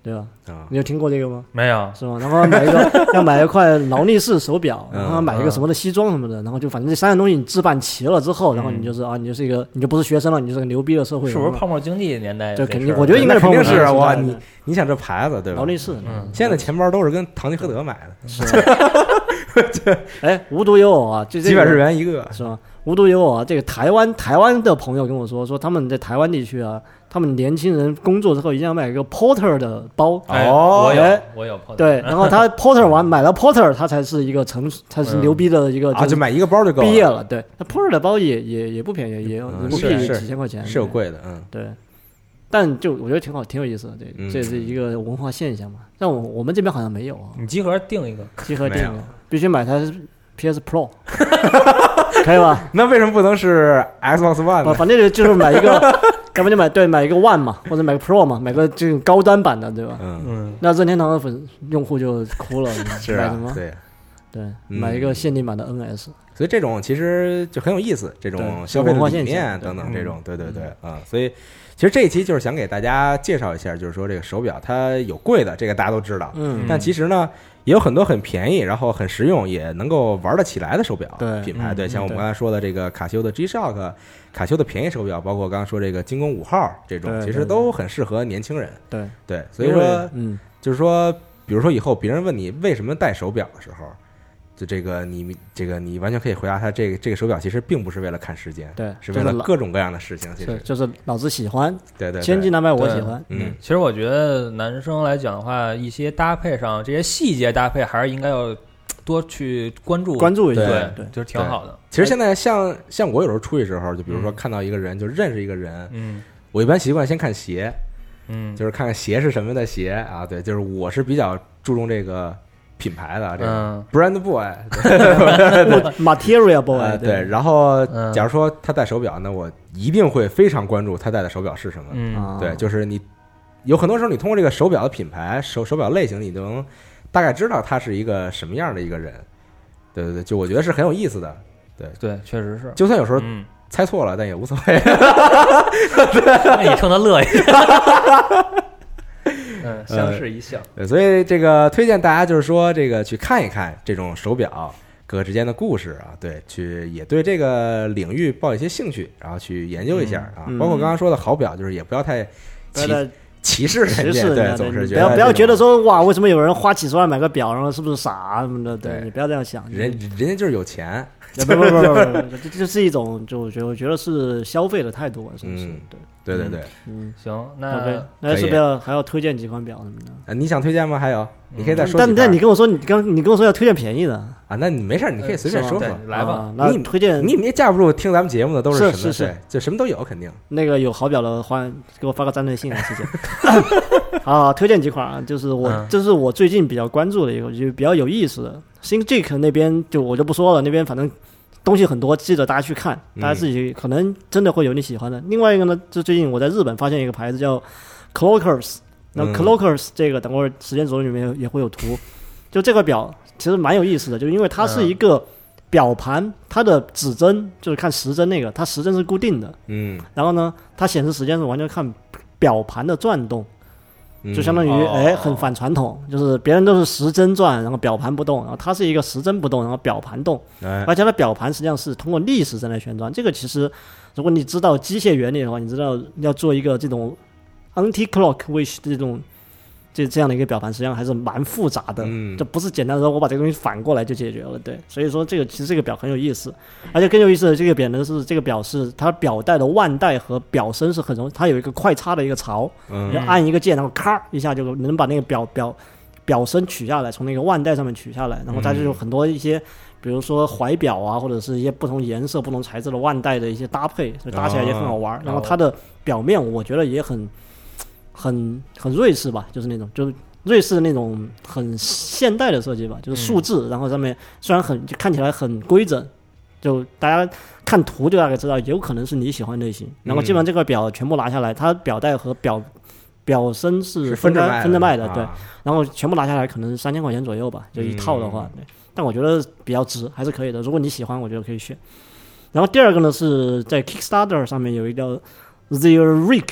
Speaker 4: 对吧？
Speaker 2: 啊
Speaker 4: 你有听过这个吗？
Speaker 3: 没有，
Speaker 4: 是吗？然后买一个 要买一块劳力士手表，
Speaker 2: 嗯
Speaker 4: 然后买一个什么的西装什么的，然后就反正这三样东西你置办齐了之后，然后你就是啊，你就是一个你就不是学生了，你就是个牛逼的社会
Speaker 3: 嗯是
Speaker 4: 人
Speaker 3: 不是
Speaker 4: 了。
Speaker 3: 泡沫经济年代？
Speaker 4: 这肯定，我觉得应该
Speaker 2: 那肯定
Speaker 4: 泡沫
Speaker 2: 是啊
Speaker 4: 经济
Speaker 2: 哇，
Speaker 4: 时代
Speaker 2: 你你想这牌子对吧
Speaker 4: 劳？力士，
Speaker 3: 嗯
Speaker 2: 现在的钱包都是跟堂吉诃德买的，
Speaker 4: 哎，无独有偶啊，就这
Speaker 2: 几百
Speaker 4: 个
Speaker 2: 日元一个。
Speaker 4: 是吧？无独有偶啊，这个台湾台湾的朋友跟我说，说他们在台湾地区啊，他们年轻人工作之后一定要买一个 Porter 的包，
Speaker 3: 哎
Speaker 2: 哦
Speaker 3: 我有
Speaker 4: 哎
Speaker 3: 我有泡
Speaker 4: 对，然后他 Porter 完买了 Porter，他才是一个成，他
Speaker 3: 嗯
Speaker 4: 是牛逼的一个
Speaker 2: 啊，
Speaker 4: 是
Speaker 2: 就买一个包就够
Speaker 4: 毕业
Speaker 2: 了，
Speaker 4: 了，对，那 Porter 的包也也也不便宜，也要
Speaker 2: 嗯
Speaker 4: 人民
Speaker 2: 是
Speaker 4: 币
Speaker 2: 是
Speaker 4: 几千块钱，
Speaker 2: 是有贵的，嗯，
Speaker 4: 对。但就我觉得挺好，挺有意思的，对，
Speaker 2: 嗯
Speaker 4: 这也是一个文化现象嘛。但我我们这边好像没有啊，
Speaker 3: 你集合定一个，
Speaker 4: 集合
Speaker 2: 没
Speaker 4: 电
Speaker 2: 有
Speaker 4: 影必须买台 PS Pro，可以吧？
Speaker 2: 那为什么不能是 Xbox One
Speaker 4: 反
Speaker 2: 呢？
Speaker 4: 反正就是买一个， 要不就买对买一个 One 嘛，或者买个 Pro 嘛，买个这种高端版的，对吧？
Speaker 2: 嗯，
Speaker 3: 嗯，
Speaker 4: 那任天堂的粉用户就哭了，
Speaker 2: 是
Speaker 4: 买
Speaker 2: 啊
Speaker 4: 什，么？
Speaker 2: 对，
Speaker 4: 对，
Speaker 2: 嗯
Speaker 4: 买一个限定版的 NS，
Speaker 2: 所以这种其实就很有意思，这种
Speaker 4: 对
Speaker 2: 消费
Speaker 4: 文
Speaker 2: 的
Speaker 4: 化
Speaker 2: 理
Speaker 4: 现象
Speaker 2: 念
Speaker 4: 对
Speaker 2: 等等，
Speaker 3: 嗯
Speaker 2: 这种对对对啊，所以其实这一期就是想给大家介绍一下，就是说这个手表它有贵的，这个大家都知道，
Speaker 4: 嗯，
Speaker 2: 但其实呢，也有很多很便宜，然后很实用，也能够玩得起来的手表
Speaker 4: 对
Speaker 2: 品牌。
Speaker 3: 嗯
Speaker 2: 对，像我们
Speaker 4: 对
Speaker 2: 刚才说的这个卡西欧的 G-Shock，卡西欧的便宜手表，包括刚刚说这个精工五号这种，
Speaker 4: 对
Speaker 2: 其实
Speaker 4: 对
Speaker 2: 都很适合年轻人。
Speaker 4: 对，
Speaker 2: 对，所以
Speaker 4: 因为
Speaker 2: 说
Speaker 4: 嗯，
Speaker 2: 就是说，比如说以后别人问你为什么戴手表的时候，就这个你这个你完全可以回答他，这个这个手表其实并不是为了看时间，
Speaker 4: 对
Speaker 2: 是
Speaker 4: 就
Speaker 2: 为
Speaker 4: 是
Speaker 2: 了
Speaker 4: 老
Speaker 2: 各种各样的事情。其
Speaker 4: 是
Speaker 2: 实，
Speaker 4: 就是老子喜欢，
Speaker 2: 对对，
Speaker 4: 千
Speaker 2: 对
Speaker 4: 金难买我
Speaker 3: 对
Speaker 4: 喜欢，
Speaker 2: 嗯，
Speaker 3: 其实我觉得男生来讲的话，一些搭配上这些细节搭配，还是应该要多去关注
Speaker 4: 关注一下，
Speaker 3: 对
Speaker 4: 对， 对
Speaker 3: 就是挺好的，哎
Speaker 2: 其实现在像像我有时候出去时候，就
Speaker 4: 嗯
Speaker 2: 比如说看到一个人，就认识一个人，
Speaker 3: 嗯
Speaker 2: 我一般习惯先看鞋，
Speaker 3: 嗯，
Speaker 2: 就是看看鞋是什么的鞋啊。对，就是我是比较注重这个品牌的啊，这个
Speaker 3: 嗯
Speaker 2: brand boy
Speaker 4: 我 Material Boy，
Speaker 2: 呃对。然后
Speaker 3: 嗯
Speaker 2: 假如说他戴手表，那我一定会非常关注他戴的手表是什么。
Speaker 3: 嗯
Speaker 4: 啊，
Speaker 2: 对，就是你有很多时候你通过这个手表的品牌、手手表类型，你都能大概知道他是一个什么样的一个人。对对对，就我觉得是很有意思的。
Speaker 3: 对，确实是。
Speaker 2: 就算有时候
Speaker 3: 嗯，
Speaker 2: 猜错了，但也无所谓。
Speaker 3: 那你冲他乐一下，嗯，相视一笑。
Speaker 2: 对，所以这个推荐大家就是说，这个去看一看这种手表各个之间的故事啊，对，去也对这个领域抱一些兴趣，然后去研究一下啊。
Speaker 4: 嗯
Speaker 2: 包括刚刚说的好表，就是也不要太
Speaker 4: 不要
Speaker 2: 歧
Speaker 4: 再
Speaker 2: 歧视人
Speaker 4: 歧
Speaker 2: 家，
Speaker 4: 视人
Speaker 2: 对，
Speaker 4: 家，
Speaker 2: 总是
Speaker 4: 你
Speaker 2: 觉
Speaker 4: 不要
Speaker 2: 得
Speaker 4: 不要
Speaker 2: 这
Speaker 4: 觉得
Speaker 2: 种
Speaker 4: 说哇，为什么有人花几十万买个表，然后是不是傻什么的？
Speaker 2: 对
Speaker 4: 对，你不要这样想，
Speaker 2: 人人家就是有钱，
Speaker 4: 不不不不 不，这这是一种，就我觉得我觉得是消费的态度啊，是不是
Speaker 2: 嗯？
Speaker 4: 对，
Speaker 2: 对对对。
Speaker 4: 嗯
Speaker 3: 行，
Speaker 4: ，OK，
Speaker 3: 那
Speaker 4: 那
Speaker 2: 可以
Speaker 4: 是不是要还要推荐几款表什么的？
Speaker 2: 啊，你想推荐吗？还有，你可以再说
Speaker 4: 嗯但
Speaker 2: 几
Speaker 4: 但
Speaker 2: 盘
Speaker 4: 你跟我说，你刚你跟我说要推荐便宜的，
Speaker 2: 啊，那你没事儿，你可以随便
Speaker 4: 是
Speaker 2: 说
Speaker 4: 吗
Speaker 2: 说。
Speaker 3: 呃对来吧，
Speaker 4: 啊那
Speaker 2: 你
Speaker 4: 推荐
Speaker 2: 你们也架不住听咱们节目的都什
Speaker 4: 是
Speaker 2: 么？
Speaker 4: 是
Speaker 2: 对
Speaker 4: 是，
Speaker 2: 就什么都有，肯定。
Speaker 4: 那个有好表的话，给我发个战略信啊，谢 谢。啊，推荐几款啊，就是我、
Speaker 3: 嗯
Speaker 4: 这是我最近比较关注的一个，就是比较有意思的。新 Jake 那边就我就不说了，那边反正东西很多，记得大家去看，大家自己可能真的会有你喜欢的。另外一个呢，就最近我在日本发现一个牌子叫 Clockers，那
Speaker 2: 嗯
Speaker 4: Clockers 这个等会儿时间轴里面也会有图，就这个表其实蛮有意思的，就是因为它是一个表盘，它的指针就是看时针那个，它时针是固定的。
Speaker 2: 嗯，
Speaker 4: 然后呢，它显示时间是完全看表盘的转动，
Speaker 2: 嗯
Speaker 4: 就相当于
Speaker 3: 哦
Speaker 4: 哎、很反传统，就是别人都是时针转，然后表盘不动，然后它是一个时针不动，然后表盘动，
Speaker 2: 哎
Speaker 4: 而且它的表盘实际上是通过逆时针来旋转。这个其实，如果你知道机械原理的话，你知道要做一个这种 anti clock wish 这种。就这样的一个表盘，实际上还是蛮复杂的。
Speaker 2: 嗯
Speaker 4: 这不是简单的说我把这个东西反过来就解决了，对。所以说这个其实这个表很有意思，而且更有意思的这个表呢是这个表是它表带的腕带和表身是很容易，它有一个快插的一个槽，
Speaker 2: 嗯
Speaker 4: 你就按一个键，然后咔一下就能把那个表表表身取下来，从那个腕带上面取下来，然后它就有很多一些，比如说怀表啊，或者是一些不同颜色、不同材质的腕带的一些搭配，所以搭起来也很好玩。然后它的表面我觉得也很很很瑞士吧，就是那种就是。瑞士的那种很现代的设计吧，就是数字，然后上面虽然很就看起来很规整，就大家看图就大概知道，有可能是你喜欢类型。然后基本上这个表全部拿下来，它表带和表表身是
Speaker 2: 是分着
Speaker 4: 开
Speaker 2: 卖
Speaker 4: 分着卖的，对。
Speaker 2: 啊
Speaker 4: 然后全部拿下来可能三千块钱左右吧，就一套的话，
Speaker 2: 嗯
Speaker 4: 对。但我觉得比较值，还是可以的。如果你喜欢，我觉得可以选。然后第二个呢是在 Kickstarter 上面有一个叫 Zero Rig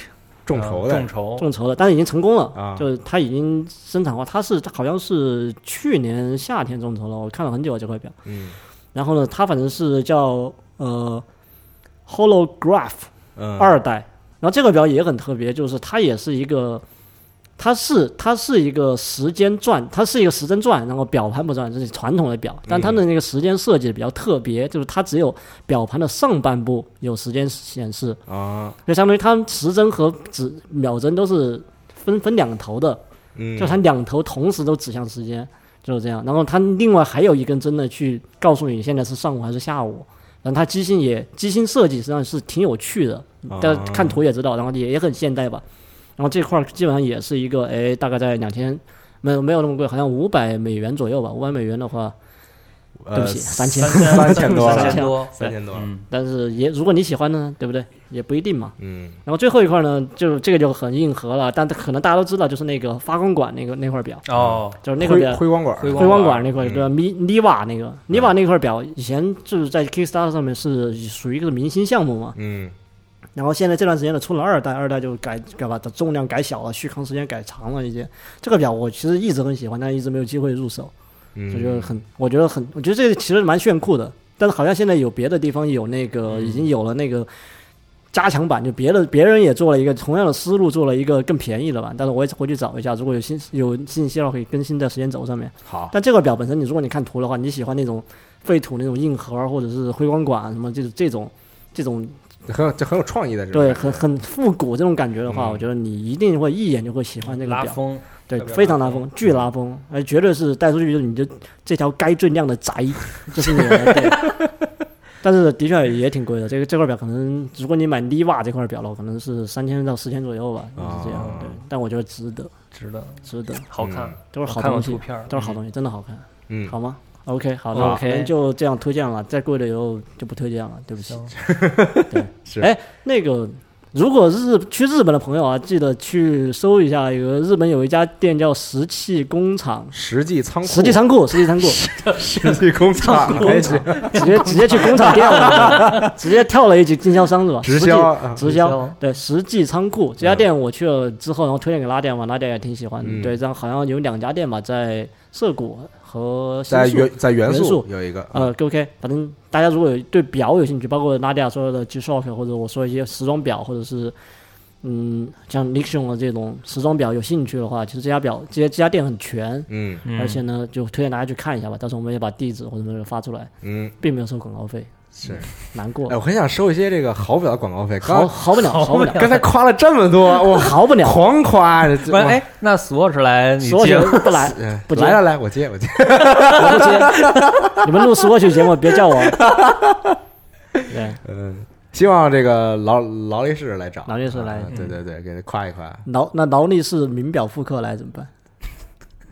Speaker 2: 众筹
Speaker 3: 嗯众
Speaker 2: 的，
Speaker 3: 筹，
Speaker 4: 嗯众筹的，但是已经成功了，
Speaker 2: 啊
Speaker 4: 就是它已经生产化，它是它好像是去年夏天众筹了，我看了很久这块表。
Speaker 2: 嗯
Speaker 4: 然后呢，它反正是叫呃 Holograph
Speaker 2: 嗯，
Speaker 4: 二代。然后这个表也很特别，就是它也是一个，它是它是一个时间转，它是一个时针转，然后表盘不转，这是传统的表，
Speaker 2: 嗯
Speaker 4: 但它的那个时间设计比较特别，就是它只有表盘的上半部有时间显示，
Speaker 2: 啊，
Speaker 4: 就相当于它时针和指秒针都是分分两头的，
Speaker 2: 嗯，
Speaker 4: 就它两头同时都指向时间，就是这样。然后它另外还有一根针呢，去告诉你现在是上午还是下午。然后它机芯也机芯设计实际上是挺有趣的，
Speaker 2: 啊
Speaker 4: 大家看图也知道，然后也也很现代吧。然后这块儿基本上也是一个，哎，大概在两千，没有没有那么贵，好像五百美元左右吧。五百美元的话，
Speaker 2: 呃
Speaker 4: 对不起三千
Speaker 2: 三千多啊了
Speaker 3: 三千多，
Speaker 2: 三千多了，
Speaker 3: 嗯，
Speaker 4: 但是也如果你喜欢呢，对不对？也不一定嘛。
Speaker 2: 嗯
Speaker 4: 然后最后一块呢，就这个就很硬核了，但可能大家都知道，就是那个发光管那个那块表，
Speaker 3: 哦，
Speaker 4: 就是那块
Speaker 2: 辉
Speaker 4: 表
Speaker 2: 辉光管，
Speaker 3: 辉
Speaker 4: 辉光
Speaker 3: 管
Speaker 4: 管那块对吧？米尼瓦那个尼瓦那块表，以前就是在 Kickstarter 上面是属于一个明星项目嘛。
Speaker 2: 嗯
Speaker 4: 然后现在这段时间呢，出了二代，二代就改改把它重量改小了，续航时间改长了一些。这个表我其实一直很喜欢，但一直没有机会入手，
Speaker 2: 嗯，
Speaker 4: 所以就很，我觉得很，我觉得这个其实蛮炫酷的。但是好像现在有别的地方有那个已经有了那个加强版，就别的别人也做了一个同样的思路，做了一个更便宜的版。但是我也回去找一下，如果有信有信息的话，可以更新在时间轴上面。
Speaker 2: 好，
Speaker 4: 但这块表本身，你如果你看图的话，你喜欢那种废土那种硬核，啊或者是辉光管啊什么，就是这种这种
Speaker 2: 很有这啊很有创意的，
Speaker 4: 对很很复古这种感觉的话，
Speaker 2: 嗯
Speaker 4: 我觉得你一定会一眼就会喜欢这个
Speaker 3: 拉
Speaker 4: 表，
Speaker 3: 风，
Speaker 4: 对
Speaker 2: 特，别
Speaker 4: 非常
Speaker 2: 拉
Speaker 4: 拉
Speaker 2: 风嗯
Speaker 4: 风，巨拉风，而绝对是带出去就是你就这条街最亮的宅就是你的。对但是的确也挺贵的，这个这块表可能如果你买 Liva 这块表了，可能是三千到四千左右吧，就是这样。
Speaker 2: 啊
Speaker 4: 对，但我觉得值得，
Speaker 3: 值得，
Speaker 4: 值得，
Speaker 3: 好看，
Speaker 4: 嗯都是好
Speaker 3: 看过
Speaker 4: 东西
Speaker 3: 图，片儿，
Speaker 4: 都是好东西，真的好看。
Speaker 2: 嗯，
Speaker 4: 好吗？OK，好的，
Speaker 3: 好
Speaker 4: 我可能就这样推荐了，再贵的以后就不推荐了，对不起
Speaker 3: 行。
Speaker 4: 对，
Speaker 2: 是
Speaker 4: 哎，那个，如果日去日本的朋友啊，记得去搜一下，有个日本有一家店叫石器工厂。
Speaker 2: 实际仓库，
Speaker 4: 石器仓库，石器 仓库，
Speaker 2: 实际工厂，哎是
Speaker 4: 直接直接去工厂 店了，直接跳了一级经销商是吧？
Speaker 2: 直
Speaker 4: 实际
Speaker 2: 销啊
Speaker 4: 直
Speaker 3: 直
Speaker 4: 销
Speaker 3: 销，
Speaker 4: 对，实际仓库这家店我去了之后，然后推荐给拉店嘛，拉店也挺喜欢的
Speaker 2: 嗯。
Speaker 4: 对，然后好像有两家店吧，在涩谷和新
Speaker 2: 在
Speaker 4: 宿
Speaker 2: 元在元
Speaker 4: 元
Speaker 2: 素
Speaker 4: 素
Speaker 2: 有一个，
Speaker 4: 呃，OK，反正大家如果有对表有兴趣，包括拉迪亚说的 G-Shock，或者我说一些时装表，或者是嗯像 Nixon 的这种时装表有兴趣的话，其实这家表这些这家店很全，
Speaker 2: 嗯
Speaker 3: 嗯
Speaker 4: 而且呢就推荐大家去看一下吧。到时候我们也把地址或者什么发出来，
Speaker 2: 嗯
Speaker 4: 并没有收广告费，
Speaker 2: 是，
Speaker 4: 难过
Speaker 2: 哎，，我很想收一些这个好表的广告费，
Speaker 4: 好
Speaker 2: 刚
Speaker 4: 好不了，好不了，
Speaker 2: 刚才夸了这么多， 我
Speaker 4: 好不了，
Speaker 2: 狂夸，这
Speaker 3: 不然，哎，那索尔是来你
Speaker 4: 所
Speaker 3: 接
Speaker 4: 有人不来，
Speaker 2: 嗯
Speaker 4: 不接
Speaker 2: 来来来，我接我接，
Speaker 4: 我不接，你们录 Swatch 节目别叫我。对，
Speaker 2: 嗯，希望这个劳劳力士来找，
Speaker 4: 劳力士来嗯
Speaker 2: 啊对对对，给他夸一夸，
Speaker 4: 劳那劳力士名表复刻来怎么办？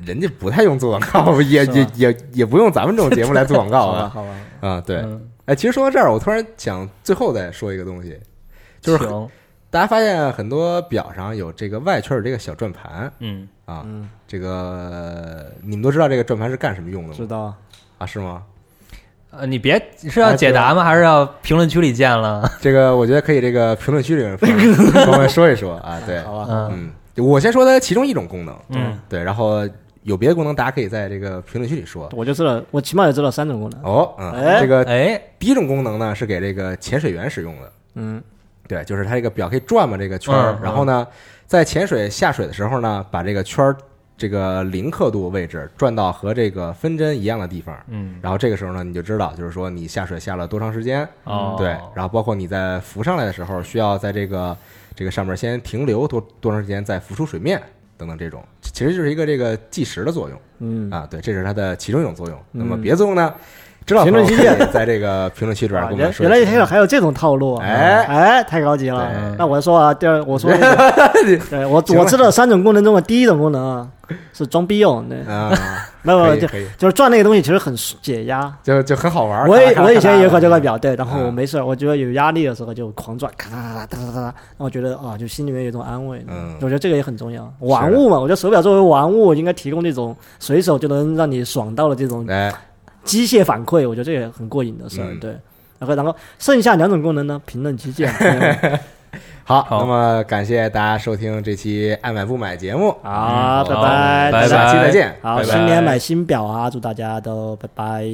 Speaker 2: 人家不太用做广告，也
Speaker 4: 是吧
Speaker 2: 也也也不用咱们这种节目来做广告
Speaker 4: 好吧，
Speaker 2: 啊，
Speaker 4: 好吧，
Speaker 2: 啊对，
Speaker 3: 嗯
Speaker 2: 哎，其实说到这儿，我突然想最后再说一个东西，就是很
Speaker 3: 行，
Speaker 2: 大家发现很多表上有这个外圈有这个小转盘
Speaker 3: 嗯，
Speaker 2: 啊，这个你们都知道这个转盘是干什么用的
Speaker 4: 知
Speaker 2: 吗？
Speaker 4: 道。
Speaker 2: 啊，是吗？
Speaker 3: 呃，你别是要解答吗？还是要评论区里见了？
Speaker 2: 这个我觉得可以，这个评论区里面跟我们说一说啊，对，
Speaker 4: 好吧，
Speaker 3: 嗯
Speaker 2: 嗯，我先说它其中一种功能，
Speaker 3: 嗯，
Speaker 2: 对，然后有别的功能，大家可以在这个评论区里说。
Speaker 4: 我就知道，我起码也知道三种功能。
Speaker 2: 哦，嗯，
Speaker 4: 哎
Speaker 2: 这个
Speaker 3: 哎，
Speaker 2: 第一种功能呢是给这个潜水员使用的，
Speaker 4: 嗯，
Speaker 2: 对，就是它这个表可以转嘛这个圈儿
Speaker 3: 嗯，嗯
Speaker 2: 然后呢，在潜水下水的时候呢，把这个圈儿这个零刻度位置转到和这个分针一样的地方，
Speaker 3: 嗯，
Speaker 2: 然后这个时候呢，你就知道，就是说你下水下了多长时间，
Speaker 3: 哦，
Speaker 2: 对，然后包括你在浮上来的时候，需要在这个这个上面先停留多多长时间，再浮出水面等等这种，其其实就是一个这个计时的作用
Speaker 4: 嗯，
Speaker 2: 啊，对，这是它的其中一种作用。那么
Speaker 4: 嗯
Speaker 2: 别的作用呢？知道
Speaker 4: 评论区
Speaker 2: 朋友可以 在这个评论区里边
Speaker 4: 啊
Speaker 2: 跟我
Speaker 4: 原
Speaker 2: 们说
Speaker 4: 原
Speaker 2: 一
Speaker 4: 来
Speaker 2: 下。
Speaker 4: 还有还有这种套路，
Speaker 2: 哎
Speaker 4: 哎，太高级了
Speaker 2: 对。
Speaker 4: 那我说啊，第二我说那个， 对我
Speaker 2: 行了
Speaker 4: 我知道三种功能中的第一种功能啊是装逼用，对，
Speaker 2: 啊，
Speaker 4: 没有没
Speaker 2: 可
Speaker 4: 有
Speaker 2: 以
Speaker 4: 哦就
Speaker 2: 可以，
Speaker 4: 就是转那个东西其实很解压，
Speaker 2: 就就很好玩儿。
Speaker 4: 我
Speaker 2: 咔
Speaker 4: 以
Speaker 2: 咔
Speaker 4: 我以
Speaker 2: 咔咔
Speaker 4: 前也有
Speaker 2: 的
Speaker 4: 块这块表，对，然后我
Speaker 2: 嗯
Speaker 4: 没事儿，我觉得有压力的时候就狂转，咔哒哒哒哒哒哒，然后觉得啊，就心里面有一种安慰。
Speaker 2: 嗯
Speaker 4: 我觉得这个也很重要，玩物嘛，我觉得手表作为玩物，应该提供这种随手就能让你爽到的这 种
Speaker 2: 哎，
Speaker 4: 机械反馈，我觉得这也很过瘾的事儿。
Speaker 2: 嗯
Speaker 4: 对，然后然后剩下两种功能呢，评论区见。 嗯
Speaker 2: 好，
Speaker 3: 好
Speaker 2: 那么感谢大家收听这期《爱买不买》节目，
Speaker 4: 好，
Speaker 3: 嗯
Speaker 4: 拜
Speaker 3: 好拜
Speaker 4: 拜，大家
Speaker 2: 下期再见。
Speaker 4: 好，
Speaker 3: 拜拜
Speaker 4: 新年买新表啊，祝大家都拜拜。